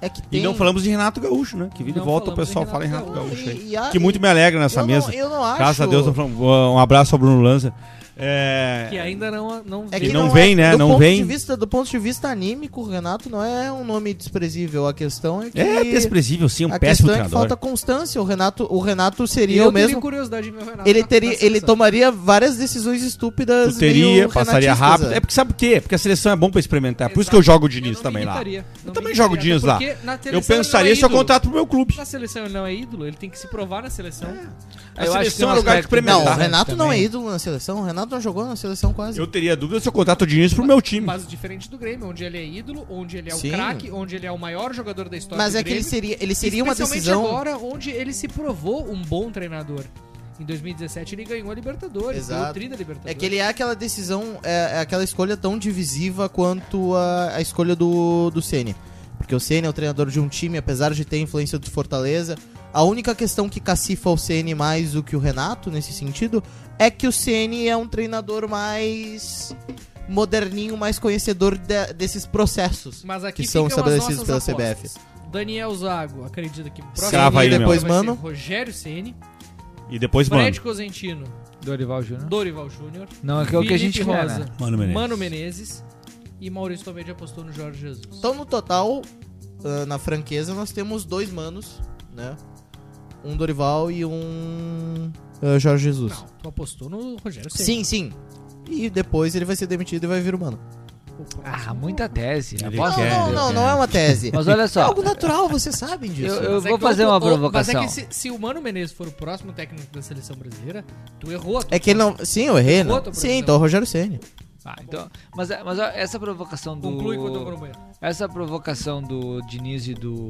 S4: É que
S2: E
S4: tem... um
S2: não falamos de Renato Gaúcho, né? Que vira e
S3: Não
S2: volta o
S3: falamos
S2: pessoal
S3: de
S2: fala em Renato
S3: Renato
S2: Gaúcho. aí.
S4: E- e a-
S2: Que muito me alegra nessa
S4: eu
S2: mesa.
S4: Não, eu não acho...
S2: Graças a Deus, nós falamos- um abraço ao Bruno Lanza. É,
S3: Que ainda não não
S4: É
S2: que
S3: veio.
S2: não vem, né?
S4: do
S2: Não
S4: ponto
S2: vem.
S4: De vista, do ponto de vista anímico, o Renato não é um nome desprezível. A questão é que...
S2: é desprezível, sim, um
S4: a
S2: péssimo
S4: questão é que
S2: treinador.
S4: falta constância. O Renato, o Renato
S3: E
S4: seria
S3: eu
S4: o mesmo...
S3: teria curiosidade em ver o Renato
S4: Ele,
S3: na-
S4: teria,
S3: na
S4: ele
S3: seleção.
S4: tomaria várias decisões estúpidas
S2: Tu teria,
S4: meio
S2: passaria
S4: renatistas,
S2: rápido.
S4: né?
S2: É porque sabe o quê? Porque a seleção é bom pra experimentar. É por isso
S3: Exato.
S2: que eu jogo o
S3: Eu
S2: Diniz
S3: não me
S2: também lá.
S3: irritaria,
S2: Eu
S3: não
S2: também
S3: me
S2: jogo o
S3: irritaria,
S2: Diniz
S3: até
S2: lá.
S3: porque na seleção
S2: Eu
S3: ele não
S2: pensaria
S3: é
S2: se eu
S3: ídolo.
S2: contrato pro meu clube.
S3: Na seleção ele não é ídolo, ele tem que se provar na seleção.
S2: A
S5: Eu acho que tem
S2: seleção
S5: um
S2: é lugar de
S5: aspecto-
S4: Não, o
S5: Verdade,
S2: experimentar.
S4: Renato não é
S5: também.
S4: ídolo na seleção. O Renato não jogou na seleção quase.
S2: Eu teria dúvida se eu contrato o Diniz pro meu time.
S3: Mas um diferente do Grêmio, onde ele é ídolo, onde ele é o
S4: Sim.
S3: craque, onde ele é o maior jogador da história
S4: Mas
S3: do
S4: é que ele
S3: Grêmio.
S4: seria, ele seria uma
S3: Especialmente
S4: decisão.
S3: agora, onde ele se provou um bom treinador. Em 2017 ele ganhou a Libertadores,
S4: Exato.
S3: ganhou o Tri da Libertadores.
S4: É que ele é aquela decisão, é, é aquela escolha tão divisiva quanto a, a escolha do, do Ceni. Porque o Ceni é o treinador de um time, apesar de ter influência do Fortaleza. A única questão que cacifa o Ceni mais do que o Renato, nesse sentido, é que o Ceni é um treinador mais moderninho, mais conhecedor de- desses processos.
S3: Mas aqui
S4: que são
S3: ficam as
S4: estabelecidos
S3: nossas
S4: pela
S3: apostas. Daniel Zago, acredita que o próximo
S2: Crava aí,
S3: treinador
S4: depois,
S3: vai ser
S4: mano.
S3: Rogério Ceni,
S2: E depois, mano.
S3: Fred Cosentino,
S5: Dorival Júnior.
S3: Dorival Júnior,
S5: Não, é que é o que a gente
S3: Felipe
S5: quer,
S3: Rosa,
S5: né?
S2: Mano Menezes.
S3: Mano Menezes e Maurício Tomedi apostou no Jorge Jesus.
S4: Então, no total, ah, na franqueza, nós temos dois manos, né? Um Dorival e um ah, Jorge Jesus.
S3: Não, tu apostou no Rogério Ceni.
S4: Sim, sim. E depois ele vai ser demitido e vai vir humano.
S5: Ah, muita tese.
S2: Ele
S5: Aposta
S2: quer,
S5: que
S4: não,
S5: ele
S4: não,
S5: quer.
S4: não é uma tese.
S5: Mas olha
S4: É
S5: só.
S4: algo natural, vocês sabem disso.
S5: Eu- eu-
S3: Mas é
S5: vou
S3: que tu-
S5: fazer uma
S3: o-
S5: provocação.
S3: Mas é que se, se o Mano Menezes for o próximo técnico da seleção brasileira, tu errou. Tu
S4: É que ele não. Sim, eu errei, não.
S3: Outra
S4: Sim,
S3: previsão.
S4: então é o Rogério Senna.
S5: Ah, então, mas, mas ó, essa provocação do.
S3: Conclui quando eu for no banheiro.
S5: Essa provocação do Diniz e do,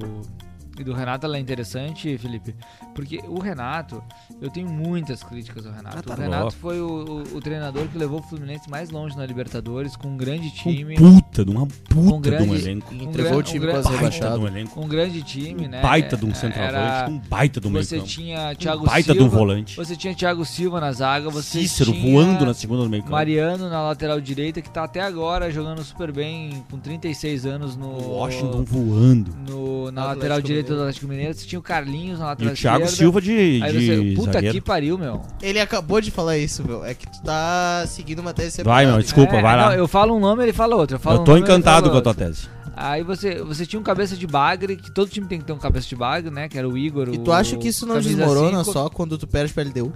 S5: e do Renato ela é interessante, Felipe, porque o Renato, eu tenho muitas críticas ao Renato.
S2: Ah, tá
S5: o Renato
S2: louco.
S5: foi o, o- o treinador que levou o Fluminense mais longe na Libertadores, com um grande
S2: Um
S5: time,
S2: puta de uma
S5: Um
S2: puta de
S5: grande-
S2: um elenco.
S4: E
S5: Um
S4: entregou
S5: gran-
S4: o time
S5: um gran-
S4: quase
S2: Baita de
S4: rebaixado.
S2: um elenco.
S5: com um grande time, né?
S2: Um baita de um
S5: É, era-
S2: centroavante. Um baita de um meio
S5: Você
S2: campo.
S5: tinha Thiago
S2: Um baita de
S5: Silva,
S2: um volante.
S5: você tinha Thiago Silva na zaga, você
S2: Cícero
S5: tinha
S2: voando na segunda do meio campo.
S5: Mariano na lateral direita, que tá até agora jogando super bem, com 36 anos no
S2: Washington voando.
S5: no, na
S4: Atlético
S5: lateral direita
S4: Mineiro.
S5: do Atlético Mineiro, você tinha o Carlinhos na
S2: E
S5: lateral
S2: o Thiago
S5: esquerda.
S2: Silva de,
S5: Aí
S2: de
S5: você, puta
S2: zagueiro.
S5: que pariu, meu.
S4: Ele acabou de falar isso, meu. É que tu tá seguindo uma tese
S2: Vai, meu,
S4: separada.
S2: desculpa,
S5: É,
S2: vai lá.
S5: não, eu falo um nome, ele fala outro. Eu, falo
S2: Eu
S5: um
S2: tô
S5: nome, ele
S2: encantado
S5: fala
S2: com a tua
S5: outro.
S2: tese.
S5: Aí você, você tinha um cabeça de bagre, que todo time tem que ter um cabeça de bagre, né? Que era o Igor.
S4: E
S5: o-
S4: tu acha que isso não
S5: camisa
S4: desmorona
S5: cinco.
S4: só quando tu perde pra LDU?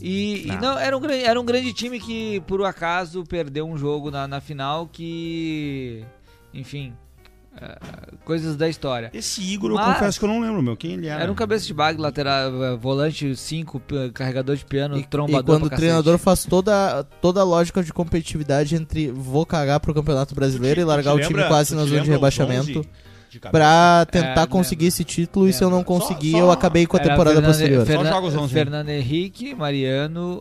S5: E, e não, era, um, gran- era um grande time que, por acaso, perdeu um jogo na, na final que. Enfim. eh, coisas da história.
S2: Esse Igor, eu
S5: Mas-
S2: confesso que eu não lembro, meu. Quem ele era?
S5: Era um cabeça de bag, lateral, eh, volante 5, carregador de piano,
S4: E,
S5: trombador
S4: e quando o
S5: pra
S4: treinador
S5: cacete.
S4: faz toda, toda a lógica de competitividade entre vou cagar pro Campeonato Brasileiro e largar o time quase na zona de rebaixamento pra tentar
S5: É,
S4: conseguir esse título e se eu não conseguir,
S2: só-
S4: eu acabei com a
S5: Era
S4: temporada
S5: Fernande-
S4: posterior.
S5: Fernan-
S2: Só jogos 11, né?
S5: Fernando Henrique, Mariano,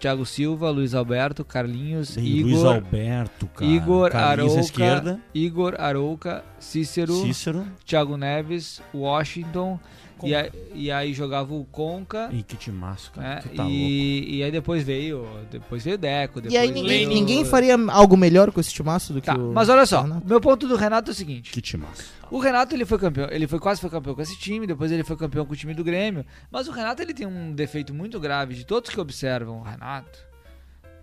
S5: Thiago Silva, Luiz Alberto, Carlinhos,
S2: Bem,
S5: Igor,
S2: Luiz Alberto, cara.
S5: Igor
S2: Carlinhos à
S5: Arouca,
S2: esquerda,
S5: Igor Arouca, Cícero,
S2: Cícero.
S5: Thiago Neves, Washington, e aí, e aí jogava o Conca.
S2: Ih, que timaço, cara.
S5: né?
S2: Tu tá louco.
S5: e, e aí depois veio, depois veio Deco, depois
S4: E aí
S5: veio-
S4: ninguém, ninguém faria algo melhor com esse timaço do que
S5: Tá,
S4: o...
S5: mas olha só,
S4: Renato.
S5: meu ponto do Renato é o seguinte:
S2: Que timaço.
S5: o Renato ele foi campeão, ele foi quase foi campeão com esse time, depois ele foi campeão com o time do Grêmio. Mas o Renato ele tem um defeito muito grave de todos que observam o Renato.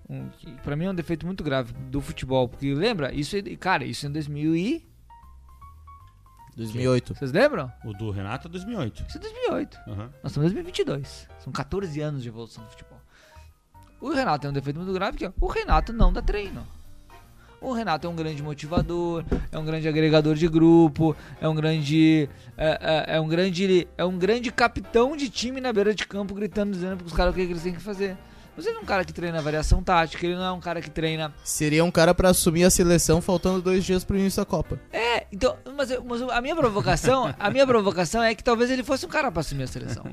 S5: Um, que pra mim é um defeito muito grave do futebol, porque lembra isso, é- cara, isso em 2000 e
S4: 2008.
S5: vocês lembram?
S2: O do Renato é 2008.
S5: Isso é 2008.
S2: Aham.
S5: Nós estamos em 2022. São 14 anos de evolução do futebol. O Renato tem um defeito muito grave que é o Renato não dá treino. O Renato é um grande motivador, é um grande agregador de grupo, é um grande é, é- é um grande é um grande capitão de time na beira de campo gritando dizendo para os caras o que que eles têm que fazer. Mas ele não é um cara que treina variação tática, ele não é um cara que treina
S4: Seria um cara pra assumir a seleção faltando dois dias pro início da Copa.
S5: É, então, mas, eu- mas a minha provocação, a minha provocação é que talvez ele fosse um cara pra assumir a seleção.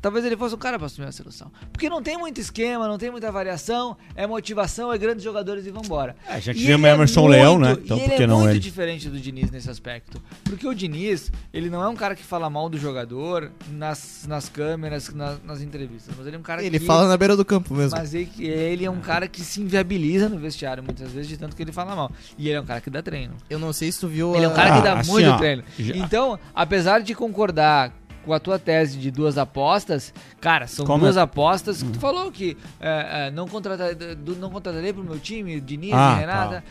S5: Talvez ele fosse um cara pra assumir a seleção. Porque não tem muito esquema, não tem muita variação, é motivação, é grandes jogadores e vambora.
S2: É, já
S5: E
S2: tivemos
S5: ele é
S2: Emerson
S5: muito-
S2: Leão, né?
S5: e
S2: Então
S5: ele
S2: por que
S5: é
S2: não
S5: muito
S2: ele?
S5: diferente do Diniz nesse aspecto. Porque o Diniz, ele não é um cara que fala mal do jogador nas, nas câmeras, na- nas entrevistas. Mas ele é um cara
S4: Ele
S5: que...
S4: fala na beira do campo mesmo.
S5: Mas é que ele é um cara que se inviabiliza no vestiário muitas vezes, de tanto que ele fala mal. E ele é um cara que dá treino.
S4: Eu não sei se tu viu
S5: Ele é um
S4: a-
S5: cara que
S2: Ah,
S5: dá
S2: assim,
S5: muito
S2: ó,
S5: treino.
S2: já-
S5: Então, apesar de concordar com a tua tese de duas apostas, cara, são
S2: Como
S5: duas
S2: é?
S5: apostas que tu falou que é, é, não, contrata, do- não contratarei pro meu time, Diniz,
S2: Ah,
S5: Renata,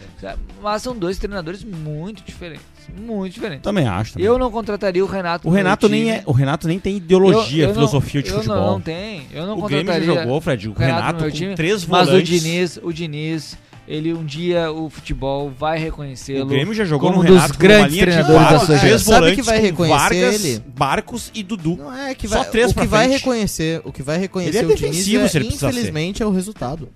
S5: mas são dois treinadores muito diferentes, muito diferentes.
S2: Também acho. também.
S5: Eu não contrataria o Renato.
S2: Então, tá O Renato, nem é, o Renato nem tem ideologia, filosofia de
S5: Eu não,
S2: futebol.
S5: não tem, eu não
S2: o Grêmio
S5: contrataria.
S2: já jogou, Fred. O
S5: Renato no
S2: Renato,
S5: meu
S2: com
S5: time,
S2: três
S5: mas
S2: volantes.
S5: o Diniz, o Diniz, ele um dia o futebol vai
S2: O
S5: reconhecê-lo.
S2: Grêmio já jogou
S5: como um
S2: no
S5: dos
S2: Renato com uma
S5: grandes
S2: linha de
S5: treinadores da
S2: quatro,
S4: sua
S2: três
S4: geração. Sabe
S2: volantes
S4: que vai
S2: com
S4: reconhecer
S2: Vargas,
S4: ele?
S2: Barcos e Dudu.
S4: Não é que
S2: Só
S4: vai.
S2: três
S4: o
S2: pra
S4: que vai
S2: frente.
S4: reconhecer, o que vai reconhecer
S2: Ele é
S4: o Diniz
S2: defensivo, se ele precisar ser.
S4: infelizmente é o resultado.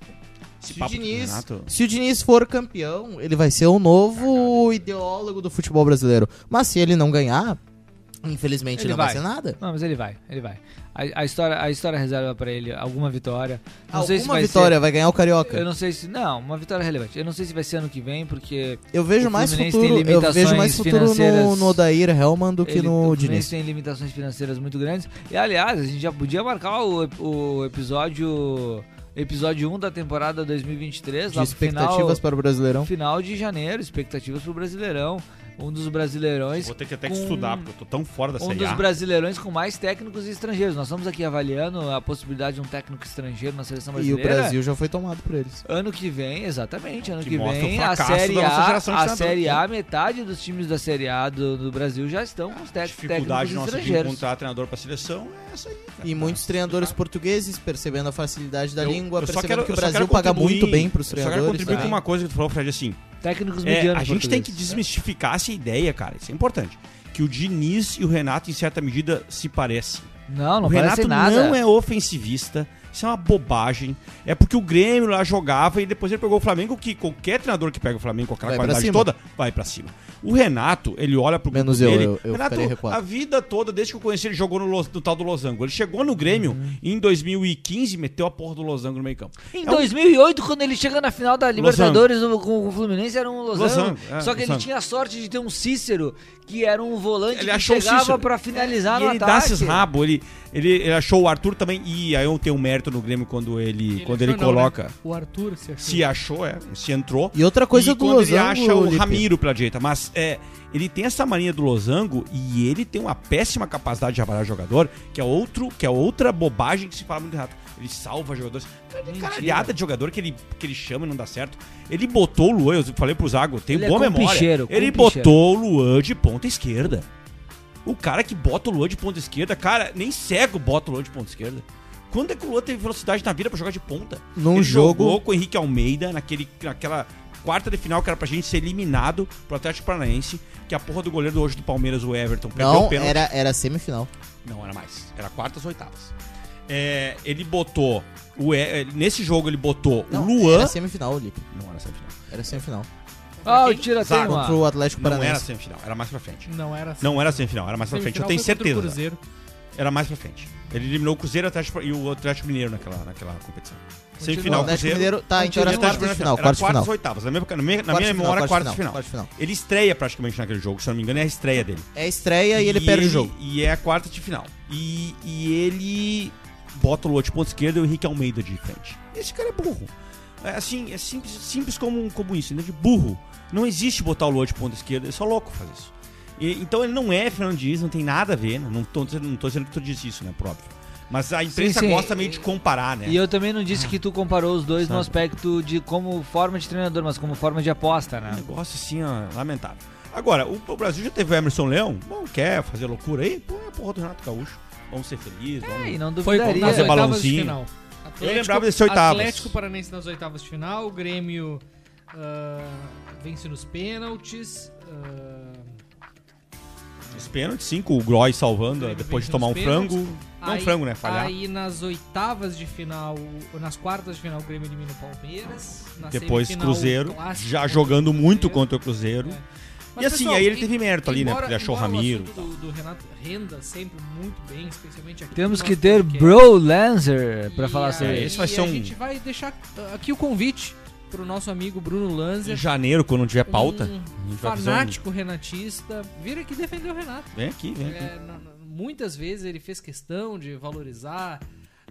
S2: Esse
S4: Se o,
S2: papo do
S4: Diniz,
S2: Renato-
S4: se o Diniz for campeão, ele vai ser o novo ideólogo do futebol brasileiro. Mas se ele não ganhar, infelizmente
S5: Ele
S4: não
S5: vai.
S4: vai ser nada.
S5: Não, mas ele vai, ele vai. A, a história, a história reserva pra ele alguma vitória. Não sei se
S4: Alguma
S5: vai
S4: vitória vai ganhar o
S5: Ser, eu
S4: carioca.
S5: não sei se não, uma vitória relevante. Eu não sei se vai ser ano que vem porque
S4: Eu vejo
S5: o
S4: mais
S5: Fluminense tem
S4: futuro, eu vejo
S5: limitações
S4: mais futuro no,
S5: financeiras.
S4: no Odair Hellman do que
S5: ele- o
S4: no
S5: Fluminense
S4: Diniz.
S5: tem limitações financeiras muito grandes. E aliás, a gente já podia marcar o, ep- o episódio episódio 1 da temporada 2023,
S4: De
S5: lá pro final,
S4: expectativas um. para o Brasileirão.
S5: final de janeiro, expectativas pro Brasileirão, um dos brasileirões
S2: Vou ter que até
S5: com-
S2: que estudar, porque eu tô tão fora dessa
S5: um dos
S2: IA.
S5: brasileirões com mais técnicos estrangeiros. Nós estamos aqui avaliando a possibilidade de um técnico estrangeiro na seleção
S4: E o
S5: brasileira.
S4: Brasil já foi tomado por eles.
S5: Ano que vem, exatamente, ano
S2: Que
S5: que,
S2: mostra o
S5: vem, a
S2: fracasso da
S5: Série
S2: nossa
S5: A,
S2: geração de né?
S5: a
S2: treinadores,
S5: Série A, metade dos times da Série A do, do Brasil já estão com os
S2: A
S5: tec- técnicos
S2: dificuldade nossa de
S5: estrangeiros.
S2: encontrar treinador pra seleção é essa aí. cara.
S4: E muitos treinadores portugueses percebendo a facilidade da
S2: Eu-
S4: língua,
S2: eu só
S4: percebendo
S2: quero-
S4: que o
S2: eu só
S4: Brasil
S2: quero
S4: paga
S2: contribuir-
S4: muito bem pros
S2: eu Só quero
S4: treinadores. né?
S2: contribuir com
S4: também.
S2: uma coisa que tu falou, Fred, assim.
S5: Técnicos
S2: É,
S5: medianos.
S2: a gente tem que
S5: portugueses.
S2: desmistificar essa ideia, cara. Isso é importante. Que o Diniz e o Renato, em certa medida, se parecem.
S5: Não, não
S2: o
S5: parece
S2: Renato
S5: nada.
S2: não é ofensivista. Isso é uma bobagem. É porque o Grêmio lá jogava e depois ele pegou o Flamengo, que qualquer treinador que pega o Flamengo com aquela
S4: Vai pra
S2: qualidade
S4: cima.
S2: toda, vai pra cima. O Renato, ele olha pro
S4: Menos
S2: grupo
S4: eu,
S2: dele.
S4: eu- eu
S2: Renato,
S4: ficaria recuado.
S2: a vida toda, desde que eu conheci ele, jogou no, Los- no tal do Losango. Ele chegou no Grêmio
S4: Uhum.
S2: e em 2015 meteu a porra do Losango no meio campo.
S5: Em
S2: É um-
S5: 2008, quando ele chega na final da Libertadores no- com o Fluminense, era um Losango.
S2: Losango, é,
S5: só que ele
S2: Losango.
S5: tinha a sorte de ter um Cícero, que era um volante
S2: Ele
S5: que
S2: achou o
S5: chegava
S2: Cícero.
S5: pra finalizar
S4: Tá
S2: E
S5: no
S2: ele dá
S5: ataque.
S2: esses rabos, ele, ele, ele achou o Arthur também. E aí eu tenho um mérito no Grêmio quando ele, quando ele
S3: achou não,
S2: coloca.
S3: né? O Arthur se achou.
S2: Se achou, é, se entrou.
S4: E outra coisa
S2: e
S4: do
S2: quando ele
S4: Losango,
S2: acha o
S4: Lipe,
S2: Ramiro pela direita, mas é, ele tem essa mania do losango e ele tem uma péssima capacidade de avaliar jogador, que é outro, que é outra bobagem que se fala muito errado. Ele salva jogadores. Cara, de
S5: Mentira.
S2: caralhada de jogador que ele, que ele chama e não dá certo. Ele botou o Luan, eu falei pro Zago, eu tenho
S5: Ele é
S2: boa memória.
S5: compicheiro,
S2: ele
S5: compicheiro.
S2: botou o Luan de ponta esquerda. O cara que bota o Luan de ponta esquerda, cara, nem cego bota o Luan de ponta esquerda. Quando é que o Luan teve velocidade na vida pra jogar de ponta?
S4: Num
S2: ele
S4: jogo-
S2: jogou com o Henrique Almeida naquele, naquela quarta de final que era pra gente ser eliminado pro Atlético Paranaense, que a porra do goleiro hoje do Palmeiras, o Everton, perdeu o
S4: Não,
S2: pênalti.
S4: era, era semifinal.
S2: Não, era mais. Era quartas, oitavas. É, ele botou. O, E- eh, nesse jogo ele botou
S4: Não,
S2: o Luan.
S4: Era semifinal, Olipe.
S2: Não era semifinal.
S4: Era semifinal.
S5: Ah, o tira tem
S2: Zago
S5: lá.
S4: Contra o Atlético
S2: Não era
S4: Paranaense.
S2: semifinal, era mais pra frente.
S3: Não era assim.
S2: Não era semifinal, era mais pra frente. Eu
S3: Semifinal
S2: tenho
S3: foi contra o
S2: certeza.
S3: Cruzeiro.
S2: Era mais pra frente. Ele eliminou o Cruzeiro Atlético- e o Atlético Mineiro naquela, naquela competição. Semifinal,
S4: o Atlético
S2: Cruzeiro.
S4: Mineiro.
S5: Ah,
S4: Tá,
S2: e
S4: então era
S2: Atlético
S4: quartas de
S2: Paranaense.
S4: final,
S2: Era
S4: quartas de final.
S2: quartas, oitavas. Na minha, na minha- na minha
S4: Quartas de final,
S2: memória, quartas
S4: quartas
S2: de final.
S4: de final.
S2: Ele estreia praticamente naquele jogo, se eu não me engano, é a estreia dele.
S4: É estreia e ele perde o jogo.
S2: E é a quarta de final. E, e ele bota o Lua de ponta esquerda e o Henrique Almeida de frente. Esse cara é burro. É assim, é simples, simples como, como isso, né? De burro. Não existe botar o Lua de ponta esquerda, é só louco fazer isso. E- então ele não é Fernando Diniz, não tem nada a ver, né? Não tô, dizendo- não tô dizendo que tu diz isso, né? Próprio. Mas a imprensa
S5: sim.
S2: gosta meio de comparar, né?
S5: E eu também não disse que tu comparou os dois no
S2: Sabe.
S5: aspecto de como forma de treinador, mas como forma de aposta,
S2: Um
S5: né?
S2: negócio assim, ó, lamentável. Agora, o, o Brasil já teve o Emerson Leão. Bom, quer fazer loucura aí? Pô, é a porra do Renato Gaúcho. Vamos ser felizes.
S5: É,
S2: vamos...
S5: e não
S3: Foi é contra
S5: duvidaria.
S3: as
S2: Fazer
S3: oitavas de
S2: balãozinho.
S3: final. Atlético,
S2: lembrava desse oitavas.
S3: Atlético Paranense nas oitavas de final, o Grêmio ah, vence nos pênaltis. ah,
S2: Os pênaltis, 5, o Groy salvando
S3: Grêmio
S2: depois de
S3: vence
S2: tomar um
S3: nos pênaltis.
S2: frango. Não
S3: aí-
S2: frango, né? Falhar.
S3: Aí nas oitavas de final, ou nas quartas de final, o Grêmio elimina o Palmeiras. Na
S2: depois
S3: semifinal,
S2: Cruzeiro,
S3: o clássico
S2: já
S3: contra o
S2: jogando muito
S3: Cruzeiro.
S2: contra o Cruzeiro.
S3: É.
S2: E assim, aí ele teve mérito ali, né? Porque ele achou o
S3: embora
S2: Ramiro.
S3: assunto Do, do Renato renda sempre muito bem, especialmente aqui.
S5: Temos
S3: no
S5: que
S3: nosso
S5: ter
S3: podcast.
S5: Bro
S2: É,
S5: Lancer pra
S3: E
S5: falar
S3: aí,
S5: sobre
S2: esse
S5: É, isso.
S2: vai ser um-
S3: A gente vai deixar uh, aqui o convite pro nosso amigo Bruno
S2: Em
S3: Lanzer.
S2: janeiro, quando não tiver pauta, a
S3: Um
S2: gente vai fazer
S3: fanático renatista. Vira aqui defender o Renato.
S2: um... Vem aqui, vem aqui.
S3: É, na- na- muitas vezes ele fez questão de valorizar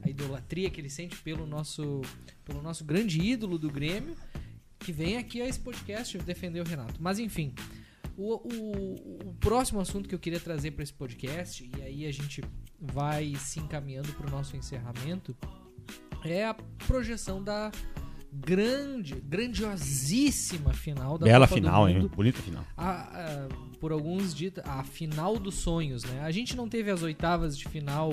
S3: a idolatria que ele sente pelo nosso, pelo nosso grande ídolo do Grêmio, que vem aqui a esse podcast defender o Renato. Mas enfim, o, o- o próximo assunto que eu queria trazer para esse podcast, e aí a gente vai se encaminhando para o nosso encerramento, é a projeção da grande, grandiosíssima final da
S2: Bela
S3: Copa
S2: final,
S3: do
S2: hein?
S3: Mundo
S2: Bonita final.
S3: a- a- por alguns dita a final dos sonhos, né? A gente não teve as oitavas de final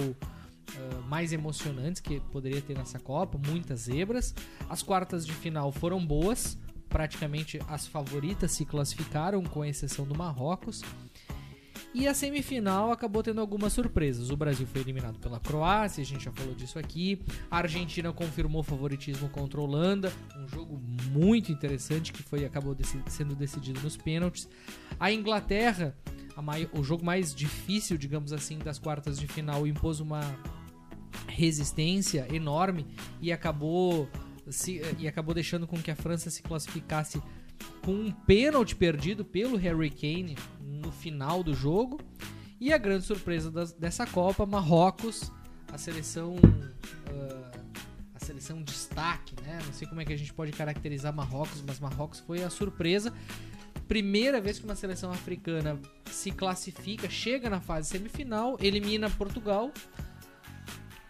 S3: ah, mais emocionantes que poderia ter nessa Copa, muitas zebras. As quartas de final foram boas, praticamente as favoritas se classificaram, com exceção do Marrocos. E a semifinal acabou tendo algumas surpresas. O Brasil foi eliminado pela Croácia, a gente já falou disso aqui. A Argentina confirmou favoritismo contra a Holanda, um jogo muito interessante que foi acabou deci- sendo decidido nos pênaltis. A Inglaterra, a mai- o jogo mais difícil, digamos assim, das quartas de final, impôs uma resistência enorme e acabou se- e acabou deixando com que a França se classificasse com um pênalti perdido pelo Harry Kane no final do jogo. E a grande surpresa das- dessa Copa, Marrocos, a seleção ah, a seleção destaque, né? Não sei como é que a gente pode caracterizar Marrocos, mas Marrocos foi a surpresa. Primeira vez que uma seleção africana se classifica, chega na fase semifinal, elimina Portugal.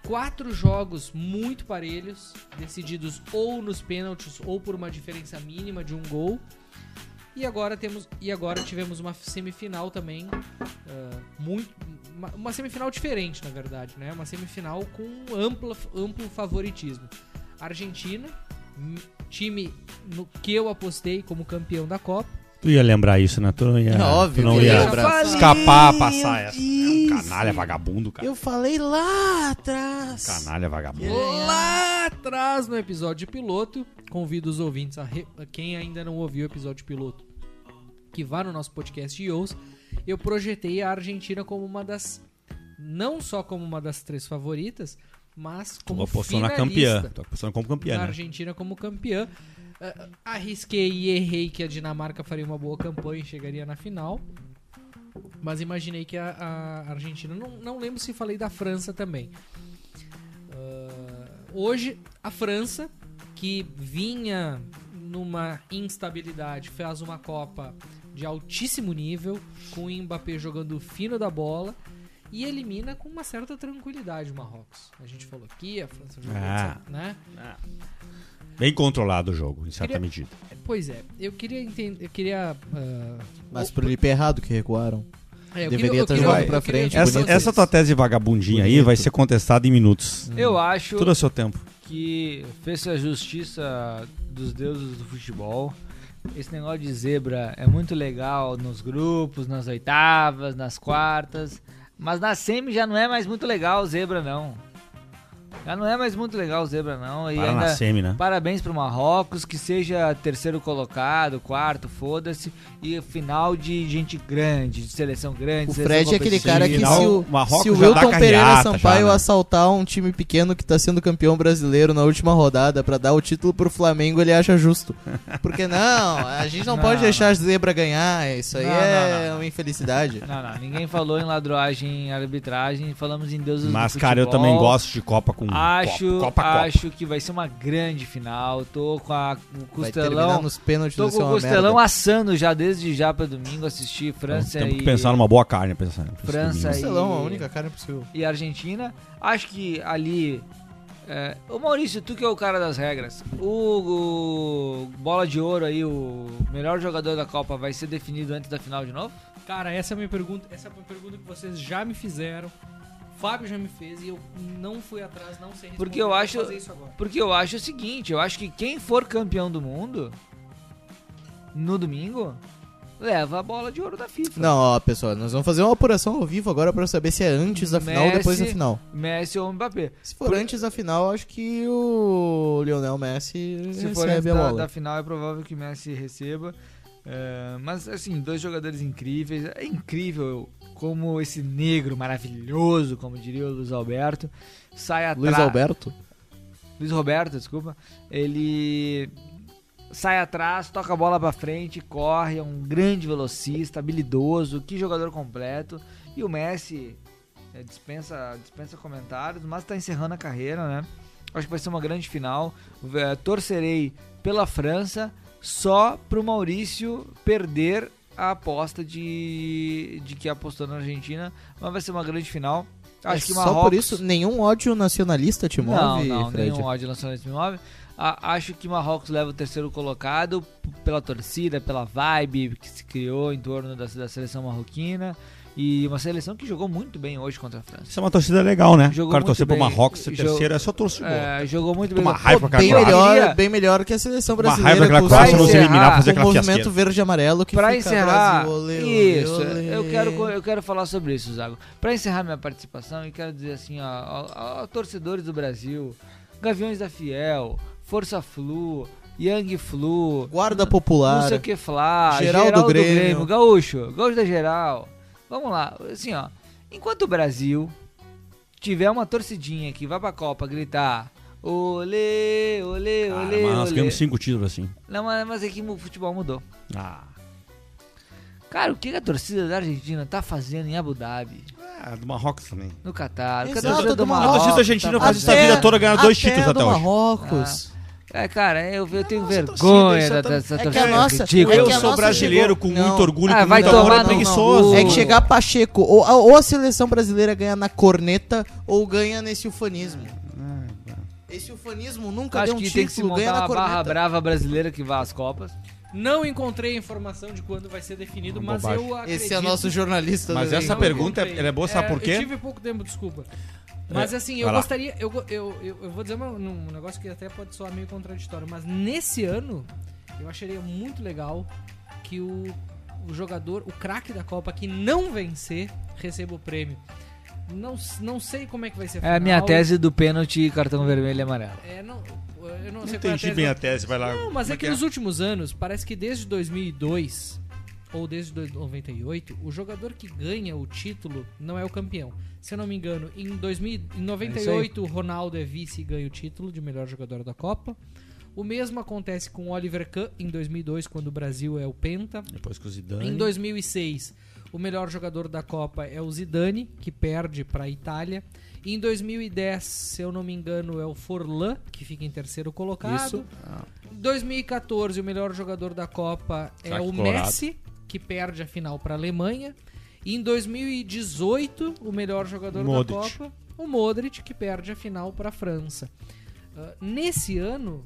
S3: Quatro jogos muito parelhos, decididos ou nos pênaltis ou por uma diferença mínima de um gol. E agora temos e agora tivemos uma semifinal também ah, muito uma, uma semifinal diferente, na verdade, né? Uma semifinal com ampla, amplo favoritismo. Argentina, m- time no que eu apostei como campeão da Copa.
S2: Tu ia lembrar isso, né? Tu ia,
S4: É óbvio
S2: tu não
S4: que
S2: ia
S4: ia lembrar.
S2: escapar, passar essa. É um canalha vagabundo, cara.
S4: Eu falei lá atrás.
S2: Canalha vagabundo.
S3: Lá atrás no episódio piloto, convido os ouvintes a re- a quem ainda não ouviu o episódio piloto, que vá no nosso podcast e ouça. Eu projetei a Argentina como uma das não só como uma das três favoritas, mas
S2: Tu
S3: como
S2: apostou na
S3: finalista.
S2: campeã. Tu apostou como campeã,
S3: na
S2: né?
S3: Argentina como campeã. Ah, Arrisquei e errei que a Dinamarca faria uma boa campanha e chegaria na final. Mas imaginei que a, a Argentina. Não, não lembro se falei da França também. Ah, hoje, a França, que vinha numa instabilidade, faz uma Copa de altíssimo nível, com o Mbappé jogando fino da bola. E elimina com uma certa tranquilidade o Marrocos. A gente falou aqui, a França jogou,
S2: Ah.
S3: né?
S2: Bem controlado o jogo, em certa
S3: Queria-
S2: medida.
S3: Pois é, eu queria entender, eu queria ah,
S4: Mas pro Lipe é errado que recuaram.
S3: é, eu
S4: Deveria
S3: queria- eu
S4: ter
S3: queria-
S2: jogado
S3: eu queria tota-,
S4: pra frente,
S3: dizer
S2: Essa,
S3: pra
S4: bonito.
S2: essa tua
S3: vocês.
S2: tese vagabundinha aí
S4: Bonito.
S2: vai ser contestada em minutos.
S5: Eu acho
S2: Tudo a seu tempo.
S5: que fez a justiça dos deuses do futebol. Esse negócio de zebra é muito legal nos grupos, nas oitavas, nas quartas. Mas na semi já não é mais muito legal zebra, não. Já não é mais muito legal zebra, não. E
S6: Para na
S5: ainda,
S6: semi, né?
S5: Parabéns pro Marrocos, que seja terceiro colocado, quarto, foda-se. E final de gente grande, de seleção grande.
S4: O
S5: seleção
S4: Fred é aquele cara que se
S5: competitiva.
S4: o,
S6: Marrocos
S4: se o
S5: tá
S6: já dá
S4: Wilton Pereira
S6: carreata
S4: Sampaio
S6: já, né?
S4: assaltar um time pequeno que tá sendo campeão brasileiro na última rodada pra dar o título pro Flamengo, ele acha justo. Porque não, a gente não,
S5: Não,
S4: pode
S5: não.
S4: deixar a zebra ganhar, isso aí
S5: Não,
S4: é
S5: não, não.
S4: uma infelicidade.
S5: Não, não, ninguém falou em ladroagem em arbitragem, falamos em deuses do
S6: Mas, cara, eu
S5: um futebol.
S6: também gosto de Copa com
S5: Acho,
S6: Copa, Copa,
S5: acho que vai ser uma grande final. Tô com a, o
S4: Vai terminar
S5: Costelão.
S4: nos pênaltis
S5: Tô
S4: vai ser
S5: com o
S4: uma
S5: Costelão
S4: merda.
S5: assando já desde já pra domingo assistir
S6: Copa.
S5: França
S6: Temos
S5: e,
S6: Então, que pensar numa boa carne, pensar.
S5: França aí.
S4: Costelão, a única cara possível.
S5: e Argentina. Acho que ali. É, ô Maurício, tu que é o cara das regras. O, o bola de ouro aí, o melhor jogador da Copa, vai ser definido antes da final de novo?
S3: Cara, essa é a minha pergunta. Essa é uma pergunta que vocês já me fizeram. Fábio já me fez e eu não fui atrás, não sei responder.
S5: Porque eu
S3: vou
S5: acho-
S3: fazer isso agora.
S5: Porque eu acho o seguinte, eu acho que quem for campeão do mundo no domingo leva a bola de ouro da FIFA.
S4: Não, ó, pessoal, nós vamos fazer uma apuração ao vivo agora pra saber se é antes da final ou depois da
S5: Messi-
S4: final.
S5: Messi ou Mbappé.
S4: Se for antes da final, acho que o Lionel Messi
S5: Se for antes
S4: recebe a
S5: da,
S4: bola.
S5: da final, é provável que Messi receba. É, mas, assim, dois jogadores incríveis. É incrível como esse negro maravilhoso, como diria o Luiz Alberto, sai atrás.
S4: Luiz Alberto?
S5: Luiz Roberto, desculpa. Ele sai atrás, toca a bola pra frente, corre, é um grande velocista, habilidoso, que jogador completo. E o Messi é, dispensa, dispensa comentários, mas tá encerrando a carreira, né? Acho que vai ser uma grande final. É, torcerei pela França só pro Maurício perder a aposta de, de que apostou na Argentina, mas vai ser uma grande final. Acho
S4: É
S5: que
S4: Só por
S5: Marrocos-
S4: isso, nenhum ódio nacionalista te move,
S5: não, não,
S4: Fred?
S5: nenhum ódio nacionalista me move. A- acho que Marrocos leva o terceiro colocado p- pela torcida, pela vibe que se criou em torno da, da seleção marroquina. E uma seleção que jogou muito bem hoje contra a França.
S6: Isso é uma torcida legal, né?
S5: Jogou
S6: o cara
S5: muito
S6: torcer pro
S5: bem.
S6: Marrocos ser
S5: Jogou-
S6: terceiro é só torcer é,
S5: É, jogou muito bem.
S6: Uma raiva aquela
S4: Bem
S6: Croácia.
S4: melhor,
S5: Queria-
S4: bem melhor que a seleção
S6: Uma
S4: brasileira.
S6: raiva daquela
S4: com
S6: Croácia
S5: vai
S6: não se
S5: encerrar
S6: eliminar, fazer
S4: com o
S6: aquela
S4: movimento
S6: fiasqueira.
S4: verde e amarelo que
S5: Pra
S4: fica
S5: encerrar,
S4: Brasil, olê, olê,
S5: isso, é,
S4: olê.
S5: eu quero co- eu quero falar sobre isso, Zago. Pra encerrar minha participação, eu quero dizer assim, ó, ó, ó, torcedores do Brasil, Gaviões da Fiel, Força Flu, Young Flu,
S4: Guarda Popular.
S5: Não sei o que Flá,
S4: Geral
S5: Geral,
S4: do
S5: do,
S4: Grêmio.
S5: Grêmio. Gaúcho, Gaúcho da Geral. Vamos lá, assim ó, enquanto o Brasil tiver uma torcidinha que vai pra Copa gritar olê, olê,
S6: Cara,
S5: olê,
S6: Ah, mas nós
S5: olê.
S6: ganhamos cinco títulos assim.
S5: Não, mas mas é que o futebol mudou.
S6: Ah,
S5: Cara, o que que a torcida da Argentina tá fazendo em Abu Dhabi,
S6: é, do Marrocos também.
S5: no Catar? O que a
S4: Exato, do
S5: torcida do
S4: Marrocos.
S5: Marrocos? tá
S6: A Argentina
S5: faz
S6: isso a vida toda, ganhar dois títulos
S4: do
S6: até hoje.
S4: Marrocos.
S5: É, cara, eu, eu tenho
S6: nossa
S5: vergonha
S6: torcida, isso é
S5: da,
S6: tão-
S5: dessa
S4: é que a
S5: torcida.
S4: nossa-
S5: ridícula.
S4: é que
S6: eu
S4: a
S6: sou
S4: nossa
S6: brasileiro
S4: chegou-
S6: com
S4: Não.
S6: muito orgulho,
S5: Ah,
S6: com
S5: vai
S6: muito amor,
S5: tomar
S6: é
S5: no-
S6: preguiçoso.
S5: no-
S4: É que chegar Pacheco, ou, a- ou a seleção brasileira ganha na corneta, ou ganha nesse ufanismo. Esse ufanismo nunca
S5: Ah, tá. Acho
S4: deu um
S5: que tem que se
S4: título, ganha
S5: montar
S4: na
S5: uma barra
S4: corneta.
S5: brava brasileira que vá às Copas.
S3: Não encontrei a informação de quando vai ser definido,
S2: Uma
S3: mas
S2: bobagem.
S3: eu acredito...
S4: Esse é nosso jornalista.
S2: Mas
S4: do
S2: essa
S4: elenco.
S2: pergunta é, ela é boa, sabe
S3: É,
S2: por
S3: Eu
S2: quê? É,
S3: tive pouco tempo, desculpa. Mas assim, eu
S2: vai lá.
S3: gostaria. Eu, go- eu, eu, eu vou dizer uma- um negócio que até pode soar meio contraditório, mas nesse ano eu acharia muito legal que o, o jogador, o craque da Copa que não vencer, receba o prêmio. Não, s- não sei como é que vai ser a
S5: É a minha
S3: final.
S5: tese do pênalti, cartão vermelho e amarelo.
S3: É, não, eu não,
S2: Não
S3: sei qual é a
S2: entendi
S3: tese
S2: bem
S3: do-
S2: a tese, vai lá.
S3: não, mas
S2: Como
S3: é que nos últimos anos, parece que desde 2002 ou desde 98, o jogador que ganha o título não é o campeão. Se eu não me engano, em 2000 em
S5: É
S3: 98 o Ronaldo é vice e ganha o título de melhor jogador da Copa. O mesmo acontece com o Oliver Kahn em 2002, quando o Brasil é o penta.
S6: Depois com o Zidane.
S3: Em 2006, o melhor jogador da Copa é o Zidane, que perde para a Itália. Em 2010, se eu não me engano, é o Forlan, que fica em terceiro colocado.
S4: Isso.
S3: Em 2014, o melhor jogador da Copa é
S6: Craque
S3: o
S6: colorado.
S3: Messi, que perde a final para a Alemanha. E em 2018, o melhor jogador da
S6: Modric.
S3: Copa, o Modric, que perde a final para a França. Ah, nesse ano,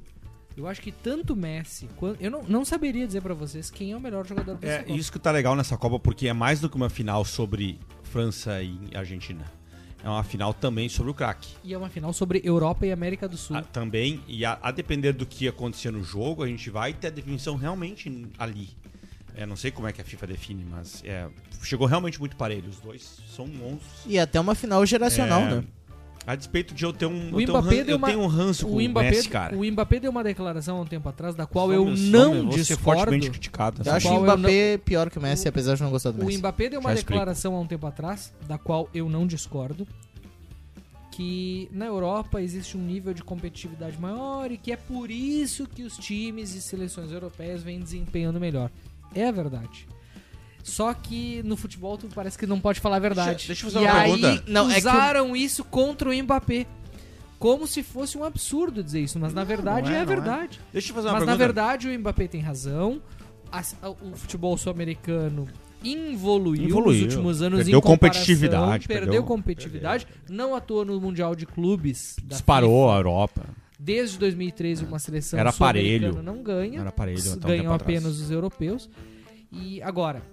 S3: eu acho que tanto o Messi, quan- eu não, não saberia dizer para vocês quem é o melhor jogador da
S6: É, isso que tá legal nessa Copa, porque é mais do que uma final sobre França e Argentina.
S2: é uma final também sobre o craque.
S3: E é uma final sobre Europa e América do Sul.
S2: Ah, também, e a, a depender do que acontecer no jogo, a gente vai ter a definição realmente n- ali. É, não sei como é que a FIFA define, mas é, chegou realmente muito parelho. Os dois são monstros.
S4: E até uma final geracional,
S2: É,
S4: né?
S2: A despeito de eu ter um,
S3: O
S2: eu tenho um,
S3: Mbappé
S2: ran-
S3: deu
S2: eu
S3: uma-
S2: tenho um ranço com
S3: O
S2: o
S3: Mbappé,
S2: Messi, cara.
S3: o Mbappé deu uma declaração há um tempo atrás, da qual
S2: Só
S3: eu
S2: meu- só
S3: não
S2: meu, vou ser
S3: discordo.
S2: é fortemente criticado. assim.
S4: Eu
S2: essa
S4: acho
S3: qual
S4: o
S3: eu
S4: Mbappé é pior que o Messi, apesar de não gostar do
S3: O
S4: Messi.
S3: Mbappé deu uma
S2: Já explico.
S3: declaração há um tempo atrás, da qual eu não discordo, que na Europa existe um nível de competitividade maior e que é por isso que os times e seleções europeias vêm desempenhando melhor. É a verdade. Só que no futebol tu parece que não pode falar a verdade.
S2: Deixa- deixa eu fazer
S3: e
S2: uma
S3: aí
S2: pergunta.
S4: Não, é que
S3: usaram isso contra o Mbappé. Como se fosse um absurdo dizer isso, mas na verdade
S2: não é,
S3: é, a
S2: não é.
S3: verdade.
S2: Deixa eu fazer uma
S3: Mas na
S2: pergunta.
S3: verdade o Mbappé tem razão. As- a- o futebol sul-americano evoluiu, nos
S2: Evoluiu.
S3: últimos anos
S2: Perdeu
S3: em comparação,
S2: competitividade,
S3: Perdeu,
S2: perdeu-
S3: competitividade. Não à toa no Mundial de Clubes. da
S2: Disparou a
S3: FIFA.
S2: Europa.
S3: Desde 2013 uma seleção
S2: Era
S3: sul-americana
S2: parelho.
S3: Não ganha.
S2: Era parelho. até um tempo
S3: ganham
S2: atrás.
S3: apenas os europeus. E agora...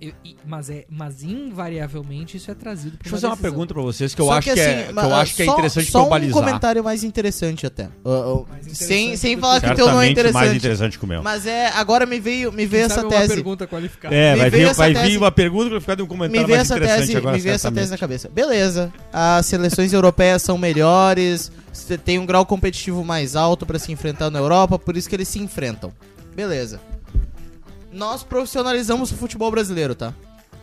S3: eu- e- mas, é, mas invariavelmente isso é trazido por
S2: Deixa eu fazer uma
S3: decisão.
S2: pergunta pra vocês que eu,
S4: Só
S2: acho, que é, que
S4: assim,
S2: eu
S4: ah,
S2: acho que é
S4: só-
S2: interessante
S4: só
S2: globalizar.
S4: um comentário mais interessante até. Ah, ah,
S3: Mais
S4: sem
S3: interessante
S4: sem
S3: do
S4: falar que o
S3: que-
S4: teu não é
S2: Certamente mais
S4: interessante.
S2: interessante que o meu.
S4: Mas é, agora me veio, me
S3: Quem
S4: veio essa
S3: sabe uma
S4: tese.
S3: pergunta qualificada.
S2: É,
S4: Me
S2: vai,
S4: veio
S2: vir,
S4: essa
S2: vai
S4: tese-
S2: vir uma pergunta qualificada e um comentário
S4: Me veio
S2: mais
S4: essa
S2: interessante
S4: tese,
S2: agora.
S4: me veio essa
S2: certamente.
S4: tese na cabeça. Beleza, as seleções europeias são melhores, você tem um grau competitivo mais alto pra se enfrentar na Europa, por isso que eles se enfrentam. Beleza. Nós profissionalizamos o futebol brasileiro, tá?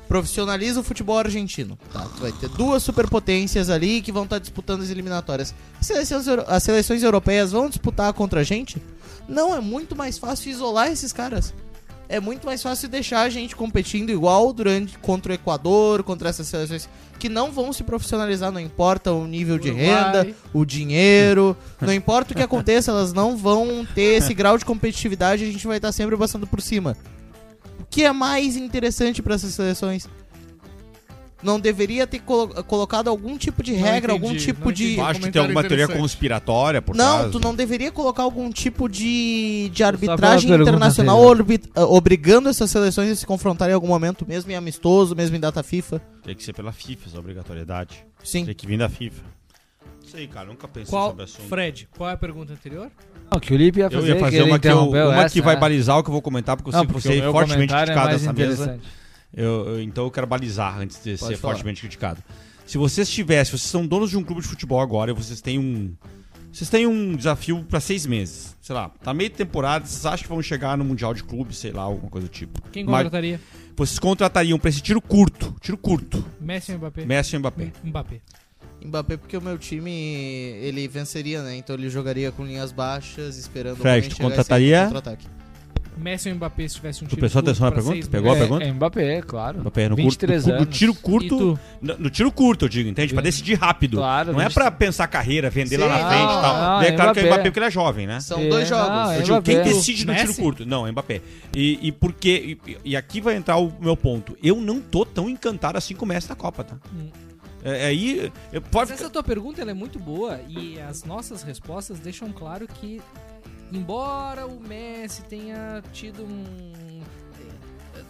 S4: Profissionaliza o futebol argentino. Tá? Tu vai ter duas superpotências ali que vão estar disputando as eliminatórias. As seleções, euro- as seleções europeias vão disputar contra a gente? Não, é muito mais fácil isolar esses caras é muito mais fácil deixar a gente competindo igual durante contra o Equador, contra essas seleções que não vão se profissionalizar, não importa o nível de
S3: Uruguai.
S4: renda, o dinheiro, não importa o que aconteça, elas não vão ter esse grau de competitividade, a gente vai estar sempre passando por cima. O que é mais interessante para essas seleções? Não deveria ter colo- colocado algum tipo de
S3: Não
S4: regra,
S3: entendi,
S4: algum tipo
S3: não
S4: de
S3: entendi.
S2: Tu acha que tem alguma teoria conspiratória por
S4: não,
S2: trás? né?
S4: tu não deveria colocar algum tipo de, de
S3: pela
S4: arbitragem
S3: pergunta
S4: internacional
S3: dele.
S4: orbi- ah, obrigando essas seleções a se confrontar em algum momento, mesmo em amistoso, mesmo em data FIFA.
S2: Tem que ser pela FIFA, essa obrigatoriedade.
S4: Sim.
S2: Tem que vir da FIFA. Não sei, cara, nunca pensei
S3: Qual,
S2: sobre assunto.
S3: Fred, qual é a pergunta anterior?
S5: Não, que o Lipe ia
S2: Eu
S5: fazer,
S2: ia fazer
S5: ele
S2: uma que, eu-
S5: interrompeu
S2: uma
S5: essa,
S2: que vai
S5: né?
S2: balizar o que eu vou comentar, porque eu sei que você é fortemente criticado nessa mesa. Eu- eu- então eu quero balizar antes de ser
S4: falar.
S2: fortemente criticado. Se vocês tivessem, vocês são donos de um clube de futebol agora e vocês têm um. Vocês têm um desafio pra seis meses. Sei lá, tá meio temporada, vocês acham que vão chegar no Mundial de Clube, sei lá, alguma coisa do tipo.
S3: Quem
S2: Mas
S3: contrataria?
S2: vocês contratariam pra esse tiro curto, tiro curto,
S3: Messi ou Mbappé?
S2: Messi e Mbappé.
S3: Mbappé.
S4: Mbappé, porque o meu time, ele venceria, né? Então ele jogaria com linhas baixas, esperando
S2: Fred,
S4: alguém
S2: tu
S4: chegar e sair
S2: contrataria?
S4: no contra-ataque.
S3: Messi ou Mbappé se tivesse um
S2: Tu
S3: time.
S2: prestou
S3: curto
S2: atenção na
S3: pra
S2: pergunta?
S3: seis
S2: Pegou a
S3: meses?
S2: pergunta?
S5: É, é Mbappé, claro.
S2: Mbappé no
S5: 23
S2: curto, no, cu- no
S5: anos.
S2: tiro
S3: E
S2: curto,
S3: tu?
S2: no, no tiro curto, eu digo, entende? Pra
S5: Vinte-
S2: decidir rápido.
S5: Claro,
S2: não é
S5: vinte-
S2: pra pensar carreira, vender lá
S4: Sim,
S2: na frente e
S4: não,
S2: tal.
S5: não,
S2: Daí é claro que é o
S5: Mbappé.
S2: Mbappé porque ele é jovem, né?
S4: São
S5: É,
S4: dois
S5: não,
S4: jogos.
S5: é
S2: Eu digo, quem
S5: Mbappé.
S2: decide no tiro
S3: Messi?
S2: curto? Não, é Mbappé. E, e porque. E, e aqui vai entrar o meu ponto. Eu não tô tão encantado assim com o Messi da Copa, tá?
S3: Hum.
S2: É, é aí. eu-
S3: Mas
S2: pode
S3: essa
S2: ficar-
S3: tua pergunta ela é muito boa e as nossas respostas deixam claro que, embora o Messi tenha tido um.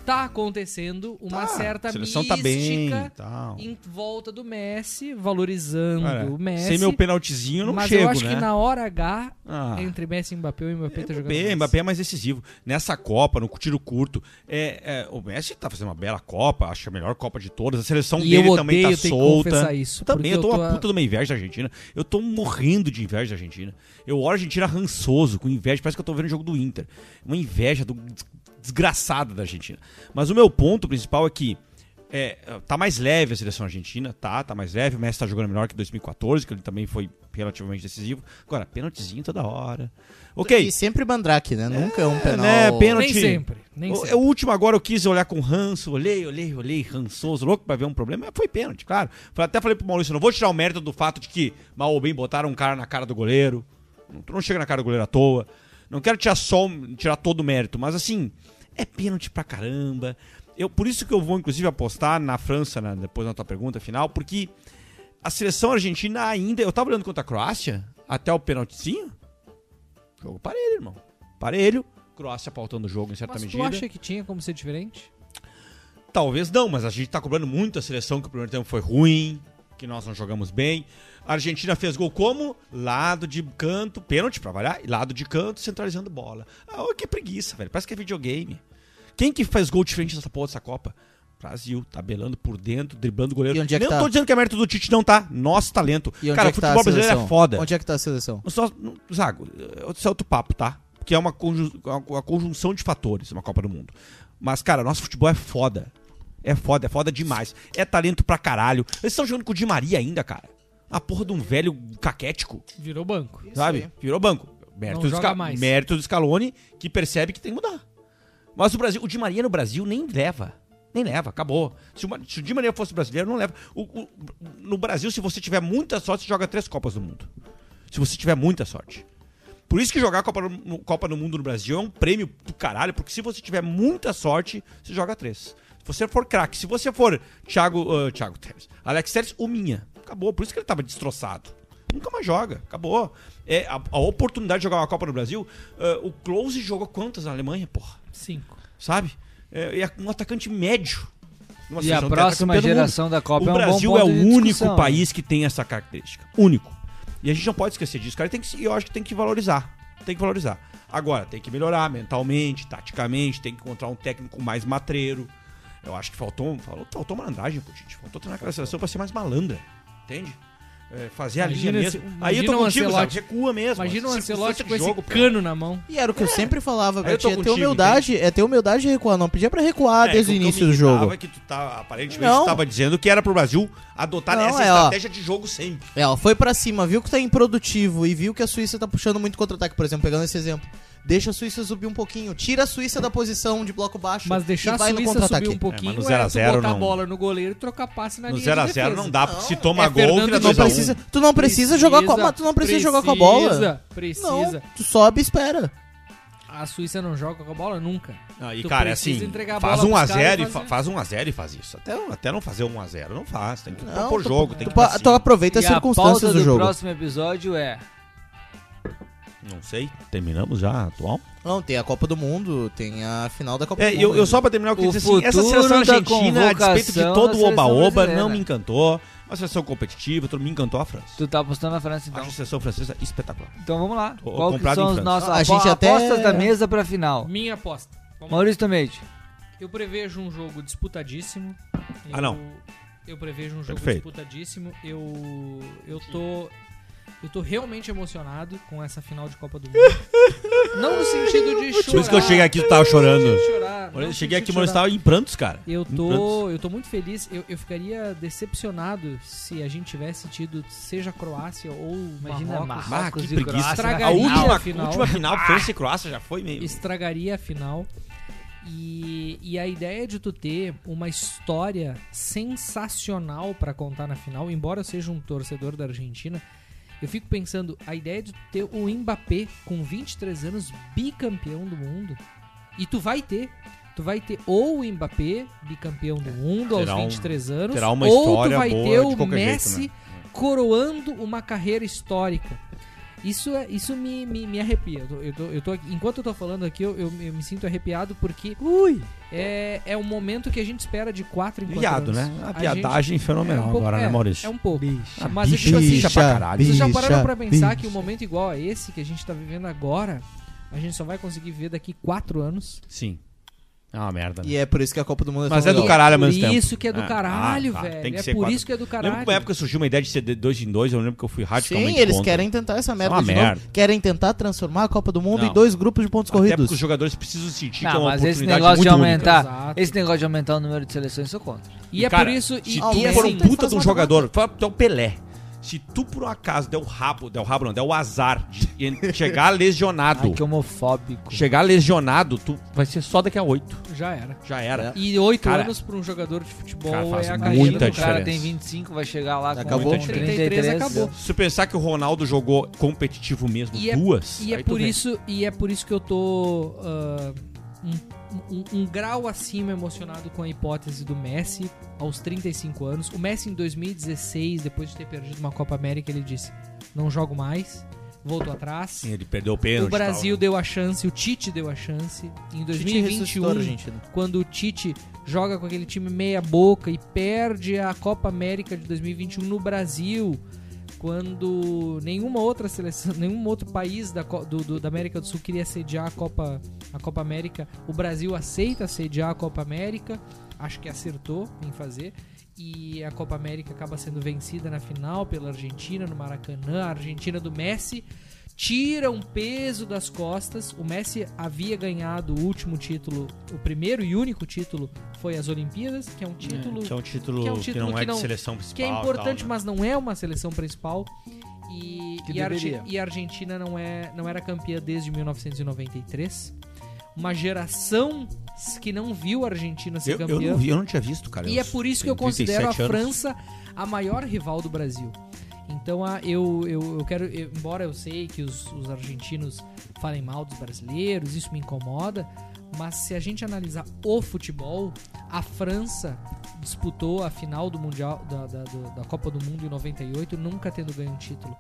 S3: Tá acontecendo uma
S2: Ah,
S3: certa
S2: a seleção tá bem.
S3: mística
S2: Tal.
S3: em volta do Messi, valorizando
S2: Cara,
S3: o Messi.
S2: Sem meu penaltizinho eu não
S3: mas
S2: chego,
S3: eu acho
S2: né?
S3: que na hora H,
S2: Ah.
S3: entre Messi e Mbappé, o Mbappé tá jogando.
S2: Mbappé,
S3: mais.
S2: Mbappé é mais decisivo. Nessa Copa, no tiro curto, é, é, o Messi tá fazendo uma bela Copa, acho a melhor Copa de todas. A seleção
S3: E
S2: dele
S3: eu
S2: também
S3: odeio
S2: tá
S3: ter que
S2: solta.
S3: confessar isso,
S2: também,
S3: porque
S2: Tá, eu tô,
S3: eu tô
S2: uma
S3: a-
S2: puta de uma inveja da Argentina. Eu tô morrendo de inveja da Argentina. Eu olho a Argentina rançoso, com inveja. Parece que eu tô vendo o jogo do Inter. Uma inveja do- des- desgraçada da Argentina. Mas o meu ponto principal é que é, tá mais leve a seleção argentina, tá, tá mais leve. O Messi tá jogando melhor que 2014, que ele também foi relativamente decisivo. Agora, pênaltizinho toda hora. Ok.
S4: E sempre Mandrake, né? Nunca é um penal.
S2: né, pênalti.
S3: Nem sempre. Nem
S2: O,
S3: sempre.
S2: é o último agora eu quis olhar com ranço, olhei, olhei, olhei, rançoso, louco pra ver um problema, mas foi pênalti, claro. Falei- Até falei pro Maurício, não vou tirar o mérito do fato de que mal ou bem botaram um cara na cara do goleiro. Não- Tu não chega na cara do goleiro à toa. Não quero tirar só, o- tirar todo o mérito, mas assim, é pênalti pra caramba. Eu, por isso que eu vou, inclusive, apostar na França, na- depois na tua pergunta final, porque a seleção argentina ainda. Eu tava olhando contra a Croácia até o pênaltizinho. Jogo parelho, irmão. Parelho. Croácia pautando o jogo em certa
S3: Mas tu
S2: medida.
S3: acha que tinha como ser diferente?
S2: Talvez não, mas a gente tá cobrando muito a seleção que o primeiro tempo foi ruim, que que nós não jogamos bem. A Argentina fez gol como? Lado de canto, pênalti pra variar, e lado de canto, centralizando bola. Ah, ô, que preguiça, velho. Parece que é videogame. Quem que faz gol diferente nessa porra dessa Copa? Brasil, tabelando por dentro, driblando o goleiro.
S4: E onde é que
S2: não
S4: tá?
S2: tô dizendo que é mérito do Tite, não tá. Nosso talento.
S4: E onde
S2: Cara,
S4: é que tá
S2: futebol
S4: a seleção?
S2: brasileiro é foda.
S4: Onde é que tá a seleção?
S2: Mas Só, não- Zago, eh, isso é outro papo, tá? Que é uma, conju- uma conjunção de fatores, uma Copa do Mundo. Mas, cara, nosso futebol é foda. É foda, é foda demais. É talento pra caralho. Eles estão jogando com o Di Maria ainda, cara. A porra de um velho caquético,
S3: Virou banco.
S2: sabe?
S4: aí.
S2: Virou banco. Mérito,
S3: Não
S2: do,
S3: joga
S2: Sca-
S3: mais.
S2: mérito do Scaloni, que percebe que tem que mudar. Mas o Brasil, o Di Maria no Brasil nem leva. Nem leva, acabou. Se, uma- se o Di Maria fosse brasileiro, não leva. O- o- no Brasil, se você tiver muita sorte, você joga três Copas do Mundo. Se você tiver muita sorte. Por isso que jogar Copa no, Copa no Mundo no Brasil é um prêmio do caralho, porque se você tiver muita sorte, você joga três. Se você for craque, se você for Thiago, ah, Thiago Teres, Alex Teres, o minha. Acabou, por isso que ele tava destroçado. Nunca mais joga, acabou. É, a, a oportunidade de jogar uma Copa no Brasil, ah, o Close jogou quantas na Alemanha, porra?
S3: Cinco.
S2: Sabe? É, e a- um atacante médio. Numa
S5: E a
S2: seleção
S5: próxima
S2: tetracampeã do mundo.
S5: geração da Copa
S2: O
S5: é um
S2: Brasil
S5: bom
S2: é
S5: ponto
S2: o
S5: de
S2: único
S5: discussão. né?
S2: país que tem essa característica. Único. E a gente não pode esquecer disso, cara. Tem que, se- eu acho que tem que valorizar. Tem que valorizar. Agora, tem que melhorar mentalmente, taticamente, tem que encontrar um técnico mais matreiro. Eu acho que faltou, faltou, faltou malandragem pro Tite. Faltou treinar aquela seleção pra ser mais malandra. Entende? É, fazer a
S3: Imagina
S2: linha
S3: esse-
S2: mesmo. Aí eu
S3: imagina
S2: tô
S3: um
S2: contigo, sabe?
S3: Ancelotti.
S2: Recua mesmo.
S3: Imagina o
S2: Essa
S3: Ancelotti
S2: circunstância
S3: com
S2: de
S3: esse
S2: jogo, pô.
S3: cano na mão.
S4: E era o que eu sempre falava,
S2: Aí eu
S4: pra
S2: tô
S4: ti, é ter
S2: contigo,
S4: humildade, é ter humildade de recuar, não pedia pra recuar desde
S2: É, que
S4: o
S2: que
S4: início
S2: eu
S4: do
S2: me
S4: jogo.
S2: irritava é que tu tá, aparentemente
S4: Não.
S2: tu tava dizendo que era pro Brasil adotar
S4: Não,
S2: essa
S4: é, ó.
S2: estratégia de jogo sempre.
S4: É, ó, foi pra cima, viu que tá improdutivo e viu que a Suíça tá puxando muito contra-ataque, por exemplo, pegando esse exemplo. Deixa a Suíça subir um pouquinho, tira a Suíça da posição de bloco baixo
S3: Mas
S4: e
S3: deixar a
S4: vai no
S3: Suíça
S4: contra-ataque.
S3: subir um pouquinho,
S2: É, mas no
S3: tu
S2: 0 a 0
S3: botar a
S2: não-
S3: bola no goleiro e trocar passe na
S2: No
S3: linha 0 é de
S2: 0x0
S3: defesa.
S2: não dá, porque se
S4: Não,
S2: toma
S3: é
S2: gol,
S3: Fernando
S2: vira
S4: Tu não
S2: 2 a 1
S4: precisa, tu não precisa jogar com a, tu não precisa jogar com a bola.
S3: Precisa,
S4: Não,
S3: precisa.
S4: tu sobe e espera.
S3: A Suíça não joga com a bola nunca.
S2: Ah, e
S3: Tu
S2: cara,
S3: precisa
S2: assim,
S3: entregar a
S2: faz
S3: bola
S2: 1 a
S3: pros
S2: 0 e
S3: caras e
S2: fa-
S3: fazer.
S2: faz 1 a 0 e faz isso. Até, até não fazer 1 a 0 não faz, tem que
S4: Não,
S2: propor
S4: tu-
S2: jogo, tem
S4: Tu,
S2: que assim.
S4: pa-
S2: pra
S4: tu
S2: cima.
S4: aproveita as
S5: E a pauta
S4: circunstâncias do jogo.
S5: próximo episódio é...
S2: Não sei. Terminamos já atual?
S4: Não, tem a Copa do Mundo, tem a final da Copa
S2: É,
S4: do
S2: eu,
S4: Mundo.
S2: eu só pra terminar, eu queria
S5: O
S2: dizer assim, essa
S5: futuro
S2: seleção
S5: da
S2: argentina, a despeito de
S5: convocação
S2: todo
S5: da
S2: o
S5: seleção
S2: oba-oba,
S5: brasileira.
S2: não me encantou. Uma seleção competitiva, tudo me encantou a França.
S5: Tu tá apostando na França, então.
S2: Acho a seleção francesa espetacular.
S5: Então vamos lá.
S2: Tô
S5: Qual que
S2: comprado em
S5: são as
S2: França.
S5: nossas
S4: A
S5: apo-
S4: gente até-
S5: apostas da mesa pra final?
S3: Minha aposta. Vamos lá.
S5: Maurício Tomate.
S3: Eu prevejo um jogo disputadíssimo.
S2: Ah,
S3: Eu-
S2: não.
S3: Eu prevejo um jogo
S2: Perfeito.
S3: disputadíssimo. Eu eu tô eu tô realmente emocionado com essa final de Copa do Mundo. não no sentido de chorar.
S2: Por isso que eu cheguei aqui, tu tava chorando.
S3: chorar, não
S2: Olha, eu cheguei
S3: no sentido
S2: aqui, mano,
S3: de
S2: eu
S3: chorar.
S2: estava em prantos, cara.
S3: Eu
S2: Em prantos.
S3: tô, eu tô muito feliz. Eu, eu ficaria decepcionado se a gente tivesse tido, seja Croácia ou
S5: Imagina
S3: Marrocos.
S2: Ah,
S5: Marrocos
S2: que
S5: e
S2: preguiça.
S5: Croácia na
S2: A
S3: Estragaria
S5: final.
S2: última,
S3: final.
S2: última final, França e Croácia, já foi meio...
S3: estragaria a final. E, e a ideia de tu ter uma história sensacional pra contar na final, embora eu seja um torcedor da Argentina, eu fico pensando, a ideia de tu ter o Mbappé com 23 anos bicampeão do mundo, e tu vai ter, tu vai ter ou o Mbappé bicampeão do mundo
S2: terá
S3: aos
S2: um-
S3: 23 anos,
S2: terá uma
S3: ou tu
S2: história
S3: vai
S2: boa de
S3: ter
S2: qualquer
S3: o
S2: jeito, né?
S3: Messi coroando uma carreira histórica. Isso, é, isso me, me, me arrepia. Eu tô, eu tô- eu tô aqui- enquanto eu tô falando aqui, eu, eu, eu me sinto arrepiado porque é, é um momento que a gente espera de quatro em quatro
S2: Viado,
S3: anos.
S2: né? Uma
S3: A
S2: piadagem
S3: gente- é um
S2: fenomenal
S3: pouco-
S2: agora,
S3: é,
S2: né, Maurício?
S3: É um pouco.
S2: Ah,
S3: Mas eu
S2: bicha,
S3: digo assim,
S2: bicha pra caralho.
S3: Vocês já pararam pra pensar
S4: bicha.
S3: que um momento igual a esse que a gente tá vivendo agora, a gente só vai conseguir ver daqui quatro anos?
S2: Sim. É uma merda. né?
S4: E é por isso que a Copa do Mundo é
S2: Mas
S4: tão
S2: é do
S4: legal.
S2: caralho ao
S3: por
S2: mesmo tempo.
S3: isso que é do
S2: Ah,
S3: caralho,
S2: ah, tá.
S3: velho.
S2: Tem que
S3: é
S2: ser
S3: por
S2: quatro.
S3: isso que é do caralho.
S2: Lembro que uma época surgiu uma ideia de ser de dois em dois, eu lembro que eu fui radicalmente
S4: Sim, eles
S2: contra. é
S4: querem tentar essa merda
S2: uma
S4: de novo.
S2: merda.
S4: Querem tentar transformar a Copa do Mundo
S2: Não.
S4: em dois grupos de pontos
S2: Até porque os
S4: corridos.
S2: jogadores precisam sentir que é
S5: Não,
S2: uma
S5: mas esse
S2: oportunidade
S5: negócio de
S2: muito única.
S5: aumentar,
S3: Exato.
S5: esse negócio de aumentar o número de seleções, eu sou contra.
S3: E é
S2: Cara,
S3: por isso.
S2: Se
S3: E,
S2: tu
S3: e
S4: alguém
S2: for
S3: assim,
S2: um
S4: tem que
S2: puta de
S4: fazer
S2: um
S4: uma
S2: jogador, fala pro teu Pelé. Se tu por um acaso der o rabo, der o rabo não, der o azar de en- chegar lesionado,
S5: Ai, que homofóbico.
S2: chegar lesionado, tu vai ser só daqui a oito.
S3: já era.
S2: Já era.
S3: E oito
S2: Cara,
S3: anos pra um jogador de futebol
S2: cara, faz
S3: é a carreira
S5: Imagina,
S2: muita
S3: do
S5: o cara
S2: diferença.
S5: tem 25, vai chegar lá
S4: Acabou.
S5: com 33,
S3: 33,
S4: É.
S3: acabou.
S2: Se tu pensar que o Ronaldo jogou competitivo mesmo
S3: E é-
S2: duas,
S3: E é,
S2: aí tu
S3: por
S2: vê.
S3: isso, e é por isso que eu tô ah, um, um- um grau acima emocionado com a hipótese do Messi aos 35 anos. O Messi em 2016, depois de ter perdido uma Copa América, ele disse: Não jogo mais, voltou atrás.
S2: Ele perdeu o pênalti.
S3: O Brasil
S2: e
S3: deu a chance, o Tite deu a chance. Em
S4: Tite
S2: um
S4: ressuscitou
S3: 2021,
S4: a Argentina.
S3: quando o Tite joga com aquele time meia boca e perde a Copa América de 2021 no Brasil, quando nenhuma outra seleção, nenhum outro país da, Co- do- do- da América do Sul queria sediar a Copa, a Copa América, o Brasil aceita sediar a Copa América, acho que acertou em fazer. E a Copa América acaba sendo vencida na final pela Argentina, no Maracanã, a Argentina do Messi tira um peso das costas. O Messi havia ganhado o último título, o primeiro e único título foi as Olimpíadas, que é um
S2: tal, né? Que é um
S3: título
S2: título
S3: que
S2: que,
S3: é um título
S2: não
S3: que
S2: é
S3: não-
S2: de seleção principal.
S3: que é
S2: e tal,
S3: importante,
S2: né?
S3: mas não é uma seleção principal. E,
S5: Que
S3: e a Arge-
S5: deveria.
S3: e a Argentina não, é, não era campeã desde 1993. Uma geração que não viu a Argentina ser
S2: Eu, eu,
S3: campeã.
S2: não vi, eu não tinha visto, cara.
S3: E é por isso que eu
S2: tenho
S3: considero a
S2: 37 anos.
S3: França a maior rival do Brasil. Então a- eu, eu, eu quero, eu- embora eu sei que os, os argentinos falem mal dos brasileiros, isso me incomoda, mas se a gente analisar o futebol, a França disputou a final do mundial da, da- do- da Copa do Mundo em 98, nunca tendo ganho um título.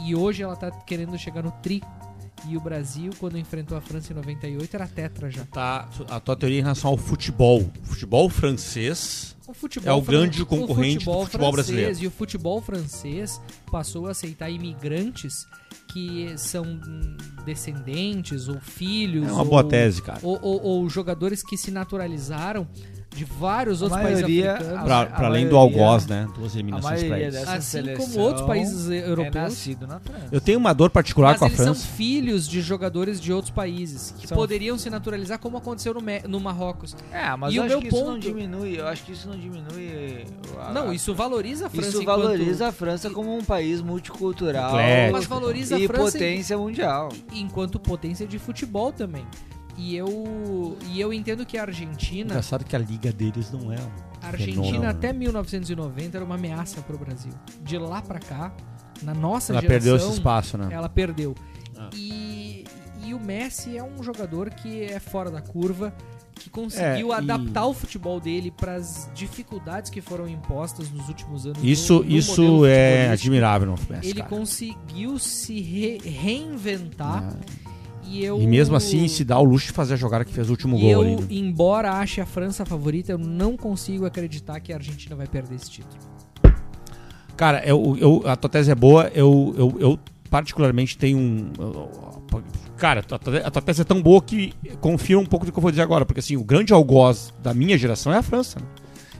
S3: E hoje ela tá querendo chegar no tri. E o Brasil, quando enfrentou a França em 98, era tetra já.
S2: Tá, a tua teoria em relação ao futebol. Futebol francês.
S3: O futebol
S2: É o
S3: fran-
S2: grande concorrente do futebol
S3: francês,
S2: brasileiro.
S3: E o futebol francês passou a aceitar imigrantes que são hum, descendentes ou filhos.
S7: É uma
S3: ou,
S7: boa tese, cara.
S3: Ou, ou- ou jogadores que se naturalizaram de vários
S5: A
S3: outros
S5: maioria-
S3: países
S5: a-
S3: africanos.
S7: Pra,
S5: ma-
S7: pra além do
S5: maioria-
S7: algoz, né?
S2: Duas
S5: A
S2: eliminações pra
S5: maioria
S2: eles.
S5: dessa
S3: Assim como
S5: seleção
S3: outros países
S5: É
S3: europeus.
S5: nascido na França.
S2: Eu tenho uma dor particular
S3: mas
S2: com a
S3: eles são
S2: França.
S3: filhos de jogadores de outros países que
S5: São-
S3: poderiam se naturalizar, como aconteceu no, Me- no Marrocos.
S5: É, mas
S3: E
S5: eu
S3: o
S5: acho
S3: meu
S5: que isso não
S3: ponto-
S5: diminui. Eu acho que isso não diminui. a-
S3: Não, isso valoriza a França.
S5: Ah, Isso
S3: enquanto-
S5: valoriza a França como um país multicultural
S2: Eclético.
S3: Mas valoriza
S5: e
S3: a França em-
S5: potência mundial.
S3: enquanto potência de futebol também. E eu, e eu entendo que a Argentina,
S2: Engraçado que a liga deles não é. um
S3: a Argentina
S2: fenômeno.
S3: até 1990 era uma ameaça pro Brasil. De lá pra cá, na nossa
S2: Ela
S3: geração, é
S2: perdeu esse espaço, né?
S3: ela perdeu.
S2: Ah.
S3: E, e o Messi é um jogador que é fora da curva, que
S2: É,
S3: conseguiu
S2: e-
S3: adaptar o futebol dele para as dificuldades que foram impostas nos últimos anos.
S2: Isso,
S3: no- no um modelo
S2: isso é
S3: futebolístico.
S2: admirável no FPS,
S3: Ele
S2: cara.
S3: conseguiu se re- reinventar e eu
S2: Ah. E mesmo assim se dá o luxo de fazer a jogada que fez o último
S3: E
S2: gol
S3: eu,
S2: ali. né?
S3: embora ache a França a favorita, eu não consigo acreditar que a Argentina vai perder esse título.
S2: Cara, eu, eu- a tua tese é boa. Eu, eu, eu particularmente tenho um. Cara, a tua, a tua tese é tão boa que confia um pouco do que eu vou dizer agora. Porque assim, o grande algoz da minha geração é a França. né?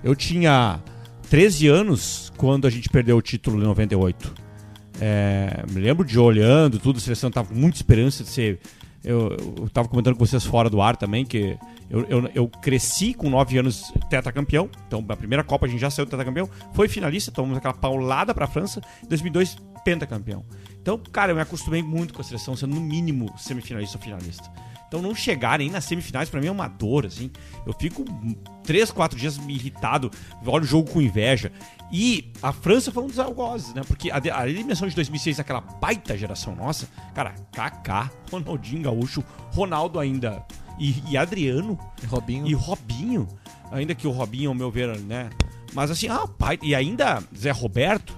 S2: Eu tinha 13 anos quando a gente perdeu o título em 98. É, me lembro de olhando tudo, a seleção tava com muita esperança de ser. Eu, eu tava comentando com vocês fora do ar também que eu, eu, eu cresci com 9 anos tetacampeão, então na primeira Copa a gente já saiu tetacampeão, foi finalista, tomamos aquela paulada pra França, em 2002 pentacampeão. Então, cara, eu me acostumei muito com a seleção sendo no mínimo semifinalista ou finalista. Então não chegar nem nas semifinais pra mim é uma dor, assim. Eu fico três, quatro dias me irritado, olho o jogo com inveja. E a França foi um dos algozes, né? Porque a, de- a eliminação de 2006 daquela baita geração nossa, cara, Kaká, Ronaldinho Gaúcho, Ronaldo ainda e, e Adriano
S4: Robinho.
S2: e Robinho, ainda que o Robinho, ao meu ver, né? Mas assim, ah, pai, e ainda Zé Roberto,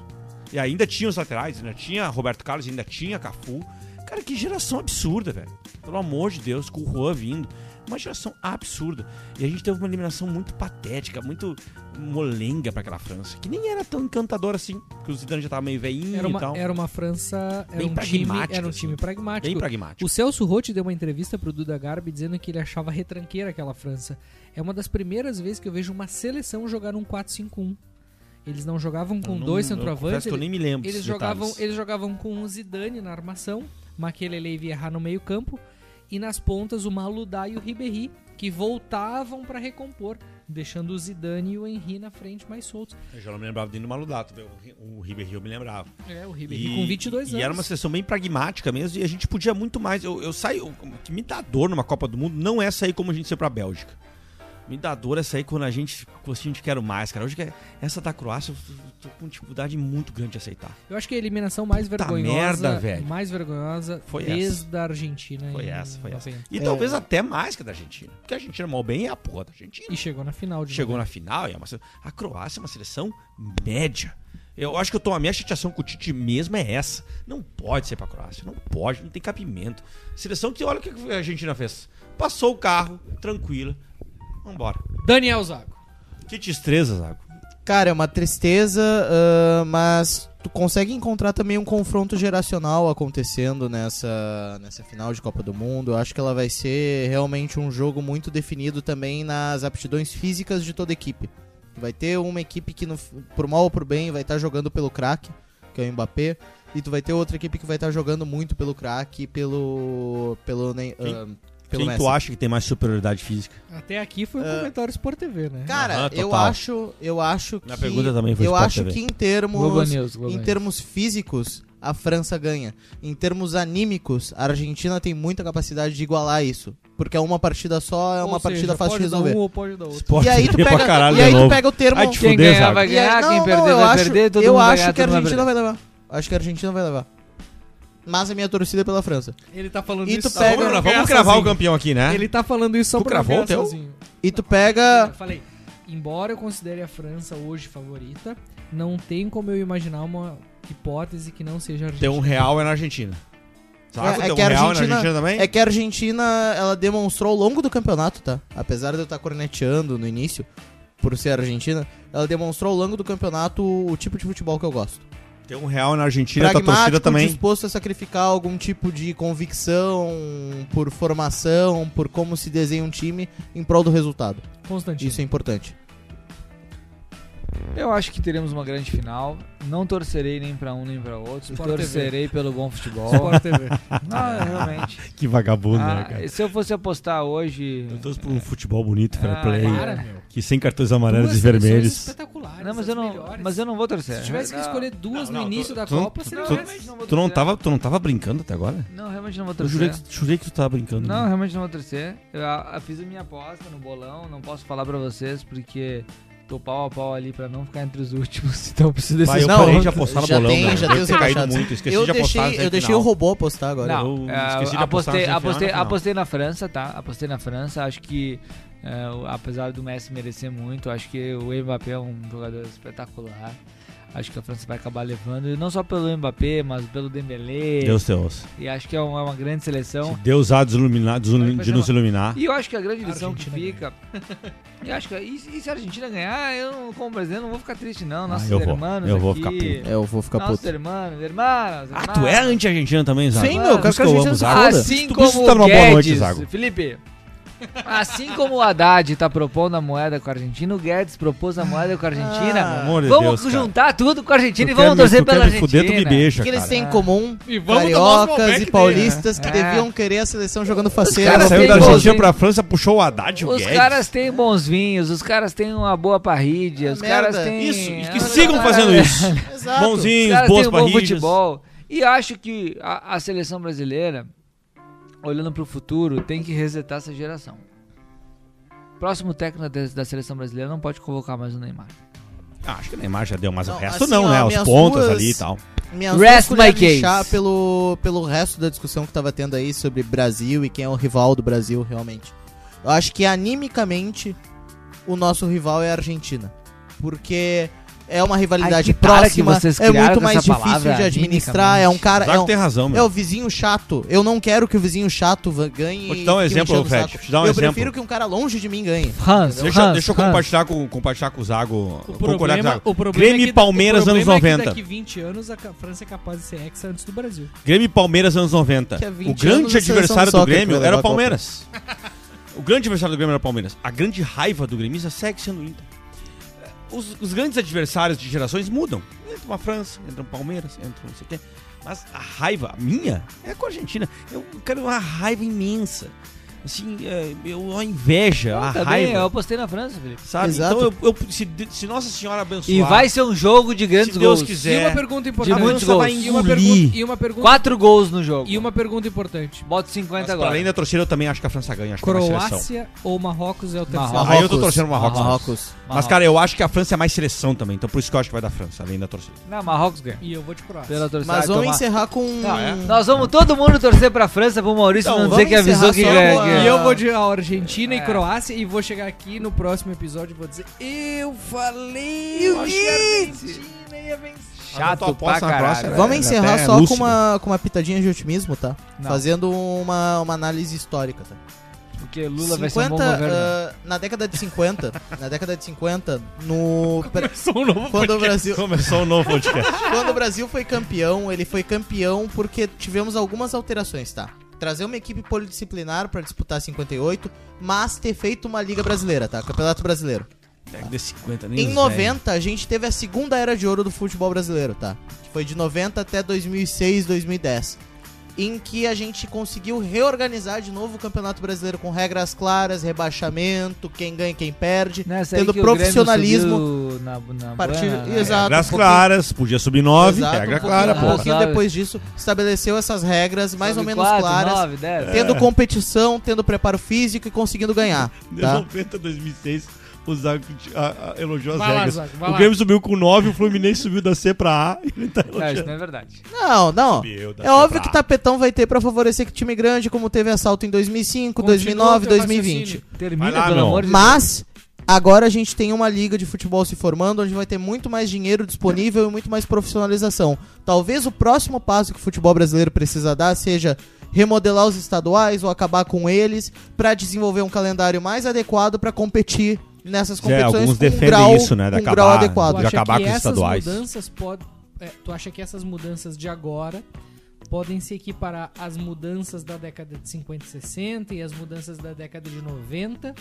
S2: e ainda tinha os laterais, ainda tinha Roberto Carlos, ainda tinha Cafu. Cara, que geração absurda, velho. Pelo amor de Deus, com o Juan vindo. Uma geração absurda. E a gente teve uma eliminação muito patética, muito molenga pra aquela França, que nem era tão encantadora assim, porque o Zidane já tava meio veinho
S3: Era
S2: e tal.
S3: uma, era uma França, era
S2: Bem
S3: um time,
S2: pragmática,
S3: era um
S2: assim.
S3: time pragmático.
S2: Bem pragmático.
S3: O Celso Rotti deu uma entrevista pro Duda Garbi dizendo que ele achava retranqueira aquela França. É uma das primeiras vezes que eu vejo uma seleção jogar um 4-5-1. Eles não jogavam com
S2: Eu não-
S3: dois
S2: eu confesso
S3: centroavantes,
S2: que eu
S3: ele-
S2: nem me lembro.
S3: eles
S2: desses
S3: jogavam,
S2: detalhes.
S3: eles jogavam com o Zidane na armação, Maquelele e Vieira no meio-campo e nas pontas o Maludá e o Ribéry, que voltavam para recompor, deixando o Zidane e o Henry na frente mais soltos.
S2: Eu já não me lembrava nem do Maludato, o Ribeirinho eu me lembrava.
S3: É, o Ribéry com 22
S2: e
S3: anos.
S2: era uma seleção bem pragmática mesmo, e a gente podia muito mais. Eu, eu saio. O que me dá dor numa Copa do Mundo não é sair como a gente saiu pra Bélgica. Me dá dor é sair quando a gente. Quando a gente quer mais, cara. Hoje que é- essa da Croácia, eu tô com dificuldade muito grande de aceitar.
S3: Eu acho que a eliminação mais
S2: Puta
S3: vergonhosa,
S2: merda, velho.
S3: mais vergonhosa
S2: Foi
S3: desde a Argentina.
S2: Foi
S3: em
S2: essa, foi essa.
S3: 90.
S2: E talvez até mais que a da Argentina. Porque a Argentina, mal bem, é a porra da Argentina.
S3: E chegou na final de
S2: Chegou na final e é uma sele- a Croácia é uma seleção média. Eu acho que eu tô. A minha chateação com o Tite mesmo é essa. Não pode ser pra Croácia. Não pode, não tem cabimento. Seleção que olha o que a Argentina fez. Passou o carro, tranquila. Vambora.
S3: Daniel Zago.
S2: Que destreza, Zago.
S4: Cara, é uma tristeza, ah, mas tu consegue encontrar também um confronto geracional acontecendo nessa, nessa final de Copa do Mundo. Eu acho que ela vai ser realmente um jogo muito definido também nas aptidões físicas de toda a equipe. Vai ter uma equipe que, no, por mal ou por bem, vai estar jogando pelo craque, que é o Mbappé, e tu vai ter outra equipe que vai estar jogando muito pelo craque e pelo, pelo, Ney-
S2: Quem-
S4: ah, pelo
S2: Quem
S4: Messi.
S2: tu acha que tem mais superioridade física?
S3: Até aqui foi um
S4: Ah.
S3: comentário Sport TV, né?
S4: Cara,
S2: Aham,
S4: eu
S2: total.
S4: acho, eu acho que
S2: Minha pergunta também foi
S4: eu
S2: Sport
S4: acho
S2: TV.
S4: que em termos
S3: Globo News, Globo
S4: em
S3: News.
S4: termos físicos a França ganha. Em termos anímicos, a Argentina tem muita capacidade de igualar isso, porque é uma partida só, é uma
S3: Ou seja,
S4: partida fácil
S3: pode
S4: de
S3: dar
S4: resolver.
S3: Um ou pode dar outro.
S2: Esporte
S4: E aí tu
S2: pra
S4: pega,
S2: caralho
S4: e aí
S2: de
S4: tu
S2: novo.
S4: pega o termo.
S2: Ai, te
S5: Quem
S2: fuder,
S5: ganhar
S2: Zago.
S5: tipo, vai
S4: E aí-
S5: ganhar,
S4: não,
S5: quem
S4: não,
S5: perder
S4: eu
S5: vai
S4: acho,
S5: perder, todo
S4: eu
S5: mundo vai
S4: acho
S5: ganhar,
S4: que a
S5: todo mundo vai
S4: Argentina
S5: perder.
S4: vai levar. Acho que a Argentina vai levar. Mas a minha torcida é pela França.
S3: Ele tá falando
S4: E
S3: isso
S4: tu
S3: só
S4: pega-
S3: pra
S8: Vamos,
S3: não
S8: vamos
S3: ganhar
S8: cravar o
S3: sozinho.
S8: campeão aqui,
S2: É?
S8: né?
S3: Ele tá falando isso só
S8: Tu
S3: pra não
S8: cravou
S3: ganhar
S8: o teu?
S3: sozinho.
S4: E tu
S3: Eu
S4: pega
S3: falei, embora eu considere a França hoje favorita, não tem como eu imaginar uma hipótese que não seja a
S2: Tem
S3: Argentina.
S2: um real é na Argentina. Zago,
S4: É- é
S2: tem um
S4: que a
S2: real na
S4: Argentina-
S2: Argentina também?
S4: É que a Argentina, ela demonstrou ao longo do campeonato, tá? Apesar de eu estar corneteando no início, por ser Argentina, ela demonstrou ao longo do campeonato o tipo de futebol que eu gosto.
S2: Tem um real na Argentina, tua torcida também.
S4: disposto a sacrificar algum tipo de convicção por formação, por como se desenha um time em prol do resultado.
S3: Constantino.
S4: Isso é importante.
S5: Eu acho que teremos uma grande final. Não torcerei nem pra um nem pra outro.
S3: Sport
S5: torcerei pelo bom futebol.
S3: Sport TV.
S5: Não, é, realmente.
S2: Que vagabundo, né,
S5: Ah,
S2: cara?
S5: se eu fosse apostar hoje.
S2: Eu torço por um futebol bonito, fair
S5: Ah,
S2: play.
S3: Para, meu.
S2: Que sem cartões amarelos
S3: Duas
S2: e vermelhos.
S3: seleções espetaculares.
S5: Não, mas
S3: as
S5: eu não,
S3: melhores.
S5: mas eu não vou torcer.
S3: Se tivesse que
S5: Não,
S3: escolher duas
S8: Não, não,
S3: no início
S8: tu-
S3: da
S2: tu-
S3: Copa,
S2: tu-
S3: seria
S2: tu-
S3: mais-
S5: realmente não vou
S2: Tu não,
S5: torcer.
S2: tava, tu não tava brincando até agora?
S5: Não, realmente não vou
S2: Eu
S5: torcer.
S2: jurei que, jurei que tu tava brincando.
S5: Não,
S2: né?
S5: realmente não vou torcer. Eu, a- fiz a minha aposta no bolão, não posso falar pra vocês porque tô pau a pau ali pra não ficar entre os últimos, então eu preciso
S2: Pai, eu
S5: desses
S4: Não,
S2: parei de apostar no
S4: já
S2: bolão.
S4: tem-
S2: né?
S4: já
S2: Eu
S4: tem
S2: devo
S4: os
S2: ter caído
S4: rebaixados.
S2: muito, esqueci
S4: Eu
S2: de apostar.
S4: deixei,
S2: até
S4: eu
S2: o
S4: deixei
S2: final.
S4: o robô apostar agora.
S5: Não,
S2: Eu
S5: é,
S2: esqueci de apostar
S5: apostei,
S2: na semifinal,
S5: apostei,
S2: na final.
S5: apostei na França, tá? Apostei na França. Acho que, é, o- apesar do Messi merecer muito, acho que o Mbappé é um jogador espetacular. Acho que a França vai acabar levando, e não só pelo Mbappé, mas pelo Dembélé.
S2: Deus te ouça.
S5: E acho que é, um- é uma grande seleção.
S2: Se Deus há de, iluminar- de ilumi- de nos iluminar.
S5: E eu acho que a grande lição
S3: Argentina
S5: que fica. E acho que e, se- e se a Argentina ganhar, eu como brasileiro não vou ficar triste não, nossos
S2: Ah, eu vou,
S5: irmãos
S2: eu vou
S5: aqui,
S2: ficar puto.
S4: É, Eu vou ficar
S5: nossos
S4: puto.
S5: irmãos, irmãs.
S2: Ah, tu é anti-argentina também, Zago?
S4: Sim, meu,
S2: Por
S4: eu quero
S2: isso que
S4: que a
S2: eu
S4: gente
S2: amo,
S4: se
S2: Zago.
S4: foda.
S5: Assim
S2: Tu
S5: como
S2: precisa dar
S5: o
S2: uma boa noite,
S5: Guedes,
S2: Zago.
S5: Felipe. Assim como o Haddad tá propondo a moeda com a Argentina, o Guedes propôs a moeda com a
S4: Ah,
S5: Argentina.
S2: Amor de Deus,
S5: vamos
S2: cara.
S5: juntar tudo com a Argentina e
S2: Tu quer
S5: vamos
S2: me-
S5: torcer
S2: tu quer
S5: pela
S2: me fuder,
S5: Argentina.
S2: tu me beija,
S4: O que eles
S2: cara.
S4: têm em comum?
S3: E vamos tomar os
S4: Cariocas e
S3: Malbec
S4: paulistas que
S5: É.
S4: deviam querer a seleção jogando faceira.
S2: cara
S5: caras
S2: saiu
S5: têm
S2: da
S5: bons
S2: Argentina
S5: vinhos.
S2: pra França, puxou o Haddad e o
S5: Os
S2: Guedes.
S5: caras têm bons vinhos, os caras têm uma boa parrídia,
S4: Ah,
S5: os caras
S4: merda.
S5: têm...
S2: Isso, e que
S5: Ah,
S2: sigam fazendo isso.
S4: Exato.
S5: Os
S2: Bonzinhos,
S5: caras têm
S2: boas
S5: um bom
S2: parrilhas.
S5: futebol. E acho que a, a seleção brasileira, olhando pro futuro, tem que resetar essa geração. Próximo técnico da, da seleção brasileira não pode convocar mais o Neymar.
S2: Ah, acho que o Neymar já deu, mas o
S4: Não,
S2: resto
S4: assim,
S2: não,
S4: ó,
S2: né? Os
S4: minhas
S2: pontas
S4: duas-
S2: ali e tal.
S4: Minha Rest
S5: Rest
S4: my
S5: my case.
S4: Pelo, pelo resto da discussão que tava tendo aí sobre Brasil e quem é o rival do Brasil, realmente. Eu acho que animicamente o nosso rival é a Argentina. Porque é uma rivalidade
S5: Ai, que cara
S4: próxima,
S5: que vocês
S4: é
S5: criaram
S4: muito
S5: com
S4: mais
S5: essa
S4: difícil de
S5: palavra,
S4: administrar. É um cara. É
S2: Zago
S4: um,
S2: tem razão,
S4: é
S2: meu.
S4: o vizinho chato. Eu não quero que o vizinho chato va- ganhe.
S2: Vou te dar um
S4: e fique me
S2: exemplo,
S4: enchendo o
S2: Fred.
S4: saco.
S2: Te dar um
S4: eu
S2: exemplo.
S4: prefiro que um cara longe de mim ganhe.
S5: Hans,
S2: Deixa, deixa eu compartilhar com, compartilhar com o Zago.
S3: O
S2: concordar com tá- o
S3: problema,
S2: Zago.
S3: o problema
S2: Grêmio
S3: é
S2: e
S3: que,
S2: Palmeiras,
S3: o problema
S2: anos
S3: é que
S2: 90.
S3: daqui 20 anos a ca- França é capaz de ser exa antes do Brasil.
S2: Grêmio e Palmeiras anos 90.
S4: Que há 20
S2: O grande
S4: anos a seleção
S2: adversário
S4: do
S2: do
S4: soccer que
S2: Grêmio
S4: vai
S2: era
S4: levar
S2: o
S4: a Copa.
S2: Palmeiras. O grande adversário do Grêmio era o Palmeiras. A grande raiva do gremista segue sendo o Inter. Os, os grandes adversários de gerações mudam. Entra uma França, entra um Palmeiras, entra um não sei o quê. Mas a raiva a minha é com a Argentina. Eu quero uma raiva imensa. Assim, é, eu, a inveja, a
S5: Também, eu
S2: raiva.
S5: apostei na França, Felipe.
S2: Sabe?
S4: Exato.
S2: Então, eu, eu- se, de- se Nossa Senhora abençoar,
S5: E vai ser um jogo de grandes
S2: se Deus
S3: E
S5: gols.
S3: uma
S2: quiser,
S3: pergunta
S2: a
S5: de muitos
S3: importante.
S2: França vai
S5: gols.
S3: E uma,
S2: engolir.
S3: pergunta, e, uma pergunta,
S5: Quatro gols no jogo.
S3: e uma pergunta importante.
S5: Bota 50
S2: Mas, tá pra
S5: agora.
S2: além da torcida, eu também acho que a França ganha. Acho que é uma seleção.
S3: Croácia ou Marrocos é o terceiro?
S5: Marrocos.
S2: Aí eu tô torcendo o Marrocos.
S4: Marrocos.
S2: Mas, cara, eu acho que a França é mais seleção também. Então, por isso que eu acho que vai dar França, além da torcida.
S5: Não, Marrocos ganha.
S3: E eu vou de Croácia.
S5: Pela torcida.
S4: Mas
S5: Ai,
S4: vamos
S5: tomar-
S4: encerrar com.
S5: Não, é. Nós vamos todo mundo torcer pra França, pro Maurício
S4: Não,
S5: não, dizer
S4: vamos
S5: que avisou
S4: encerrar
S5: que
S4: só
S5: ganha.
S4: com a-
S5: que-
S3: E eu vou de Argentina e
S5: É.
S3: Croácia e vou chegar aqui no próximo episódio e vou dizer: Eu falei!
S5: Eu
S3: acho que
S5: disse!
S3: a Argentina
S5: nem ia vencer.
S2: tu
S5: Chato pra
S2: aposta na
S5: caralho.
S2: próxima, né?
S4: Vamos
S2: É,
S4: encerrar
S2: até
S4: só
S2: lúcido.
S4: com uma, com uma pitadinha de otimismo, tá?
S5: Não.
S4: Fazendo uma, uma análise histórica, tá?
S5: Porque Lula vai ser um bom
S4: 50,
S5: governo.
S4: ah, na década de 50, na década de 50, no
S6: Começou um novo
S4: quando o Brasil
S2: Começou um novo podcast.
S4: Quando o Brasil foi campeão, ele foi campeão porque tivemos algumas alterações, tá? Trazer uma equipe polidisciplinar pra disputar 58, mas ter feito uma Liga Brasileira, tá? Campeonato Brasileiro.
S6: Década de 50, nem
S2: é.
S4: Em
S6: os
S4: 90, a gente teve a segunda era de ouro do futebol brasileiro, tá? Que foi de 90 até 2006, 2010. Em que a gente conseguiu reorganizar de novo o Campeonato Brasileiro com regras claras, rebaixamento, quem ganha e quem perde.
S5: Nessa
S4: tendo
S5: que o Grêmio
S4: profissionalismo,
S5: subiu Na, na
S4: Partir-
S5: Buena, né?
S4: Exato,
S2: Regras
S4: um pouquinho-
S2: claras, podia subir 9,
S4: Exato,
S2: regra
S4: um pouquinho-
S2: clara,
S4: um
S2: pô.
S4: pouquinho
S5: Sabe?
S4: depois disso, estabeleceu essas regras mais ou
S5: É. Sobe
S4: menos
S5: quatro,
S4: claras. É.
S5: nove, dez.
S2: É.
S4: tendo competição, tendo preparo físico e conseguindo ganhar.
S2: De
S4: Tá?
S2: 90 a 2006, o Zago a- a- elogiou as
S3: Vai lá,
S2: regras.
S3: Zago, vai
S2: o
S3: lá.
S2: Grêmio subiu com 9, o Fluminense subiu da C pra A. Ele tá
S5: Não, isso
S2: elogiando.
S5: não é verdade.
S4: Não, não.
S2: Subiu da
S4: É
S2: C
S4: óbvio
S2: pra
S4: que
S2: A.
S4: tapetão vai ter pra favorecer que time grande, como teve assalto em 2005,
S3: Continua
S4: 2009,
S3: o teu
S4: 2020.
S3: raciocínio.
S5: Termina,
S2: Vai lá,
S5: pelo
S2: meu.
S5: amor de Deus.
S4: Mas agora a gente tem uma liga de futebol se formando, onde vai ter muito mais dinheiro disponível e muito mais profissionalização. Talvez o próximo passo que o futebol brasileiro precisa dar seja remodelar os estaduais ou acabar com eles pra desenvolver um calendário mais adequado pra competir nessas
S2: É,
S4: competições
S2: alguns
S4: com um
S2: defendem
S4: grau,
S2: isso, né, de
S4: com um
S2: acabar-
S4: grau
S3: Tu
S4: adequado.
S2: de
S3: acha
S2: acabar
S3: que
S2: com os
S3: essas
S2: estaduais.
S3: mudanças pod- é, tu acha que essas mudanças de agora podem se equiparar às mudanças da década de 50 e 60 e as mudanças da década de 90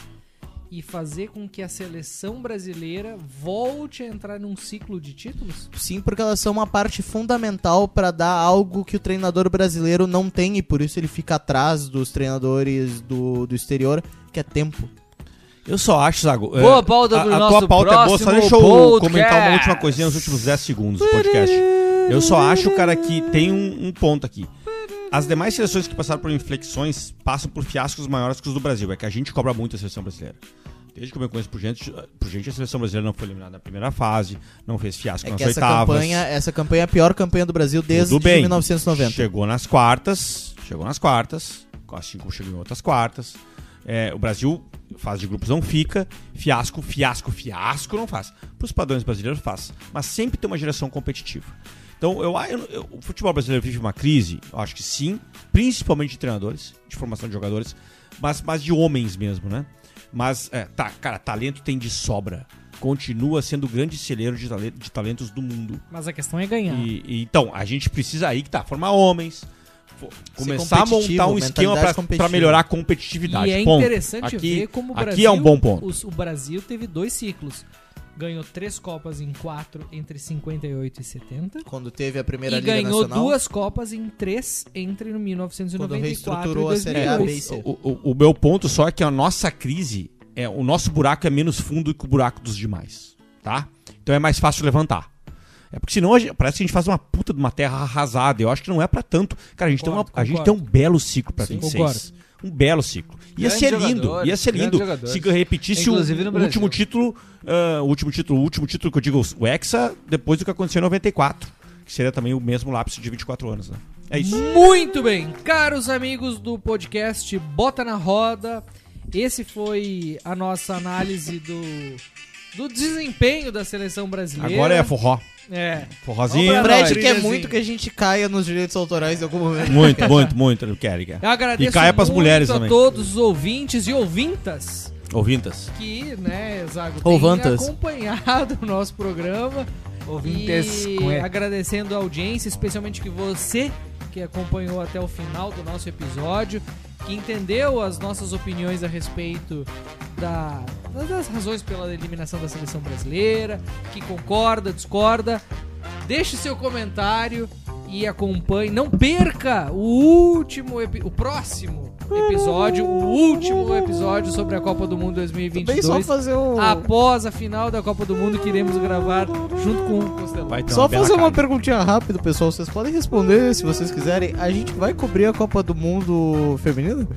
S3: e fazer com que a seleção brasileira volte a entrar num ciclo de títulos?
S4: Sim, porque elas são uma parte fundamental pra dar algo que o treinador brasileiro não tem e por isso ele fica atrás dos treinadores do, do exterior, que é tempo.
S2: Eu só acho, Zago. é,
S5: Boa pauta pro
S2: a, a
S5: nosso
S2: tua pauta é boa, só
S5: próximo
S2: deixa eu
S5: podcast.
S2: comentar uma última coisinha nos últimos 10 segundos do podcast. Eu só acho, cara, que tem um, um ponto aqui. As demais seleções que passaram por inflexões passam por fiascos maiores que os do Brasil. É que a gente cobra muito a seleção brasileira. Desde que eu me conheço por gente, por gente, a seleção brasileira não foi eliminada na primeira fase, não fez fiasco
S4: É
S2: nas
S4: que essa
S2: oitavas.
S4: campanha, essa campanha é a pior campanha do Brasil desde
S2: Tudo bem.
S4: 1990.
S2: Chegou nas quartas, chegou nas quartas, assim como chegou em outras quartas. É, o Brasil, fase de grupos não fica, fiasco, fiasco, fiasco não faz. Para os padrões brasileiros faz, mas sempre tem uma geração competitiva. Então, eu, eu- eu- o futebol brasileiro vive uma crise, eu acho que sim, principalmente de treinadores, de formação de jogadores, mas, mas de homens mesmo, né? Mas, é, tá, cara, talento tem de sobra. Continua sendo o grande celeiro de tale- de talentos do mundo.
S3: Mas a questão é ganhar.
S2: E- e então, a gente precisa aí que tá, formar homens, fo- começar a
S4: competitivo,
S2: montar um esquema
S4: mentalidade
S2: pra-
S4: competitiva.
S2: pra melhorar a competitividade.
S3: E é
S2: ponto.
S3: interessante
S2: Aqui-
S3: ver como o
S2: aqui
S3: Brasil.
S2: é um bom ponto.
S3: os- O, Brasil teve dois ciclos. Ganhou três Copas em quatro entre 58 e 70.
S4: Quando teve a primeira
S3: e
S4: Liga
S3: ganhou
S4: Nacional,
S3: duas Copas em três entre no 1994
S4: quando
S3: e
S4: reestruturou a
S3: 2002.
S4: Série A, B e C.
S2: O, o- o meu ponto só é que a nossa crise, é, o nosso buraco é menos fundo que o buraco dos demais, tá? Então é mais fácil levantar. É porque senão a gente- parece que a gente faz uma puta de uma terra arrasada. Eu acho que não é pra tanto. Cara, a gente,
S3: Concordo,
S2: tem, uma- a gente tem
S3: concordo.
S2: um belo ciclo pra
S3: Sim,
S2: 26.
S3: concordo.
S2: Um belo ciclo. Ia
S5: Grandes
S2: ser lindo,
S5: jogadores,
S2: ia ser
S5: grandes
S2: lindo
S5: jogadores.
S2: se repetisse o,
S5: Inclusive no
S2: o
S5: Brasil.
S2: último título, ah, o último título, o último título que eu digo, o Hexa, depois do que aconteceu em 94, que seria também o mesmo lápis de 24 anos, né? É isso.
S3: Muito bem, caros amigos do podcast Bota na Roda. Esse foi a nossa análise do, do desempenho da seleção brasileira.
S2: Agora é forró.
S3: É.
S2: Forrozinho.
S5: Vamos pra
S4: Fred
S5: Não,
S4: quer
S3: trilhazinho.
S4: muito que a gente caia nos direitos autorais em algum momento.
S2: Muito, muito, muito. Ele quer, ele quer.
S3: Eu agradeço
S2: E caia pras
S3: muito
S2: mulheres
S3: a
S2: também.
S3: todos os ouvintes e ouvintas
S2: Ouvintas.
S3: que, né, Zago,
S4: Ouvantas.
S3: têm acompanhado o nosso programa.
S5: Ouvintes é?
S3: e
S5: com E.
S3: agradecendo a audiência, especialmente que você que acompanhou até o final do nosso episódio, que entendeu as nossas opiniões a respeito da- das razões pela eliminação da seleção brasileira, que concorda, discorda. Deixe seu comentário e acompanhe. Não perca o último, epi- o próximo episódio, o último episódio sobre a Copa do Mundo
S4: Bem só
S3: 2022.
S4: fazer um...
S3: Após a final da Copa do Mundo que iremos gravar junto com o Costelão.
S2: Vai ter
S4: Só
S2: Então, bela
S4: fazer uma
S2: carne.
S4: perguntinha rápida, pessoal. Vocês podem responder se vocês quiserem. A gente vai cobrir a Copa do Mundo feminina?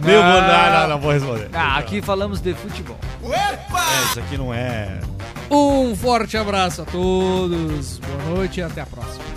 S2: Meu, vou- não, não, não vou responder.
S5: Ah, aqui falamos de futebol.
S2: É, isso aqui não é.
S3: Um forte abraço a todos. Boa noite e até a próxima.